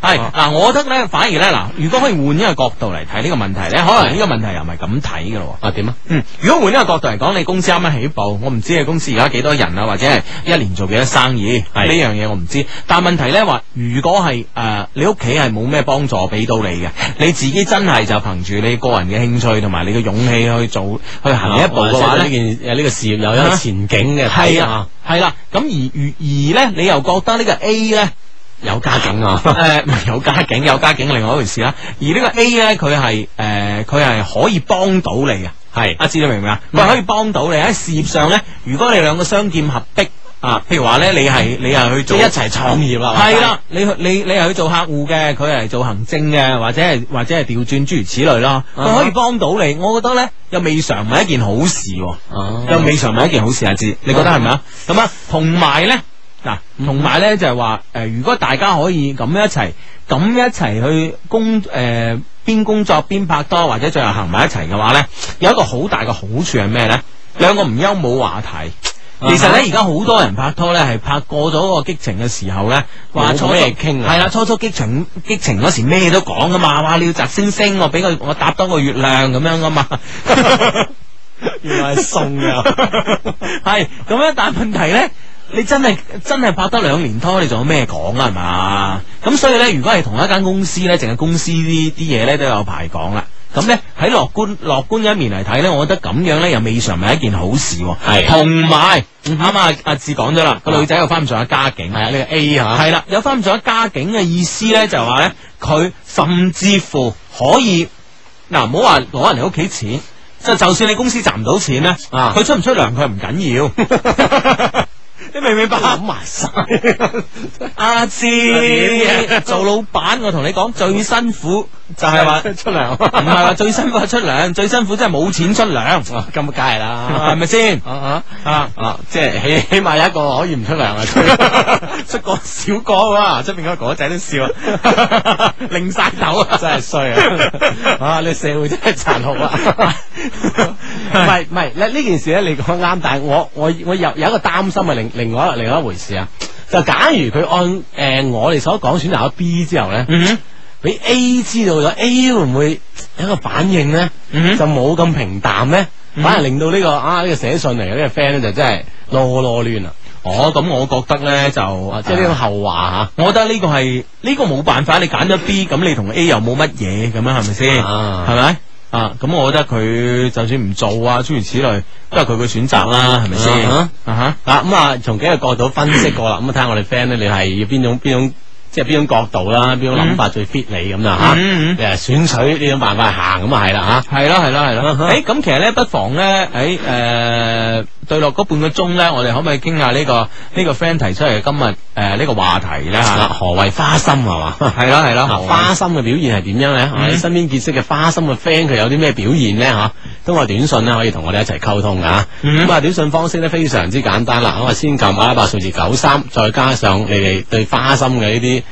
[SPEAKER 2] 啊，
[SPEAKER 3] 系嗱，我覺得咧，反而咧嗱，如果可以換一個角度嚟睇呢個問題咧，可能呢個問題又唔係咁睇嘅咯喎。
[SPEAKER 2] 啊點啊？
[SPEAKER 3] 嗯，如果換一個角度嚟講，你公司啱啱起步，我唔知你公司而家幾多人啊，或者係一年做幾多生意，
[SPEAKER 2] 係
[SPEAKER 3] 呢樣嘢我唔知。但問題咧話，如果係诶、呃你屋企係冇咩幫助俾到你嘅，你自己真係就憑住你個人嘅興趣同埋你嘅勇氣去做去行
[SPEAKER 2] 行
[SPEAKER 3] 呢
[SPEAKER 2] 一
[SPEAKER 3] 一
[SPEAKER 2] 步
[SPEAKER 3] 步
[SPEAKER 2] 嘅
[SPEAKER 3] 嘅
[SPEAKER 2] 話
[SPEAKER 3] 話
[SPEAKER 2] 咧，呢。
[SPEAKER 3] 咧
[SPEAKER 2] 啊件誒呢個事業有一個前景嘅，哎
[SPEAKER 3] 係啊，，係啦、咁而而而咧，你又覺得呢個 A 咧？
[SPEAKER 2] 有家境啊，
[SPEAKER 3] 诶、唔係有家境，有家境另外一回事啦。而呢個 A 咧，佢係诶，佢、係可以幫到你嘅。
[SPEAKER 2] 係
[SPEAKER 3] 阿志，你明唔明啊？
[SPEAKER 2] 嗯
[SPEAKER 3] 佢係可以幫到你喺事業上咧。如果你兩個相劍合璧啊，譬如話咧，你係你係去
[SPEAKER 2] 即
[SPEAKER 3] 做
[SPEAKER 2] 係一齊創業啦，
[SPEAKER 3] 係啦，你去你你係去做客戶嘅，佢係做行政嘅，或者係或者係調轉諸如此類啦。佢、
[SPEAKER 2] 啊哈
[SPEAKER 3] 可以幫到你，我覺得咧又未嘗唔係一件好事喎、
[SPEAKER 2] 哦，
[SPEAKER 3] 又未尝唔係一件好事啊！知你覺得係咪啊？咁啊，同埋咧，嗱，同埋呃咧就係話，诶、如果大家可以咁一齊，咁一齊去公诶、邊呃工作邊拍拖，或者最後行埋一齊嘅話呢，有一個好大嘅好處係咩呢？兩個唔憂冇話題。
[SPEAKER 2] 啊哈
[SPEAKER 3] 其實呢，而家好多人拍拖呢，係拍過咗個激情嘅時候呢，話
[SPEAKER 2] 冇
[SPEAKER 3] 初
[SPEAKER 2] 咩
[SPEAKER 3] 初
[SPEAKER 2] 傾啊
[SPEAKER 3] 係啦，初初激情激情嗰時咩都講噶嘛，哇！你要摘星星，我俾個我搭多個月亮咁樣噶 嘛。
[SPEAKER 2] 原來係送嘅。
[SPEAKER 3] 系咁样，但系问题咧，你真系真系拍得兩年拖，你仲有咩講啊？係嘛？咁所以咧，如果係同一間公司咧，淨係公司呢啲嘢咧都有排講啦。咁咧喺樂觀樂觀嘅一面嚟睇咧，我覺得咁樣咧又未嘗唔係一件好事喎。
[SPEAKER 2] 係嗯
[SPEAKER 3] 同埋啱啊！阿志講咗啦，個女仔又翻唔上下家境。
[SPEAKER 2] 係啊，呢個 A 吓，
[SPEAKER 3] 系啦，有翻唔上家境嘅意思咧，就係話咧，佢甚至乎可以嗱，唔好話攞人哋屋企錢，就就算你公司賺唔到錢咧，佢、
[SPEAKER 2] 啊
[SPEAKER 3] 出唔出糧佢唔緊要， 你明唔明白？
[SPEAKER 2] 諗埋晒，
[SPEAKER 3] 阿志做老闆，我同你講最辛苦就係話。
[SPEAKER 2] 出糧，
[SPEAKER 3] 唔係話最辛苦係出糧，最辛苦真係冇錢出糧，
[SPEAKER 2] 咁梗係啦，
[SPEAKER 3] 係咪先？
[SPEAKER 2] 啊啊
[SPEAKER 3] 啊！
[SPEAKER 2] 啊！即係起起碼有一個可以唔出糧 啊，出出個小哥啊，出邊嗰個哥仔都笑啊，
[SPEAKER 3] 擰晒頭啊
[SPEAKER 2] 真係衰 啊！啊，你社會真係殘酷啊！唔係唔係，呢呢件事咧，你講啱， 但係我我我有有一個擔心係另另外一另外一回事啊，就假如佢按誒、呃我哋所講選擇咗 B 之後咧。
[SPEAKER 3] 嗯哼
[SPEAKER 2] 俾 A 知道咗，A 會唔會有一個反應咧？
[SPEAKER 3] 嗯哼
[SPEAKER 2] 就冇咁平淡咧，
[SPEAKER 3] 嗯
[SPEAKER 2] 反而令到呢、個啊呢、個寫信嚟嘅呢個 friend 咧就真係囉囉攣啦，
[SPEAKER 3] 哦，咁我覺得咧就
[SPEAKER 2] 啊即係呢種後話
[SPEAKER 3] 我覺得呢個係呢、個冇辦法，你揀咗 B，咁你同 A 又冇乜嘢，咁樣係咪先？
[SPEAKER 2] 啊
[SPEAKER 3] 係咪？啊，咁我覺得佢就算唔做啊，諸如此類，都係佢嘅選擇啦，係咪先？
[SPEAKER 2] 啊
[SPEAKER 3] 啊哈，
[SPEAKER 2] 嚇啊咁啊，從幾個角度分析過啦，咁啊睇下我哋 friend 咧，你係要邊種邊種即係邊種角度啦，邊種諗法最 fit 你咁啦嚇，
[SPEAKER 3] 嗯嗯
[SPEAKER 2] 你係選取呢種辦法行咁啊係啦嚇。
[SPEAKER 3] 係啦係啦係啦
[SPEAKER 2] 啊。哈
[SPEAKER 3] 誒，咁其實咧，不妨咧，誒誒，對落嗰半個鐘咧，我哋可唔可以傾下呢個呢個 friend 提出嚟嘅今日誒呢個話題咧
[SPEAKER 2] 啊
[SPEAKER 3] 嚇？
[SPEAKER 2] 何謂花心係嘛？
[SPEAKER 3] 係啦係啦，
[SPEAKER 2] 嗱，啊花心嘅表現係點樣咧？啊
[SPEAKER 3] 嗯
[SPEAKER 2] 你身邊結識嘅花心嘅 friend，佢有啲咩表現咧？吓，通過短信咧可以同我哋一齊溝通噶。
[SPEAKER 3] 嗯
[SPEAKER 2] 咁啊，短信方式咧非常之簡單啦。咁啊，先撳阿拉伯數字九三，再加上你哋對花心嘅呢啲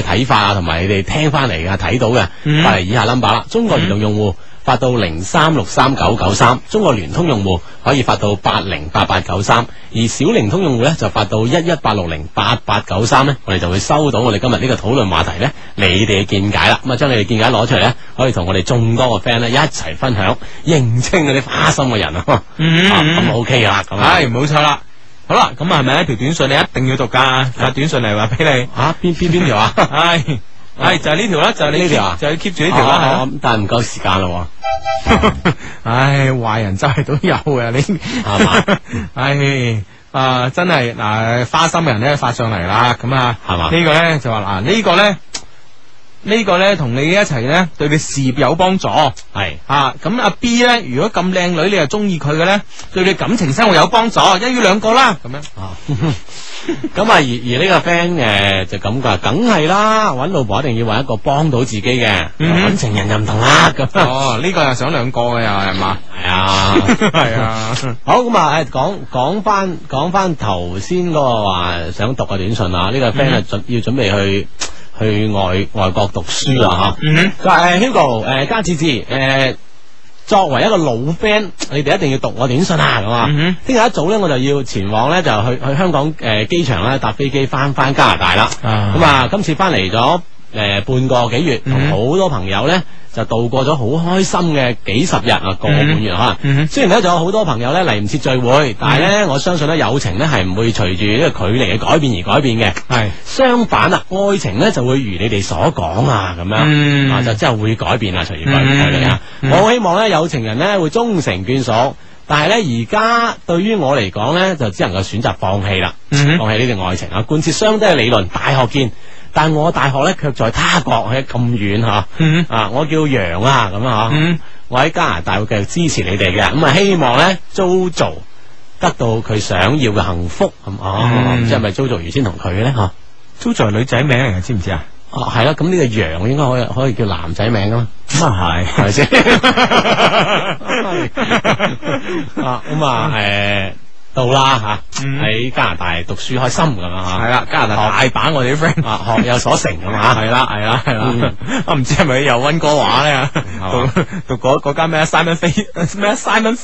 [SPEAKER 2] 誒睇法啊，同埋你哋聽翻嚟嘅睇到嘅，
[SPEAKER 3] 嗯
[SPEAKER 2] 發嚟以下 number 啦。中國移動用戶。發到零三六三九九三，中國聯通用戶可以發到八零八八九三，而小靈通用戶咧就發到一一八六零八八九三咧，我哋就會收到我哋今日呢個討論話題咧，你哋嘅見解啦，咁啊將你哋見解攞出嚟咧，可以同我哋眾多個 friend 咧一齊分享，認清嗰啲花心嘅人啊，啊
[SPEAKER 3] 嗯嗯嗯
[SPEAKER 2] 咁 OK 噶啦，咁啊
[SPEAKER 3] 係冇錯啦。好啦，咁啊係咪呢條短信你一定要讀㗎？發短信嚟話俾你。
[SPEAKER 2] 啊邊邊邊條 啊？
[SPEAKER 3] 唉，唉，就係呢條啦，就係你
[SPEAKER 2] 呢條啊
[SPEAKER 3] keep- 就要 keep 住呢
[SPEAKER 2] 呢
[SPEAKER 3] 條啦。係啊啦
[SPEAKER 2] 但係唔夠時間咯，
[SPEAKER 3] 唉，壞人真係都有嘅，你係
[SPEAKER 2] 嘛？
[SPEAKER 3] 唉。啊，真係嗱、花心人咧發上嚟啦，咁啊，
[SPEAKER 2] 係嘛
[SPEAKER 3] 呢個咧就話嗱，呢個咧，呢個咧同你一齊咧，對你事業有幫助啊。
[SPEAKER 2] 係
[SPEAKER 3] 咁阿 B 咧，如果咁靚女你又中意佢嘅咧，對你感情生活有幫助，一於兩個啦，咁樣。
[SPEAKER 2] 啊。 咁啊，而而呢個 friend 誒就咁噶，梗係啦，揾老婆一定要揾一個幫到自己嘅，
[SPEAKER 3] 嗯
[SPEAKER 2] 揾情人就唔同啦，咁
[SPEAKER 3] 哦，呢、個又想兩個嘅又係嘛？
[SPEAKER 2] 係啊。
[SPEAKER 3] 係啊，
[SPEAKER 2] 好咁啊！誒，講講翻講翻頭先嗰個話想讀嘅短信啊，呢、個 friend 啊準要準備去去外外國讀書啦
[SPEAKER 3] 嗯哼。
[SPEAKER 2] 吓。佢話誒呃 Hugo 誒家志志誒，作為一個老 friend，你哋一定要讀我短信啊咁啊
[SPEAKER 3] 嗯哼。
[SPEAKER 2] 聽日一早咧，我就要前往咧就去去香港誒機場咧搭飛機翻翻加拿大啦。
[SPEAKER 3] 啊
[SPEAKER 2] 咁啊，今次翻嚟咗誒半個幾月，同
[SPEAKER 3] 嗯
[SPEAKER 2] 好多朋友咧就度過咗好開心嘅幾十日啊，個半月可能。
[SPEAKER 3] 嗯哼
[SPEAKER 2] 雖然咧仲有好多朋友咧嚟唔切聚會，但係咧我相信咧友情咧係唔會隨住呢個距離嘅改變而改變嘅。
[SPEAKER 3] 係。
[SPEAKER 2] 相反啊，愛情咧就會如你哋所講啊，咁樣、
[SPEAKER 3] 嗯
[SPEAKER 2] 啊就真係會改變啊，隨住改變距離啊。
[SPEAKER 3] 嗯
[SPEAKER 2] 我好希望咧有情人咧會終成眷屬，但係咧而家對於我嚟講咧就只能夠選擇放棄啦，
[SPEAKER 3] 嗯哼
[SPEAKER 2] 放棄呢段愛情啊，貫徹相低嘅理論，大學見。但我大學咧卻在他國喺咁遠吓，
[SPEAKER 3] 嗯
[SPEAKER 2] 啊我叫楊啊咁啊吓。
[SPEAKER 3] 嗯。
[SPEAKER 2] 我喺加拿大會繼續支持你哋嘅，咁啊希望咧 JoJo 得到佢想要嘅幸福，咁哦，
[SPEAKER 3] 嗯
[SPEAKER 2] 唔知係咪 JoJo 原先同佢嘅咧吓？啊
[SPEAKER 3] Jojo 係女仔名嚟嘅，知唔知啊？
[SPEAKER 2] 哦，係啦，咁呢個羊應該可以可以叫男仔名噶嘛，
[SPEAKER 3] 咁啊
[SPEAKER 2] 係 咪先？啊，咁啊，誒、到啦
[SPEAKER 3] 嗯
[SPEAKER 2] 喺加拿大讀書開心咁樣
[SPEAKER 3] 系
[SPEAKER 2] 啊，
[SPEAKER 3] 啦，加拿大大把我哋啲 friend
[SPEAKER 2] 啊學有所成咁 啊，
[SPEAKER 3] 系啦，系啦，系啦， 啊唔知系咪有温哥華咧？
[SPEAKER 2] 嗯嘛
[SPEAKER 3] 讀讀嗰嗰間咩啊 Simon Fa 咩啊 Simon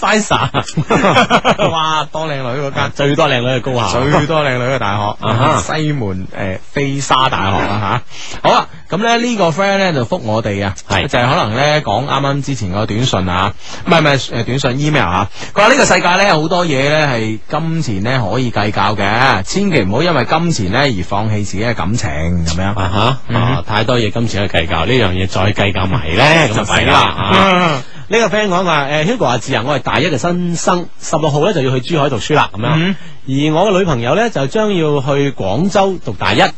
[SPEAKER 3] Fraser，哇，多靚女嗰間，
[SPEAKER 2] 最多靚女嘅高校，
[SPEAKER 3] 最多靚女嘅 大學，
[SPEAKER 2] 啊哈
[SPEAKER 3] 西門诶飛沙大學啦吓。好啊，咁咧呢個 friend 咧就覆我哋啊，
[SPEAKER 2] 係
[SPEAKER 3] 就係可能咧講啱啱之前嗰個短信啊，唔係唔係诶短信 email 啊，佢話呢個世界咧好多嘢咧係金錢咧可以計較嘅，千祈唔好因為金錢咧而放棄自己嘅感情咁樣。
[SPEAKER 2] 啊吓，
[SPEAKER 3] 嗯
[SPEAKER 2] 啊太多嘢今次去計較，呢樣嘢再計較埋咧， 咁就弊啦。啊呢個 friend 講話，誒 Hugo 阿志啊，我係大一嘅新生，十六號咧就要去珠海讀書啦，咁樣。
[SPEAKER 3] 嗯
[SPEAKER 2] 而我嘅女朋友咧就將要去廣州讀大一，佢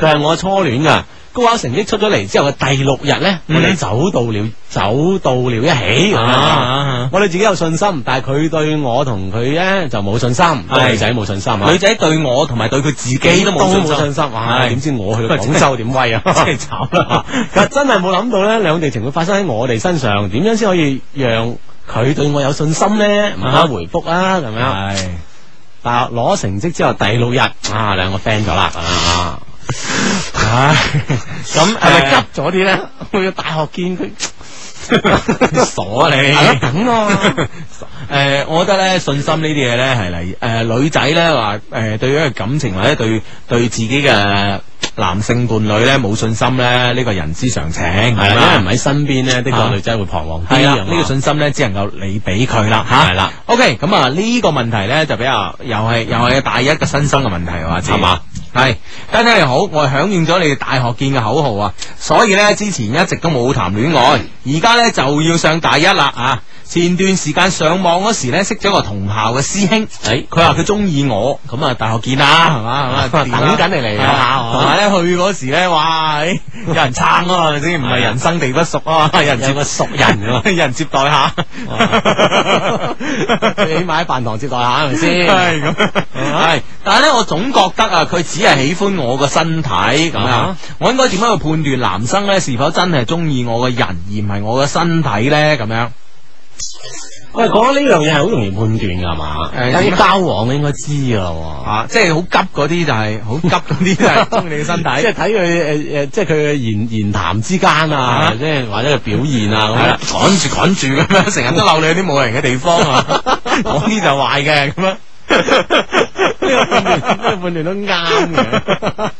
[SPEAKER 2] 係我初戀噶。高考成績出咗嚟之後嘅第六日咧，我哋
[SPEAKER 3] 嗯
[SPEAKER 2] 走到了走到了一起咁樣
[SPEAKER 3] 啊
[SPEAKER 2] 我哋自己有信心，但係佢對我同佢咧就冇信心，
[SPEAKER 3] 係
[SPEAKER 2] 女仔冇信心啊，
[SPEAKER 3] 女仔對我同埋對佢自己都冇信
[SPEAKER 2] 都冇
[SPEAKER 3] 心，
[SPEAKER 2] 哇！
[SPEAKER 3] 係
[SPEAKER 2] 點知我去到
[SPEAKER 3] 真係
[SPEAKER 2] 廣州點 威啊？
[SPEAKER 3] 真係 慘啦！
[SPEAKER 2] 佢真係冇諗到咧，兩地情會發生喺我哋身上，點樣先可以讓佢對我有信心咧？慢
[SPEAKER 3] 啊
[SPEAKER 2] 慢回覆啊，咁樣。
[SPEAKER 3] 係
[SPEAKER 2] 但係攞成績之後第六日啊，兩個 friend 咗啦，啊，
[SPEAKER 3] 唉，咁
[SPEAKER 2] 係咪
[SPEAKER 3] 誒
[SPEAKER 2] 急咗啲咧？去到大學見佢，
[SPEAKER 3] 傻啊你？
[SPEAKER 2] 係咯等咯。
[SPEAKER 3] 诶、我覺得咧信心呢啲嘢咧係嚟诶女仔咧話诶對於一個感情或者對對自己嘅男性伴侶咧冇信心咧，呢、個人之常情係
[SPEAKER 2] 係
[SPEAKER 3] 嘛
[SPEAKER 2] 啦，因為唔喺身邊咧，的
[SPEAKER 3] 啊
[SPEAKER 2] 確女仔會彷徨啲
[SPEAKER 3] 系啦，
[SPEAKER 2] 啊
[SPEAKER 3] 呢
[SPEAKER 2] 嘛。
[SPEAKER 3] 個信心咧，只能夠你俾佢啦吓。
[SPEAKER 2] 係啦
[SPEAKER 3] ，OK，咁啊呢個問題咧就比較又係又係大一嘅新生嘅問題話知
[SPEAKER 2] 係嘛？
[SPEAKER 3] 係，丹丹你好，我係響應咗你哋大學見嘅口號啊，所以咧之前一直都冇談戀愛，而家咧就要上大一啦啊！前段時間上網嗰時咧，識咗個同校嘅師兄，
[SPEAKER 2] 誒
[SPEAKER 3] 佢話佢中意我，咁啊大學見啦，係嘛，咁啊掂啦
[SPEAKER 2] 等緊你嚟
[SPEAKER 3] 係
[SPEAKER 2] 啊
[SPEAKER 3] 同埋咧去嗰時咧，哇，誒有人撐啊嘛，係咪先？唔係人生地不熟 啊嘛，有人接
[SPEAKER 2] 有個熟人 㗎嘛
[SPEAKER 3] 有人接待下，
[SPEAKER 2] 你起碼喺飯堂接待下係咪先？
[SPEAKER 3] 係咁，係。但係咧，我總覺得啊，佢只係喜歡我個身體咁啊
[SPEAKER 2] 啊。
[SPEAKER 3] 我應該點樣去判斷男生咧是否真係中意我嘅人，而唔係我嘅身體咧？咁樣
[SPEAKER 2] 喂，講呢樣嘢係好容易判斷㗎係嘛？
[SPEAKER 3] 誒
[SPEAKER 2] 有啲交往應該知㗎啦喎。
[SPEAKER 3] 啊，即係好急嗰啲就係好急嗰啲就係中意你嘅身體。
[SPEAKER 2] 即係睇佢誒誒，即係佢嘅言言談之間
[SPEAKER 3] 啊
[SPEAKER 2] 啊，即係或者佢表現啊
[SPEAKER 3] 係
[SPEAKER 2] 咁
[SPEAKER 3] 啦，
[SPEAKER 2] 樣。
[SPEAKER 3] 趕住趕住 咁樣，成日都漏你去啲冇人嘅地方啊！我呢就壞嘅咁樣。
[SPEAKER 2] 呢個判 斷，呢個判斷都啱嘅。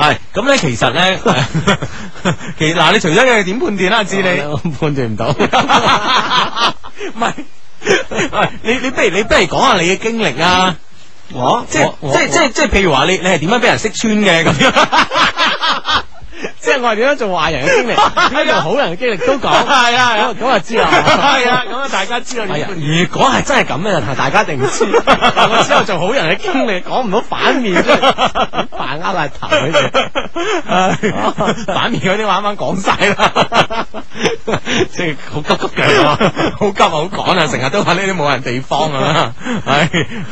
[SPEAKER 3] 系咁咧，其實咧， 其嗱，你除咗佢點判斷啊啦，知你
[SPEAKER 2] 我判斷唔到。
[SPEAKER 3] 唔係，喂你你不如你不如講下你嘅經歷啊，
[SPEAKER 2] 我
[SPEAKER 3] 即係即係即係即係譬如話你你係點樣俾人識穿嘅咁樣，
[SPEAKER 2] 即係我係點樣做壞人嘅經歷，點樣做好人嘅經歷都 講。
[SPEAKER 3] 係啊
[SPEAKER 2] 咁啊知啦。
[SPEAKER 3] 係啊，咁啊大家知道
[SPEAKER 2] 係啊，
[SPEAKER 3] 你
[SPEAKER 2] 如果係真係咁咧，啊大家一定唔知。 但我之後做好人嘅經歷，講唔到反面，即係扮啱 晒頭佢哋。
[SPEAKER 3] 哎
[SPEAKER 2] 哦
[SPEAKER 3] 反面嗰啲我啱啱講晒啦，即係好急急腳啊，好急啊，好趕啊，成日都話呢啲冇人地方咁啦，唉，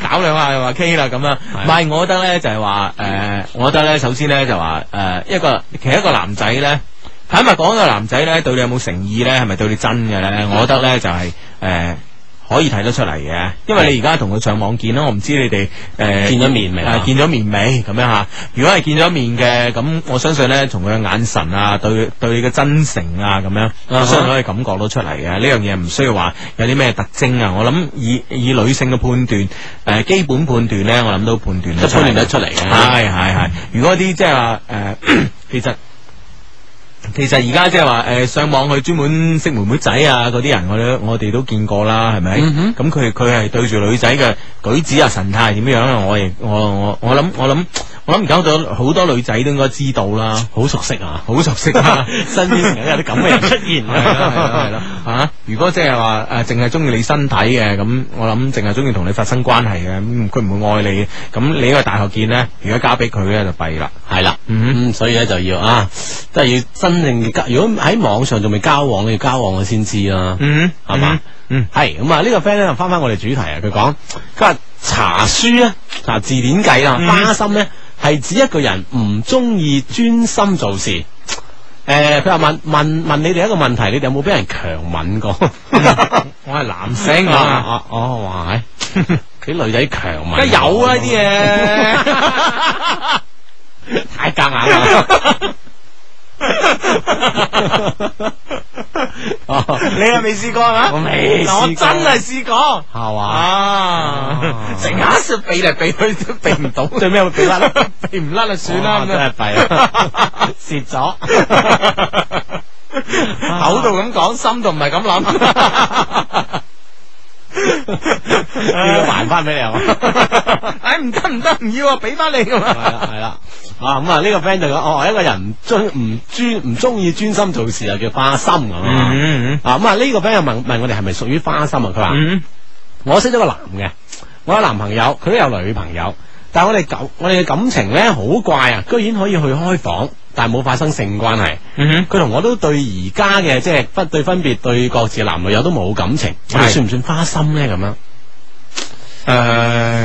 [SPEAKER 3] 搞兩下又話 K 啦咁啦，唔係，我覺得咧就係話誒，我覺得咧首先咧就話誒一個其實一個男仔咧。坦白講，一個男仔咧對你有冇誠意咧，係咪對你真嘅咧？我覺得咧就係、誒。可以睇得出嚟嘅，因為你而家同佢上網見啦，我唔知你哋誒、
[SPEAKER 2] 見咗面未啊
[SPEAKER 3] 誒見咗面未咁樣吓？如果係見咗面嘅，咁我相信咧，從佢嘅眼神啊，對對你嘅真誠啊，咁樣，我相信可以感覺到出嚟嘅。呢樣嘢唔需要話有啲咩特徵啊。我諗以以女性嘅判斷，誒、基本判斷咧，我諗都判斷得
[SPEAKER 2] 都
[SPEAKER 3] 出嚟
[SPEAKER 2] 判斷得出嚟嘅
[SPEAKER 3] 係係係。如果啲即係話誒， 其實。其實而家即係話誒上網去專門識妹妹仔啊嗰啲人，我哋我哋都見過啦，係咪？咁佢佢係對住女仔嘅舉止啊神態係點樣啊？我亦我我我諗我諗我諗而家好多好多女仔都應該知道啦，
[SPEAKER 2] 好熟悉啊！
[SPEAKER 3] 好熟悉啦。
[SPEAKER 2] 身邊成日有啲咁嘅人出現，
[SPEAKER 3] 啊係啦係啦係啦嚇！如果即係話誒，淨係中意你身體嘅，咁我諗淨係中意同你發生關係嘅，咁佢唔會愛你嘅。咁你喺個大學見咧，如果交俾佢咧就弊啦。
[SPEAKER 2] 系啦，
[SPEAKER 3] 嗯
[SPEAKER 2] 嗯，所以咧就要啊，即係要真正嘅交。如果喺網上仲未交往，你要交往我先知啦，
[SPEAKER 3] 嗯，
[SPEAKER 2] 係嘛？
[SPEAKER 3] 嗯。
[SPEAKER 2] 係咁啊，呢個 friend 咧翻翻我哋主題啊，佢講佢話查書咧，查字典計啦，
[SPEAKER 3] 嗯
[SPEAKER 2] 花心咧係指一個人唔中意專心做事。诶，佢話問問問你哋一個
[SPEAKER 3] 嗯
[SPEAKER 2] 問題，你哋有冇俾人強吻過？
[SPEAKER 3] 我係男性
[SPEAKER 2] 啊
[SPEAKER 3] 啊，
[SPEAKER 2] 啊 哦，哇！啲女仔強嘛，
[SPEAKER 3] 梗係有啊呢啲嘢。
[SPEAKER 2] 太夾硬啦。 哦
[SPEAKER 3] 你又未試過係嘛？
[SPEAKER 2] 我未
[SPEAKER 3] 嗱我
[SPEAKER 2] 試過
[SPEAKER 3] 真係試過
[SPEAKER 2] 係嘛？哦
[SPEAKER 3] 啊！成日都避嚟避去都避唔到，
[SPEAKER 2] 最尾有冇俾甩？啊
[SPEAKER 3] 避唔甩就算啦
[SPEAKER 2] 哇
[SPEAKER 3] 咁樣
[SPEAKER 2] 哦真係 弊啊，蝕咗。
[SPEAKER 3] 口度咁講，心度唔 係咁諗。
[SPEAKER 2] 要還翻俾你係嘛？
[SPEAKER 3] 唉，唔得唔得，唔要啊，俾翻你咁
[SPEAKER 2] 係啦
[SPEAKER 3] 啊！
[SPEAKER 2] 係啦，啊咁啊呢個 friend 就講，哦一個人唔中唔專唔中意專心做事就叫花心咁啊。
[SPEAKER 3] 嗯
[SPEAKER 2] 啊咁啊呢個 friend 又問問我哋係咪屬於花心啊？佢話。
[SPEAKER 3] 嗯
[SPEAKER 2] 我識咗個男嘅，我有男朋友，佢都有女朋友，但係我哋感我哋嘅感情咧好怪啊，居然可以去開房，但係冇發生性關係。
[SPEAKER 3] 嗯
[SPEAKER 2] 佢同我都對而家嘅即係分對分別對各自男女友都冇感情，我哋
[SPEAKER 3] 係
[SPEAKER 2] 算唔算花心咧？咁樣
[SPEAKER 3] 誒，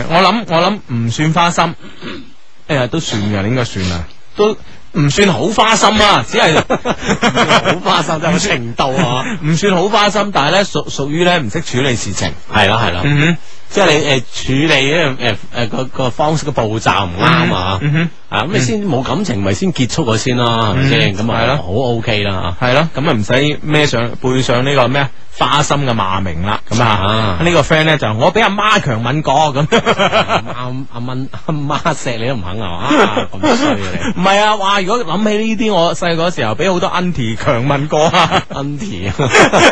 [SPEAKER 3] 我諗我諗唔算花心， 誒都算嘅，應該算啊，都唔算好花心啊， 只係好
[SPEAKER 2] 花心 真係有程度啊！
[SPEAKER 3] 唔算好花心，但係咧屬屬於咧唔識處理事情。
[SPEAKER 2] 係啦係啦，
[SPEAKER 3] 嗯
[SPEAKER 2] 即係你誒處理呢
[SPEAKER 3] 呃
[SPEAKER 2] 誒誒個個方式嘅步驟唔
[SPEAKER 3] 哼，
[SPEAKER 2] 啱啊！
[SPEAKER 3] 嗯
[SPEAKER 2] 啊咁你先冇感情，咪先結束佢先啦，係咪先？
[SPEAKER 3] 嗯
[SPEAKER 2] 咁
[SPEAKER 3] 係
[SPEAKER 2] 啊
[SPEAKER 3] 咯
[SPEAKER 2] 好 OK 啦
[SPEAKER 3] 哼，係咯，咁啊唔使孭上背上呢個咩啊花心嘅罵名啦，咁啊
[SPEAKER 2] 啊
[SPEAKER 3] 呢個 friend 咧就我俾阿媽強吻過咁。
[SPEAKER 2] 阿阿蚊 阿媽錫你都唔肯啊！啊咁衰啊你！
[SPEAKER 3] 唔係啊，哇！如果諗起呢啲，我細個嗰時候俾好多 auntie 強吻過啊
[SPEAKER 2] Auntie 啊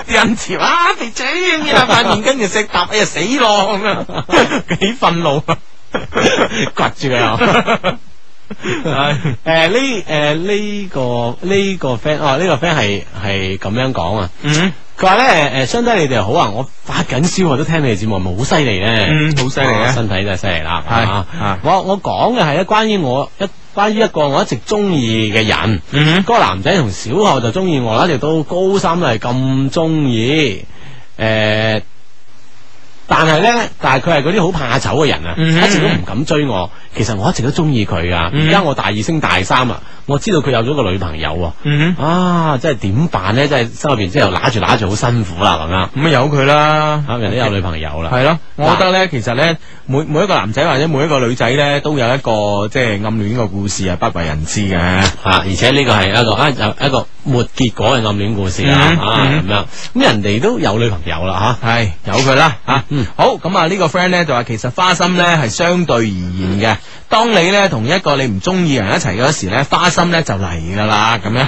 [SPEAKER 3] 啲 auntie 哇肥仔咁樣塊面跟住食搭，哎呀死咯咁 樣，幾憤怒 啊！
[SPEAKER 2] 掘住佢啊！誒呢誒呢個呢個 friend 哦呢個 friend 係係咁樣講啊！
[SPEAKER 3] 嗯
[SPEAKER 2] 佢話咧誒相低你哋好啊！我發緊燒我都聽你哋節目，咪好犀利咧！
[SPEAKER 3] 嗯，好犀利
[SPEAKER 2] 啊
[SPEAKER 3] 啊！
[SPEAKER 2] 身體真係犀利啦！
[SPEAKER 3] 係
[SPEAKER 2] 啊
[SPEAKER 3] 啊
[SPEAKER 2] 我我講嘅係咧關於我一關於一個我一直中意嘅人。
[SPEAKER 3] 嗯
[SPEAKER 2] 嗰個男仔從小學就中意我啦，一直到高三都係咁中意。诶、但係咧，但係佢係嗰啲好怕醜嘅人啊，
[SPEAKER 3] 嗯
[SPEAKER 2] 一直都唔敢追我。其實我一直都中意佢噶，
[SPEAKER 3] 嗯
[SPEAKER 2] 而家我大二升大三啊，我知道佢有咗個女朋友
[SPEAKER 3] 嗯
[SPEAKER 2] 喎。啊，真係點辦咧？真係心入边真係揦住揦住好辛苦啦，咁樣
[SPEAKER 3] 哼，咁啊由佢啦，
[SPEAKER 2] 啊，人哋有女朋友啦，
[SPEAKER 3] 系咯，我覺得咧，其實咧，每每一個男仔或者每一個女仔咧，都有一個即係暗戀嘅故事啊，不為人知嘅。
[SPEAKER 2] 啊，而且呢個係一個啊有一個沒結果嘅暗戀故事啊，
[SPEAKER 3] 嗯
[SPEAKER 2] 啊咁
[SPEAKER 3] 嗯
[SPEAKER 2] 樣，咁人哋都有女朋友啦，吓、啊
[SPEAKER 3] 系由佢啦吓
[SPEAKER 2] 嗯，
[SPEAKER 3] 好咁啊！呢個 friend 咧就話，其實花心咧係相對而言嘅。當你咧同一個你唔中意嘅人一齊嗰時咧，花心咧就嚟噶啦咁 樣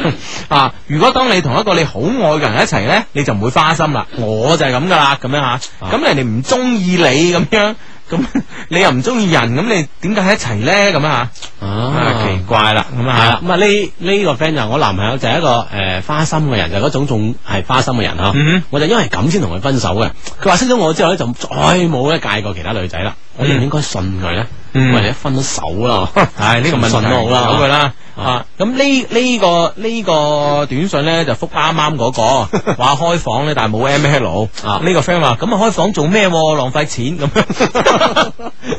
[SPEAKER 3] 啊！如果當你同一個你好愛嘅人一齊咧，你就唔會花心啦。我就係咁噶啦，咁樣
[SPEAKER 2] 啊
[SPEAKER 3] 吓。咁、人哋唔中意你咁樣，咁 你又唔中意人，咁你點解喺一齊咧？咁樣吓，啊
[SPEAKER 2] 啊，
[SPEAKER 3] 奇怪啦咁
[SPEAKER 2] 系
[SPEAKER 3] 啊
[SPEAKER 2] 啦，！咁啊呢呢個 friend 就係我男朋友就係一個诶、呃花心嘅人，就係嗰種仲係花心嘅人吓。
[SPEAKER 3] 嗯
[SPEAKER 2] 我就因為咁先同佢分手嘅。佢話識咗我之後咧，就再冇咧介過其他女仔啦。我應唔應該信佢咧？
[SPEAKER 3] 嗯
[SPEAKER 2] 喂，你一分咗手啦，
[SPEAKER 3] 唉，呢、個問題
[SPEAKER 2] 信都好啦
[SPEAKER 3] 由佢啦。
[SPEAKER 2] 啊
[SPEAKER 3] 啊，咁呢呢個呢、個短信咧就覆啱啱嗰 個，話開房咧，但係冇 M L。
[SPEAKER 2] 啊
[SPEAKER 3] 呢個 friend 話咁啊開房做咩喎？浪費錢 咁樣，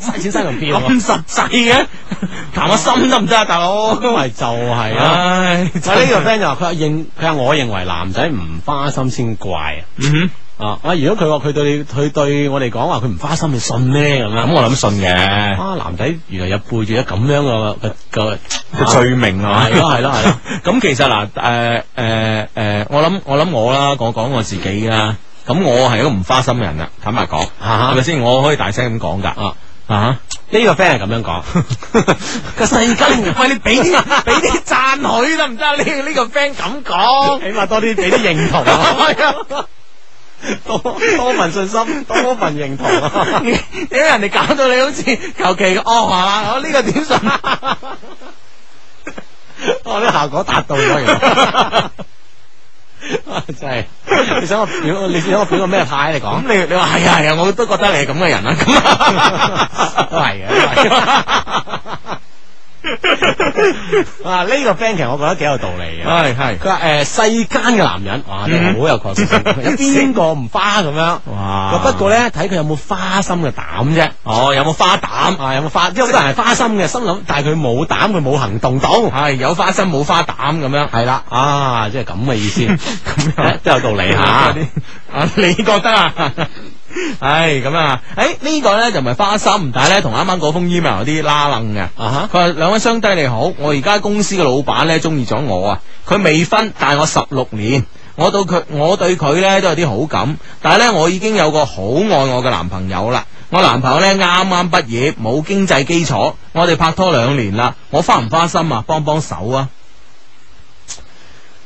[SPEAKER 2] 嘥錢嘥咁邊
[SPEAKER 3] 咁實際嘅， 談下心得唔得啊，大佬？
[SPEAKER 2] 因為就係啦。啊
[SPEAKER 3] 唉，就
[SPEAKER 2] 我呢個 friend 就話佢話認佢話我認為男仔唔花心先怪
[SPEAKER 3] 嗯
[SPEAKER 2] 啊！啊，喂如果佢話佢對佢對我哋講話佢唔花心，你 信咩咁啊樣？
[SPEAKER 3] 哼，咁我諗信嘅，
[SPEAKER 2] 啊，男仔原來有背住一咁樣嘅嘅嘅
[SPEAKER 3] 罪名啊，
[SPEAKER 2] 係咯係咯係咯。
[SPEAKER 3] 咁其實嗱，誒誒誒，我諗我諗我啦，我講我自己啦。咁我係一個唔花心嘅人啦，坦白講，
[SPEAKER 2] 啊
[SPEAKER 3] 係咪先？我可以大聲咁講㗎。
[SPEAKER 2] 啊。
[SPEAKER 3] 啊！
[SPEAKER 2] 呢個 friend 係咁樣講，個細根
[SPEAKER 3] 喂，你俾啲俾啲赞許得唔得？呢呢個 friend 咁講，
[SPEAKER 2] 起碼多啲俾啲認同 啊，多多份信心，多份認同啊。
[SPEAKER 3] 因為人哋搞到你好似求其哦係嘛？我呢個點 信？
[SPEAKER 2] 我啲哦效果達到咗，原 來真係你想我表，你想我表個咩態？你講
[SPEAKER 3] 咁你你話係啊係啊，我都覺得你係咁嘅人 啦。咁啊
[SPEAKER 2] 都係嘅都係 啊！呢個 friend 其實我覺得幾有道理嘅。
[SPEAKER 3] 係係嗯
[SPEAKER 2] 佢話誒世間嘅男人，哇，真啊係好有 確實性，有嗯邊個唔花咁樣？
[SPEAKER 3] 哇
[SPEAKER 2] 不過咧，睇佢有冇花心嘅膽啫。
[SPEAKER 3] 哦，有冇花膽？
[SPEAKER 2] 啊，有冇花？即係好多人係花心嘅，心諗，但係佢冇膽，佢冇行動到，
[SPEAKER 3] 係有花心冇花膽咁樣。
[SPEAKER 2] 係啦，啊，即係咁嘅意思，咁都有道理
[SPEAKER 3] 你下
[SPEAKER 2] 吓。
[SPEAKER 3] 啊，你覺得啊？ 唉，咁啊，诶、呢個、呢個咧就唔係花心，但係咧同啱啱嗰封 email 有啲拉楞嘅。
[SPEAKER 2] 啊哈
[SPEAKER 3] 佢話兩位雙低你好，我而家公司嘅老闆咧中意咗我啊，佢未婚，但係我十六年。我到佢，我對佢咧都有啲好感，但係咧我已經有個好愛我嘅男朋友啦。我男朋友咧啱啱畢業，冇經濟基礎，我哋拍拖兩年啦，我花唔花心啊？幫幫手啊！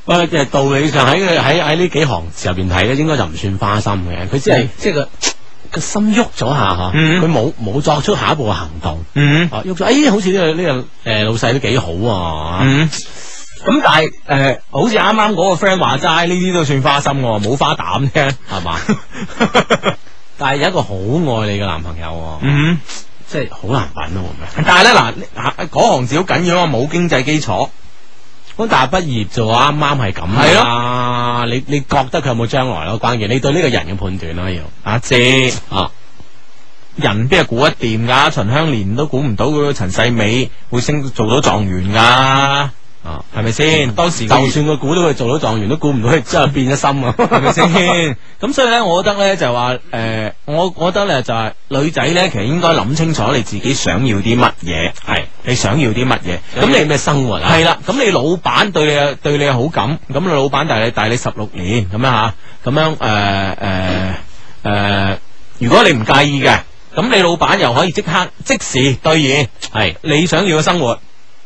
[SPEAKER 2] 喂，其實道理上喺佢喺喺呢幾行字入邊睇咧，應該就唔算花心嘅。佢只係
[SPEAKER 3] 嗯
[SPEAKER 2] 即係個個心喐咗下吓，
[SPEAKER 3] 嗯
[SPEAKER 2] 佢冇冇作出下一步嘅行動。
[SPEAKER 3] 嗯
[SPEAKER 2] 啊，喐咗，哎，好似呢、個呢、個誒、老細都幾好啊。
[SPEAKER 3] 嗯。
[SPEAKER 2] 咁但係誒、
[SPEAKER 3] 好似啱啱嗰個 friend 話齋，呢啲都算花心喎，冇花膽啫。
[SPEAKER 2] 係嘛？ 但係有一個好愛你嘅男朋友喎，
[SPEAKER 3] 嗯，
[SPEAKER 2] 即係好難揾咯，會唔會？
[SPEAKER 3] 但係咧嗱，呢嗰行字好緊要啊，冇經濟基礎。
[SPEAKER 2] 咁大學畢業就啱啱係咁
[SPEAKER 3] 係
[SPEAKER 2] 啦。你你覺得佢有冇將來咯？關鍵你對呢個人嘅判斷咯，要
[SPEAKER 3] 阿姐，
[SPEAKER 2] 啊，
[SPEAKER 3] 人邊係估得掂㗎？秦香蓮都估唔到佢陳世美會升做到狀元㗎，啊，係咪先？嗯當時佢
[SPEAKER 2] 就算佢估到佢做到狀元，都估唔到佢真係變咗心啊，
[SPEAKER 3] 係咪先？咁所以咧，我覺得咧就話誒、我我覺得咧就係、女仔咧，其實應該諗清楚你自己想要啲乜嘢，係你想要啲乜嘢。咁
[SPEAKER 2] 咁
[SPEAKER 3] 你
[SPEAKER 2] 你咩生活啊？
[SPEAKER 3] 系啦，咁你老闆對你有對你有好感，咁你老闆大你大你十六年咁樣吓，咁樣诶诶诶，如果你唔介意嘅，咁你老闆又可以即刻即時兌現
[SPEAKER 2] 係
[SPEAKER 3] 你想要嘅生活，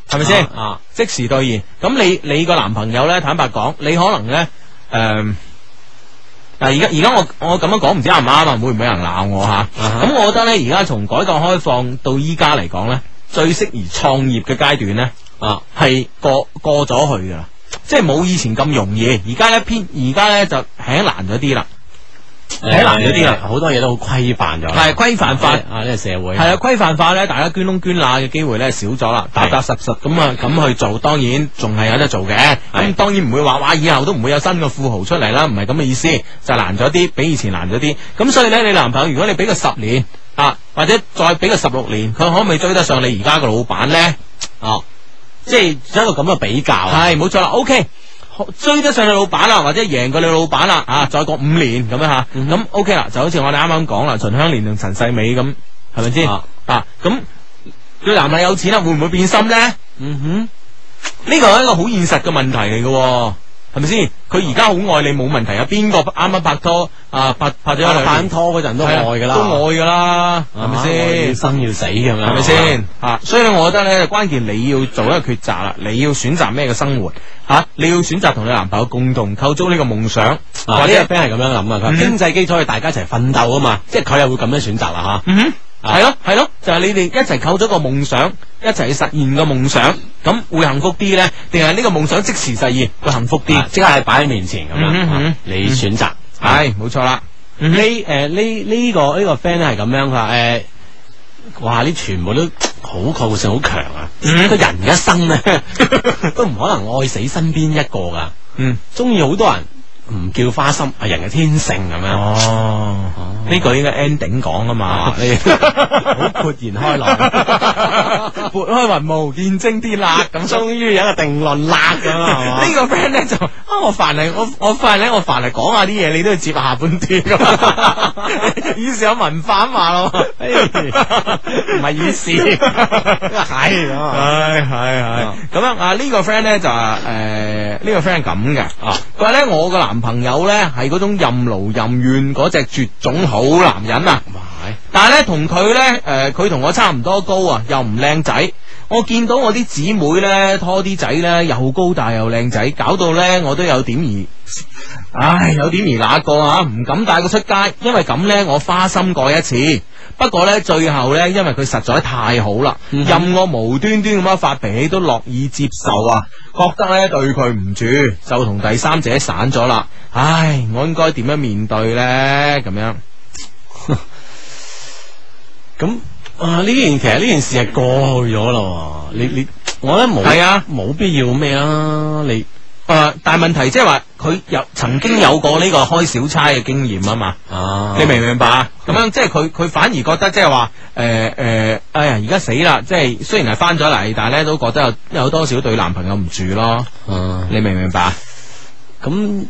[SPEAKER 3] 係咪先？
[SPEAKER 2] 啊？
[SPEAKER 3] 即時兌現，咁你你個男朋友咧，坦白講，你可能咧诶。誒嗱，而家而家我我咁樣講唔知啱唔啱啊？會唔會有人鬧我吓？咁、
[SPEAKER 2] 啊哈
[SPEAKER 3] 我覺得咧，而家從改革開放到依家嚟講咧，最適宜創業嘅階段咧，
[SPEAKER 2] 啊
[SPEAKER 3] 系過過咗去噶啦，即係冇以前咁容易。而家咧偏，而家咧就輕難咗啲啦，
[SPEAKER 2] 睇
[SPEAKER 3] 難咗啲啦
[SPEAKER 2] 好多嘢都好規範咗啦，
[SPEAKER 3] 係規範化
[SPEAKER 2] 啊呢個社會
[SPEAKER 3] 係啊，規範化咧，大家捐窿捐罅嘅機會咧少咗啦，踏踏實實咁啊咁去做，當然仲係有得做嘅。咁
[SPEAKER 2] 係
[SPEAKER 3] 當然唔會話哇，以後都唔會有新嘅富豪出嚟啦，唔係咁嘅意思，就難咗啲，比以前難咗啲。咁所以咧，你男朋友如果你俾佢十年啊，或者再俾佢十六年，佢可唔可以追得上你而家嘅老闆啊咧？
[SPEAKER 2] 哦，即係有一個咁嘅比較啊，
[SPEAKER 3] 系冇错啦，OK，好追得上你老板啦，或者赢過你老板啦，啊，再過五年咁樣吓，咁、OK
[SPEAKER 2] 嗯
[SPEAKER 3] 啦，就好似我哋啱啱講啦，秦香蓮同陳世美咁，係咪先
[SPEAKER 2] 啊
[SPEAKER 3] 啊？咁佢男朋友有錢啦，會唔會變心咧？
[SPEAKER 2] 嗯
[SPEAKER 3] 呢個係一個好現實嘅問題嚟嘅喎，係咪先？佢而家好愛你冇問題啊，邊個啱啱拍拖啊？拍拍咗一
[SPEAKER 2] 哼，拍
[SPEAKER 3] 兩
[SPEAKER 2] 拍
[SPEAKER 3] 年
[SPEAKER 2] 拖嗰陣都
[SPEAKER 3] 係啊
[SPEAKER 2] 愛啊噶啦，
[SPEAKER 3] 都愛噶啦，係
[SPEAKER 2] 係咪
[SPEAKER 3] 咪
[SPEAKER 2] 先？
[SPEAKER 3] 先
[SPEAKER 2] 要？生要死咁樣，
[SPEAKER 3] 系咪先？吓，所以咧，我覺得咧，關鍵你要做一個抉擇啦，你要選擇咩嘅生活吓、你要選擇同你男朋友共同構築呢個夢想，
[SPEAKER 2] 啊！
[SPEAKER 3] 或
[SPEAKER 2] 呢
[SPEAKER 3] 者
[SPEAKER 2] 個 friend 係咁樣諗啊，佢話
[SPEAKER 3] 嗯
[SPEAKER 2] 經濟基礎係大家一齊奮鬥啊嘛，即係佢又會咁樣選擇啦
[SPEAKER 3] 嗯
[SPEAKER 2] 啊
[SPEAKER 3] 哼，係咯係咯，就係你哋一齊構咗個夢想，一齊去實現個夢想，咁會幸福啲咧，定係呢個夢想即時實現會幸福
[SPEAKER 2] 吓，
[SPEAKER 3] 啲
[SPEAKER 2] 啊？即刻係擺喺面前咁
[SPEAKER 3] 嗯
[SPEAKER 2] 樣，
[SPEAKER 3] 哼
[SPEAKER 2] 啊
[SPEAKER 3] 嗯
[SPEAKER 2] 你選擇。啊
[SPEAKER 3] 係冇錯啦，嗯
[SPEAKER 2] 呢
[SPEAKER 3] 哼
[SPEAKER 2] 誒呢呢個呢個 friend 咧係咁樣，佢話誒，哇！呢全部都好抗性好強啊！
[SPEAKER 3] 嗯
[SPEAKER 2] 個人一生咧都唔可能愛死身邊一個噶，
[SPEAKER 3] 嗯，
[SPEAKER 2] 中意好多人唔叫花心，係人嘅天性咁樣。
[SPEAKER 3] 哦，呢句應該 ending 講啊嘛
[SPEAKER 2] 啊，你好豁然開朗，
[SPEAKER 3] 撥開雲霧見青天啦，咁
[SPEAKER 2] 終於有一個定論啦咁啊，係嘛
[SPEAKER 3] 呢個 friend 咧就啊，我凡係我我發現咧，我凡係講下啲嘢，你都要接下半段 咁。以前有文化嘛咯， 唔係以 前，
[SPEAKER 2] 係咁啊
[SPEAKER 3] 唉係係咁樣啊！呢個 friend 咧就係诶呢個 friend 係咁嘅
[SPEAKER 2] 啊，
[SPEAKER 3] 佢話咧我個男朋友咧係嗰種任勞任怨嗰隻絕種好男人啊！但系咧同佢咧，诶、佢同我差唔多高啊，又唔靚仔。我見到我啲姊妹咧，拖啲仔咧，又高大又靚仔，搞到咧我都有點兒，唉，有點兒那個啊，唔敢帶佢出街，因為咁咧我花心過一次。不過咧最後咧，因為佢實在太好啦，
[SPEAKER 2] 嗯
[SPEAKER 3] 任我無端端咁樣發脾氣都樂意接受啊，覺得咧對佢唔住，就同第三者散咗啦。唉，我應該點樣面對咧？咁樣。
[SPEAKER 2] 咁啊呢件其實呢件事係過去咗咯，你你我覺得冇
[SPEAKER 3] 係啊
[SPEAKER 2] 冇必要咩啦，你
[SPEAKER 3] 诶、但系问题即系话佢有曾经有过呢个开小差嘅经验啊嘛，
[SPEAKER 2] 啊
[SPEAKER 3] 你明唔明白啊？咁样即系佢佢反而觉得即系话诶诶，哎呀而家死啦！即系虽然系翻咗嚟，但系咧都觉得有有多少
[SPEAKER 2] Ờ.
[SPEAKER 3] 對男朋友唔住咯，
[SPEAKER 2] 啊
[SPEAKER 3] 你明唔明白啊？
[SPEAKER 2] 咁咁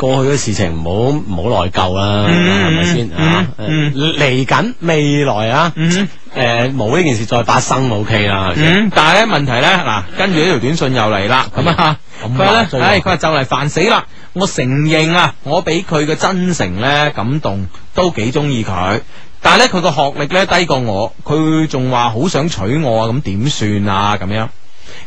[SPEAKER 2] 過去嘅事情唔好唔好內疚啦，
[SPEAKER 3] 嗯
[SPEAKER 2] 係咪先
[SPEAKER 3] 嗯
[SPEAKER 2] 啊？
[SPEAKER 3] 嗯
[SPEAKER 2] 誒嚟緊未來啊，
[SPEAKER 3] 嗯
[SPEAKER 2] 誒冇呢件事再發生咪 OK 啦。係咪先
[SPEAKER 3] 嗯，但系咧問題咧嗱，跟住呢條短信又嚟啦，咁啊，
[SPEAKER 2] 咁
[SPEAKER 3] 佢話
[SPEAKER 2] 麻
[SPEAKER 3] 咧，
[SPEAKER 2] 醉啊
[SPEAKER 3] 唉，佢話就嚟煩死啦！我承認啊，我俾佢嘅真誠咧感動，都幾中意佢。但係咧，佢個學歷咧低過我，佢仲話好想娶我啊，咁點算啊？咁樣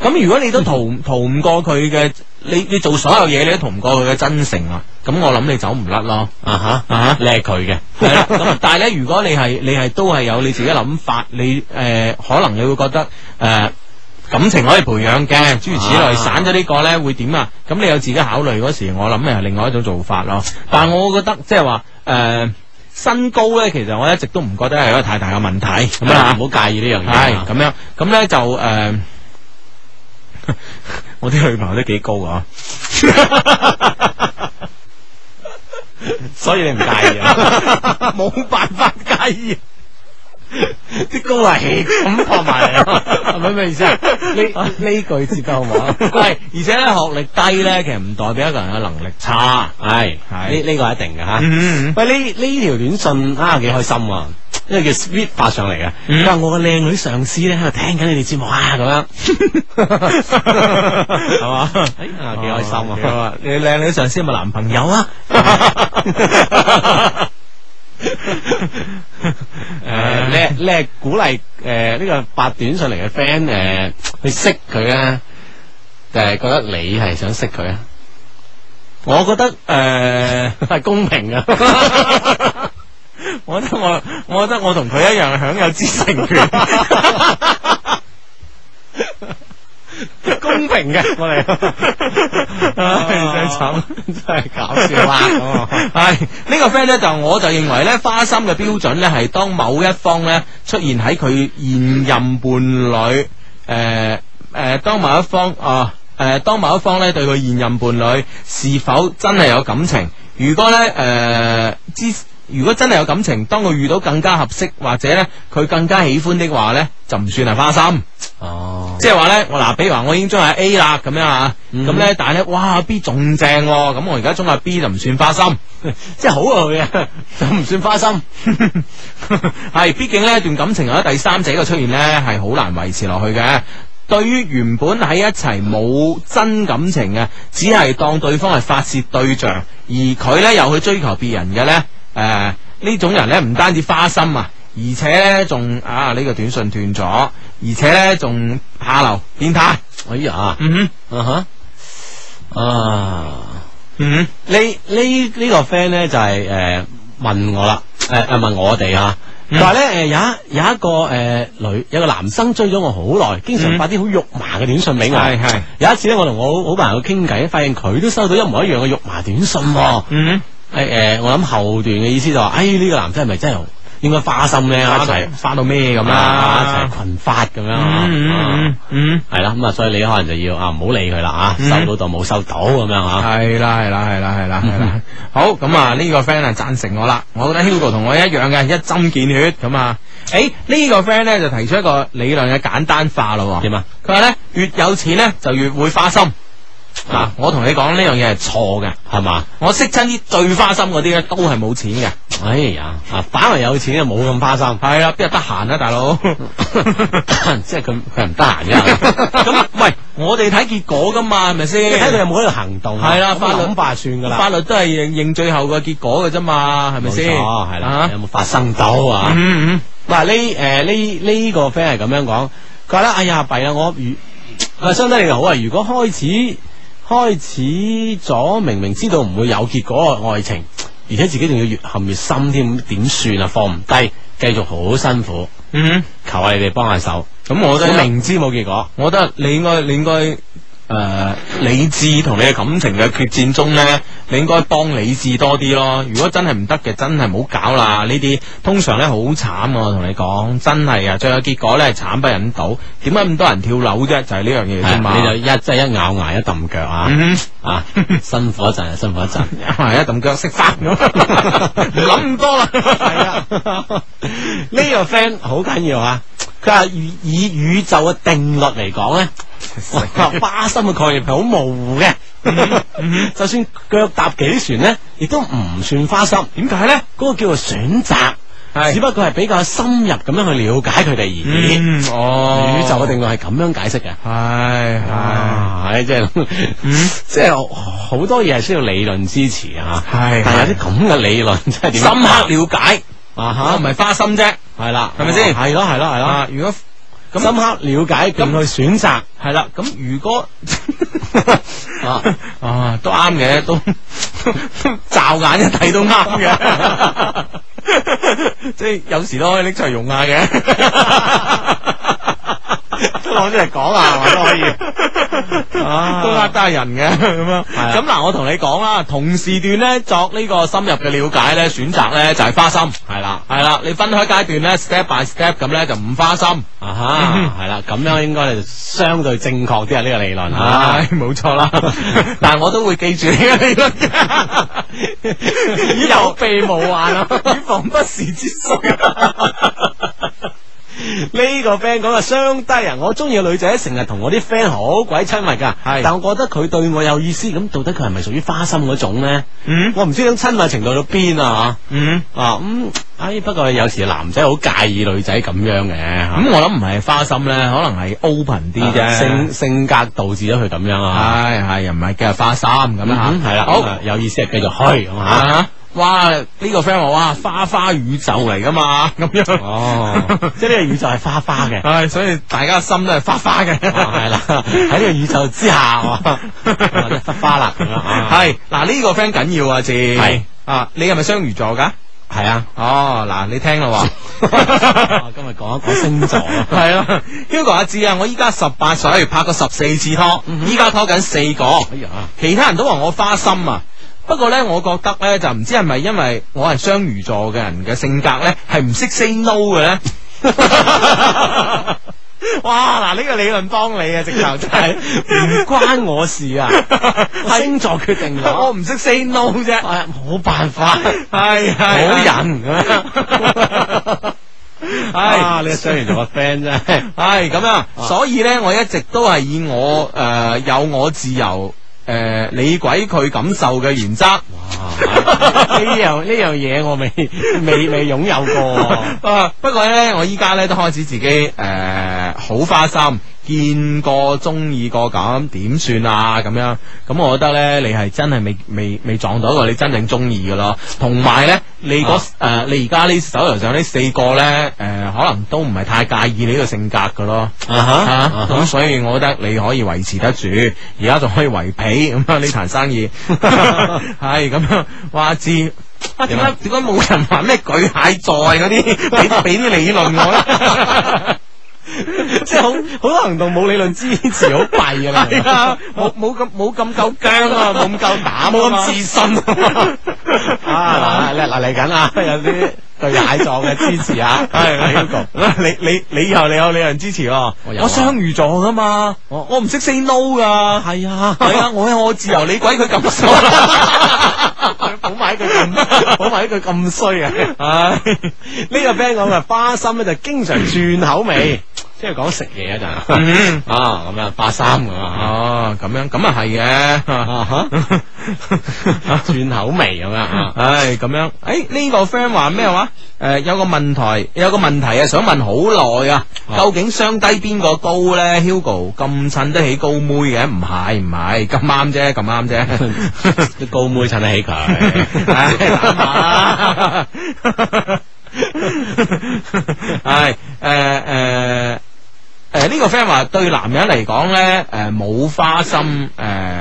[SPEAKER 3] 咁如果你都逃唔逃唔過佢嘅，你你做所有嘢你都逃唔過佢嘅真誠啊，咁我諗你走唔甩咯。
[SPEAKER 2] 啊吓
[SPEAKER 3] 啊哈
[SPEAKER 2] 你係佢嘅，
[SPEAKER 3] 系啦，咁但系咧，如果你係你係都係有你自己嘅諗法，你诶、呃可能你會覺得诶、呃感情可以培養嘅，諸如此
[SPEAKER 2] 啊
[SPEAKER 3] 類，散咗呢個咧會點啊？咁你有自己考慮嗰時，我諗係另外一種做法咯。但系我覺得即係話诶。呃身高咧，其實我一直都唔覺得係一個太大嘅問題咁
[SPEAKER 2] 咁
[SPEAKER 3] 啊
[SPEAKER 2] 啊，唔好介意呢樣嘢
[SPEAKER 3] 系
[SPEAKER 2] 啊。
[SPEAKER 3] 咁样，咁咧就诶、呃 我啲女朋友都幾高啊，
[SPEAKER 2] 所以你唔介意 啊？
[SPEAKER 3] 冇辦法介意。
[SPEAKER 2] 啲高嚟咁撲埋嚟啊，係咪咩意思啊？呢呢句接得好唔好？
[SPEAKER 3] 喂，而且咧學歷低咧，其實唔代表一個人嘅能力差。
[SPEAKER 2] 係
[SPEAKER 3] 係
[SPEAKER 2] 呢呢個一定嘅
[SPEAKER 3] Ừ.
[SPEAKER 2] 吓。
[SPEAKER 3] 嗯
[SPEAKER 2] 喂，呢呢條短信啊，幾開心啊！因為叫 Sweet 發上嚟 嘅，
[SPEAKER 3] 嗯
[SPEAKER 2] 佢話我個靚女上司咧喺度聽緊你哋節目啊，咁樣係嘛？哎啊，幾開心
[SPEAKER 3] 幾好
[SPEAKER 2] 啊！
[SPEAKER 3] 啊！你靚女上司係咪男朋友啊？
[SPEAKER 2] 誒，
[SPEAKER 3] 誒
[SPEAKER 2] 你你係鼓勵誒呢個發短信嚟嘅 friend 誒去識佢咧，定係覺得你係想識佢啊？
[SPEAKER 3] 我覺得呃 诶，
[SPEAKER 2] 係公平啊！
[SPEAKER 3] 我覺得我，我覺得我同佢一樣享有知情權，
[SPEAKER 2] 公平嘅，我哋
[SPEAKER 3] 啊
[SPEAKER 2] 啊
[SPEAKER 3] 唉真係慘
[SPEAKER 2] 真係搞笑啊 啦！
[SPEAKER 3] 系呢個 friend 咧，就我就認為咧，花心嘅標準咧係當某一方咧出現喺佢現任伴侶，诶、诶、當某一方啊，诶、當某一方咧對佢現任伴侶是否真係有感情？如果咧，诶、之如果真係有感情，當佢遇到更加合適或者咧佢更加喜歡的話咧，就唔算係花心。
[SPEAKER 2] 哦，
[SPEAKER 3] 即係話咧，我嗱，比如話我已經中意 A 啦，咁樣啊，咁咧、但係咧，哇 B 仲正喎，咁我而家中意 B 就唔算花心。
[SPEAKER 2] 即係好啊佢啊，就唔算花心。
[SPEAKER 3] 系，毕竟呢一段感情啊有第三者嘅出現呢，係好難維持落去嘅。對於原本喺一齊冇真感情嘅，只係當對方係發泄對象，而佢呢又去追求別人嘅呢，诶、呢種人呢唔單止花心啊，而且呢仲啊呢、個短信斷咗，而且呢仲下流變態。
[SPEAKER 2] 哎呀，
[SPEAKER 3] 嗯
[SPEAKER 2] 啊哈，啊，
[SPEAKER 3] 哼，嗯
[SPEAKER 2] 呢呢呢個 friend 咧就係誒問我啦，誒誒問我哋啊。
[SPEAKER 3] 嗯
[SPEAKER 2] 佢話咧，誒有一有一個誒女有個男生追咗我好耐，經常發啲好肉麻嘅短信俾
[SPEAKER 3] 哼，
[SPEAKER 2] 我。
[SPEAKER 3] 係係，
[SPEAKER 2] 有一次咧，我同我好好朋友傾偈，發現佢都收到一模一樣嘅肉麻短信喎。
[SPEAKER 3] 嗯
[SPEAKER 2] 诶诶、誒我諗後段嘅意思就話，哎呢、個男仔係咪真係應該花心咧？一
[SPEAKER 3] 花
[SPEAKER 2] 齊
[SPEAKER 3] 花到咩咁
[SPEAKER 2] 咁
[SPEAKER 3] 啦
[SPEAKER 2] 啦，一齊群發咁樣啊
[SPEAKER 3] 嗯
[SPEAKER 2] 啊
[SPEAKER 3] 嗯嗯。
[SPEAKER 2] 係啦，咁啊，所以你可能就要啊，唔好理佢啦啊，
[SPEAKER 3] 嗯
[SPEAKER 2] 收到就冇收到咁樣啊。嗯
[SPEAKER 3] 系啦系啦系啦系啦系啦，好咁啊呢个 friend 啊赞成我啦，我覺得 Hugo 同我一樣嘅，一針見血咁啊。诶、呢、個 friend 咧就提出一個理論嘅簡單化咯喎，
[SPEAKER 2] 點啊？
[SPEAKER 3] 佢話咧越有錢咧就越會花心。嗱、
[SPEAKER 2] 啊
[SPEAKER 3] 我同你講呢樣嘢係錯嘅，
[SPEAKER 2] 係嘛？
[SPEAKER 3] 我識親啲最花心嗰啲咧都係冇錢嘅，，
[SPEAKER 2] 哎呀，啊反為有錢就冇咁花心
[SPEAKER 3] 係啦，邊有得閒啊大佬？
[SPEAKER 2] 即係佢佢唔得閒 嘅。
[SPEAKER 3] 咁喂，我哋睇結果噶嘛，係咪
[SPEAKER 2] 你
[SPEAKER 3] 先？
[SPEAKER 2] 睇佢有冇喺度行動啊？
[SPEAKER 3] 係啦法律
[SPEAKER 2] 咁諗法就算㗎啦，
[SPEAKER 3] 法律都係認認最後嘅結果嘅啫嘛，係咪
[SPEAKER 2] 冇
[SPEAKER 3] 先？
[SPEAKER 2] 錯係啦
[SPEAKER 3] 啊，
[SPEAKER 2] 有冇發生到啊？
[SPEAKER 3] 嗯嗯。
[SPEAKER 2] 嗱呢誒呢呢個 friend 係咁樣講，佢話咧哎呀弊啦，我如佢話相得你好啊，如果開始開始咗，明明知道唔會有結果嘅愛情，而且自己仲要越陷越深添，點算啊？放唔低，繼續好辛苦，
[SPEAKER 3] 嗯，
[SPEAKER 2] 求下你哋幫下手。
[SPEAKER 3] 咁我
[SPEAKER 2] 我
[SPEAKER 3] 覺得
[SPEAKER 2] 明知冇結果，
[SPEAKER 3] 我覺得你應該，你應該誒、呃理智同你嘅感情嘅決戰中咧，你應該幫理智多啲咯。如果真係唔得嘅，真係唔好搞啦。呢啲通常咧好慘啊！我同你講，真係啊，最後結果咧係慘不忍睹。點解咁多人跳樓啫？就係呢樣嘢啫
[SPEAKER 2] 係啊
[SPEAKER 3] 嘛。
[SPEAKER 2] 你就一即係一咬牙一揼腳啊！
[SPEAKER 3] 嗯
[SPEAKER 2] 啊，辛苦一陣，啊辛苦一陣。
[SPEAKER 3] 哼，一揼腳識翻 咁，唔諗咁多啦。係
[SPEAKER 2] 啊，呢個 friend 好緊要啊！佢話以 啊以宇宙嘅定律嚟講咧，哇花心嘅概念係好模糊嘅。
[SPEAKER 3] 嗯
[SPEAKER 2] 就算腳踏幾船咧，亦都唔算花心。點解咧？嗰個叫做選擇，
[SPEAKER 3] 係
[SPEAKER 2] 只不過係比較深入咁樣去了解佢哋而已。
[SPEAKER 3] 嗯，哦，
[SPEAKER 2] 宇宙嘅定律係咁樣解釋嘅。
[SPEAKER 3] 係係
[SPEAKER 2] 啊，係即係，
[SPEAKER 3] 嗯
[SPEAKER 2] 即係好多嘢係需要理論支持啊！
[SPEAKER 3] 係
[SPEAKER 2] 但係有啲咁嘅理論真係點
[SPEAKER 3] 深刻了解，
[SPEAKER 2] 啊
[SPEAKER 3] 啊
[SPEAKER 2] 吓
[SPEAKER 3] 唔，係花心啫，
[SPEAKER 2] 係啦，
[SPEAKER 3] 係咪先
[SPEAKER 2] 係咯，係咯，係咯
[SPEAKER 3] 啊，如果
[SPEAKER 2] 咁深刻了解，咁去選擇，
[SPEAKER 3] 係啦，咁如 果
[SPEAKER 2] 啊
[SPEAKER 3] 啊都啱嘅，都驟眼一睇都啱嘅， 即係有時都可以拎出嚟用下 嘅。
[SPEAKER 2] 都攞出嚟講啊，係咪都可以。啊
[SPEAKER 3] 都呃得人嘅咁樣。
[SPEAKER 2] 啊
[SPEAKER 3] 咁嗱，我同你講啦，同時段咧作呢個深入嘅了解咧，選擇咧就係花心，
[SPEAKER 2] 係啦，
[SPEAKER 3] 係啦，你分開階段咧，step by step 咁咧就唔花心。
[SPEAKER 2] 啊哈，係啦，咁樣應該就相對正確啲啊呢個理論啊
[SPEAKER 3] 唉，，冇錯啦，但係我都會記住呢個理 論嘅，有備無患啊，以防不時之需。
[SPEAKER 2] 呢個 friend 講啊，相低啊！我中意嘅女仔成日同我啲 friend 好鬼親密噶，
[SPEAKER 3] 係
[SPEAKER 2] 但我覺得佢對我有意思，咁到底佢係咪屬於花心嗰種呢？
[SPEAKER 3] 嗯
[SPEAKER 2] 我唔知呢種親密程度到邊啊
[SPEAKER 3] 嗯，
[SPEAKER 2] 吓啊咁，唉，不過有時男仔好介意女仔咁樣嘅，
[SPEAKER 3] 咁我諗唔係花心咧，可能係 open 啲
[SPEAKER 2] 啊
[SPEAKER 3] 啫，
[SPEAKER 2] 性性格導致咗佢咁樣啊，
[SPEAKER 3] 係係又唔係嘅花心咁
[SPEAKER 2] 咁
[SPEAKER 3] 嗯啦
[SPEAKER 2] 啊
[SPEAKER 3] 吓，
[SPEAKER 2] 係啦，
[SPEAKER 3] 好
[SPEAKER 2] 咁啊有意思係繼續開咁吓，
[SPEAKER 3] 啊！哇！呢、個 friend 話哇，花花宇宙嚟噶嘛，咁樣
[SPEAKER 2] 哦， 即係呢個宇宙係花花嘅。
[SPEAKER 3] 唉，所以大家心都係花花嘅，
[SPEAKER 2] 啊係啦，喺呢個宇宙 之下，哇哇真係忽花啦咁樣啊，
[SPEAKER 3] 係嗱，呢、個 friend 緊要啊，字
[SPEAKER 2] 係
[SPEAKER 3] 啊，你係咪雙魚座噶？
[SPEAKER 2] 係啊。
[SPEAKER 3] 哦，嗱，你聽啦喎。
[SPEAKER 2] 啊今日講一講星座啊。
[SPEAKER 3] 系啦，Hugo 阿志啊，我依家十八歲，拍過十四次拖，
[SPEAKER 2] 嗯
[SPEAKER 3] 依家拖緊四個，
[SPEAKER 2] 哎呀，
[SPEAKER 3] 其他人都話我花心啊。不過呢，我覺得呢，就唔知係咪因為我係雙魚座嘅人嘅性格呢，係唔識 say no 嘅呢。 哇！嗱，呢個理論幫你啊，直頭真係
[SPEAKER 2] 唔關我事 啊，星座決定
[SPEAKER 3] 我
[SPEAKER 2] 咗，
[SPEAKER 3] 唔識 say no 啫，
[SPEAKER 2] 哎呀冇辦法，
[SPEAKER 3] 係係
[SPEAKER 2] 冇
[SPEAKER 3] 係
[SPEAKER 2] 人咁樣。啊，你雖然做個 friend 啫，
[SPEAKER 3] 係咁啊，所以咧，我一直都係以我诶、呃有我自由诶、呃你鬼佢感受嘅原則。
[SPEAKER 2] 呢樣呢樣嘢我未未未擁有 過。
[SPEAKER 3] 啊，不過咧，我依家咧都開始自己诶、呃好花心，見過中意過咁，點算啊？咁樣咁，我覺得咧，你係真係未未未撞到一個你真正中意嘅咯。同埋咧，你嗰诶、呃你而家呢手頭上呢四個咧，诶、可能都唔係太介意你呢個性格嘅咯。
[SPEAKER 2] 啊哈
[SPEAKER 3] 啊
[SPEAKER 2] 啊
[SPEAKER 3] 咁所以我覺得你可以維持得住，而家仲可以圍皮咁啊呢壇生 意係咁樣，哇知。啊！點解點解冇人話咩巨蟹座 嗰啲俾俾啲理論我咧？
[SPEAKER 2] 即係好好多行動冇理論支持，好弊啊！你明唔
[SPEAKER 3] 係
[SPEAKER 2] 明
[SPEAKER 3] 啊，冇冇咁冇咁夠姜啊，冇咁夠膽啊，
[SPEAKER 2] 冇咁自
[SPEAKER 3] 信
[SPEAKER 2] 啊，嗱嗱嚟緊啊，有啲 對蟹座嘅支持啊，
[SPEAKER 3] 係你你你以後你有理論支持喎，
[SPEAKER 2] 我有啊
[SPEAKER 3] 我雙魚座噶嘛，
[SPEAKER 2] 我
[SPEAKER 3] 我唔識 say no 噶，
[SPEAKER 2] 係啊，
[SPEAKER 3] 係啊，我有我自由，你鬼佢 咁傻。
[SPEAKER 2] 好埋佢咁，好埋佢咁衰啊！唉，呢個 friend 講嘅花心咧就經常轉口味，即係講食嘢嗰陣 啊
[SPEAKER 3] 嗯，
[SPEAKER 2] 啊咁樣花心咁啊
[SPEAKER 3] 哦，咁樣咁啊係嘅，
[SPEAKER 2] 啊 哈轉口味咁樣啊
[SPEAKER 3] 唉，咁樣，誒呢個 friend 話咩話？誒有個問題，有個問題啊，想問好耐啊，
[SPEAKER 2] 啊
[SPEAKER 3] 究竟雙低邊個高咧？Hugo 咁襯得起高妹嘅，唔係唔係，咁啱啫，咁 啱啫。
[SPEAKER 2] 啲高妹襯得起
[SPEAKER 3] 唉
[SPEAKER 2] 佢，
[SPEAKER 3] 諗下啦唉，誒誒誒，呃呢個 friend 話對男人嚟講咧，誒冇花心誒。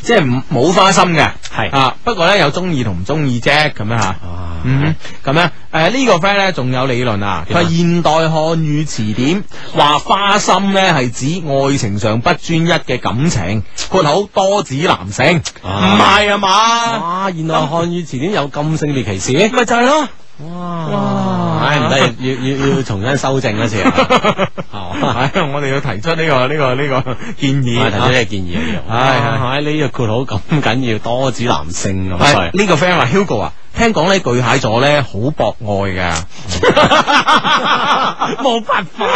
[SPEAKER 3] 即係唔冇花心嘅，
[SPEAKER 2] 係
[SPEAKER 3] 啊，不過咧有中意同唔中意啫，咁樣吓。
[SPEAKER 2] 啊
[SPEAKER 3] 嗯，咁咧，誒、呢、個 friend 咧仲有理論啊，佢
[SPEAKER 2] 點啊
[SPEAKER 3] 話現代漢語詞典話花心咧係指愛情上不專一嘅感情，括號多指男性，唔
[SPEAKER 2] 啊
[SPEAKER 3] 係啊嘛，
[SPEAKER 2] 哇！原來漢語詞典有咁性別歧視，
[SPEAKER 3] 咪就係咯，
[SPEAKER 2] 哇！唉，唔得，要要要要重新修正一次 啊，係嘛
[SPEAKER 3] 係啊我哋要提出呢、個呢、個 呢、個建議
[SPEAKER 2] 我提出呢
[SPEAKER 3] 啊。
[SPEAKER 2] 個建議嚟嘅，
[SPEAKER 3] 係係
[SPEAKER 2] 哇呢個括號咁緊要，多指男性咁
[SPEAKER 3] 係
[SPEAKER 2] 衰。
[SPEAKER 3] 呢個 friend 話 Hugo 啊，聽講咧巨蟹座咧好博愛㗎。
[SPEAKER 2] 冇辦法，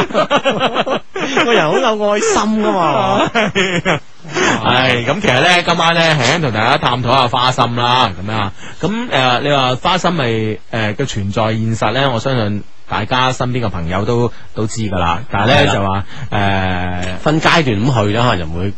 [SPEAKER 2] 個人好有愛心噶嘛。
[SPEAKER 3] 系咁，其實咧今晚咧係同大家探討下花心啦，咁樣啊，咁诶、呃你話花心咪诶嘅存在現實咧，我相信大家身邊嘅朋友都都知噶啦，但係
[SPEAKER 2] 係
[SPEAKER 3] 咧
[SPEAKER 2] 啦
[SPEAKER 3] 就話诶。呃
[SPEAKER 2] 分階段咁去咧，可能就唔會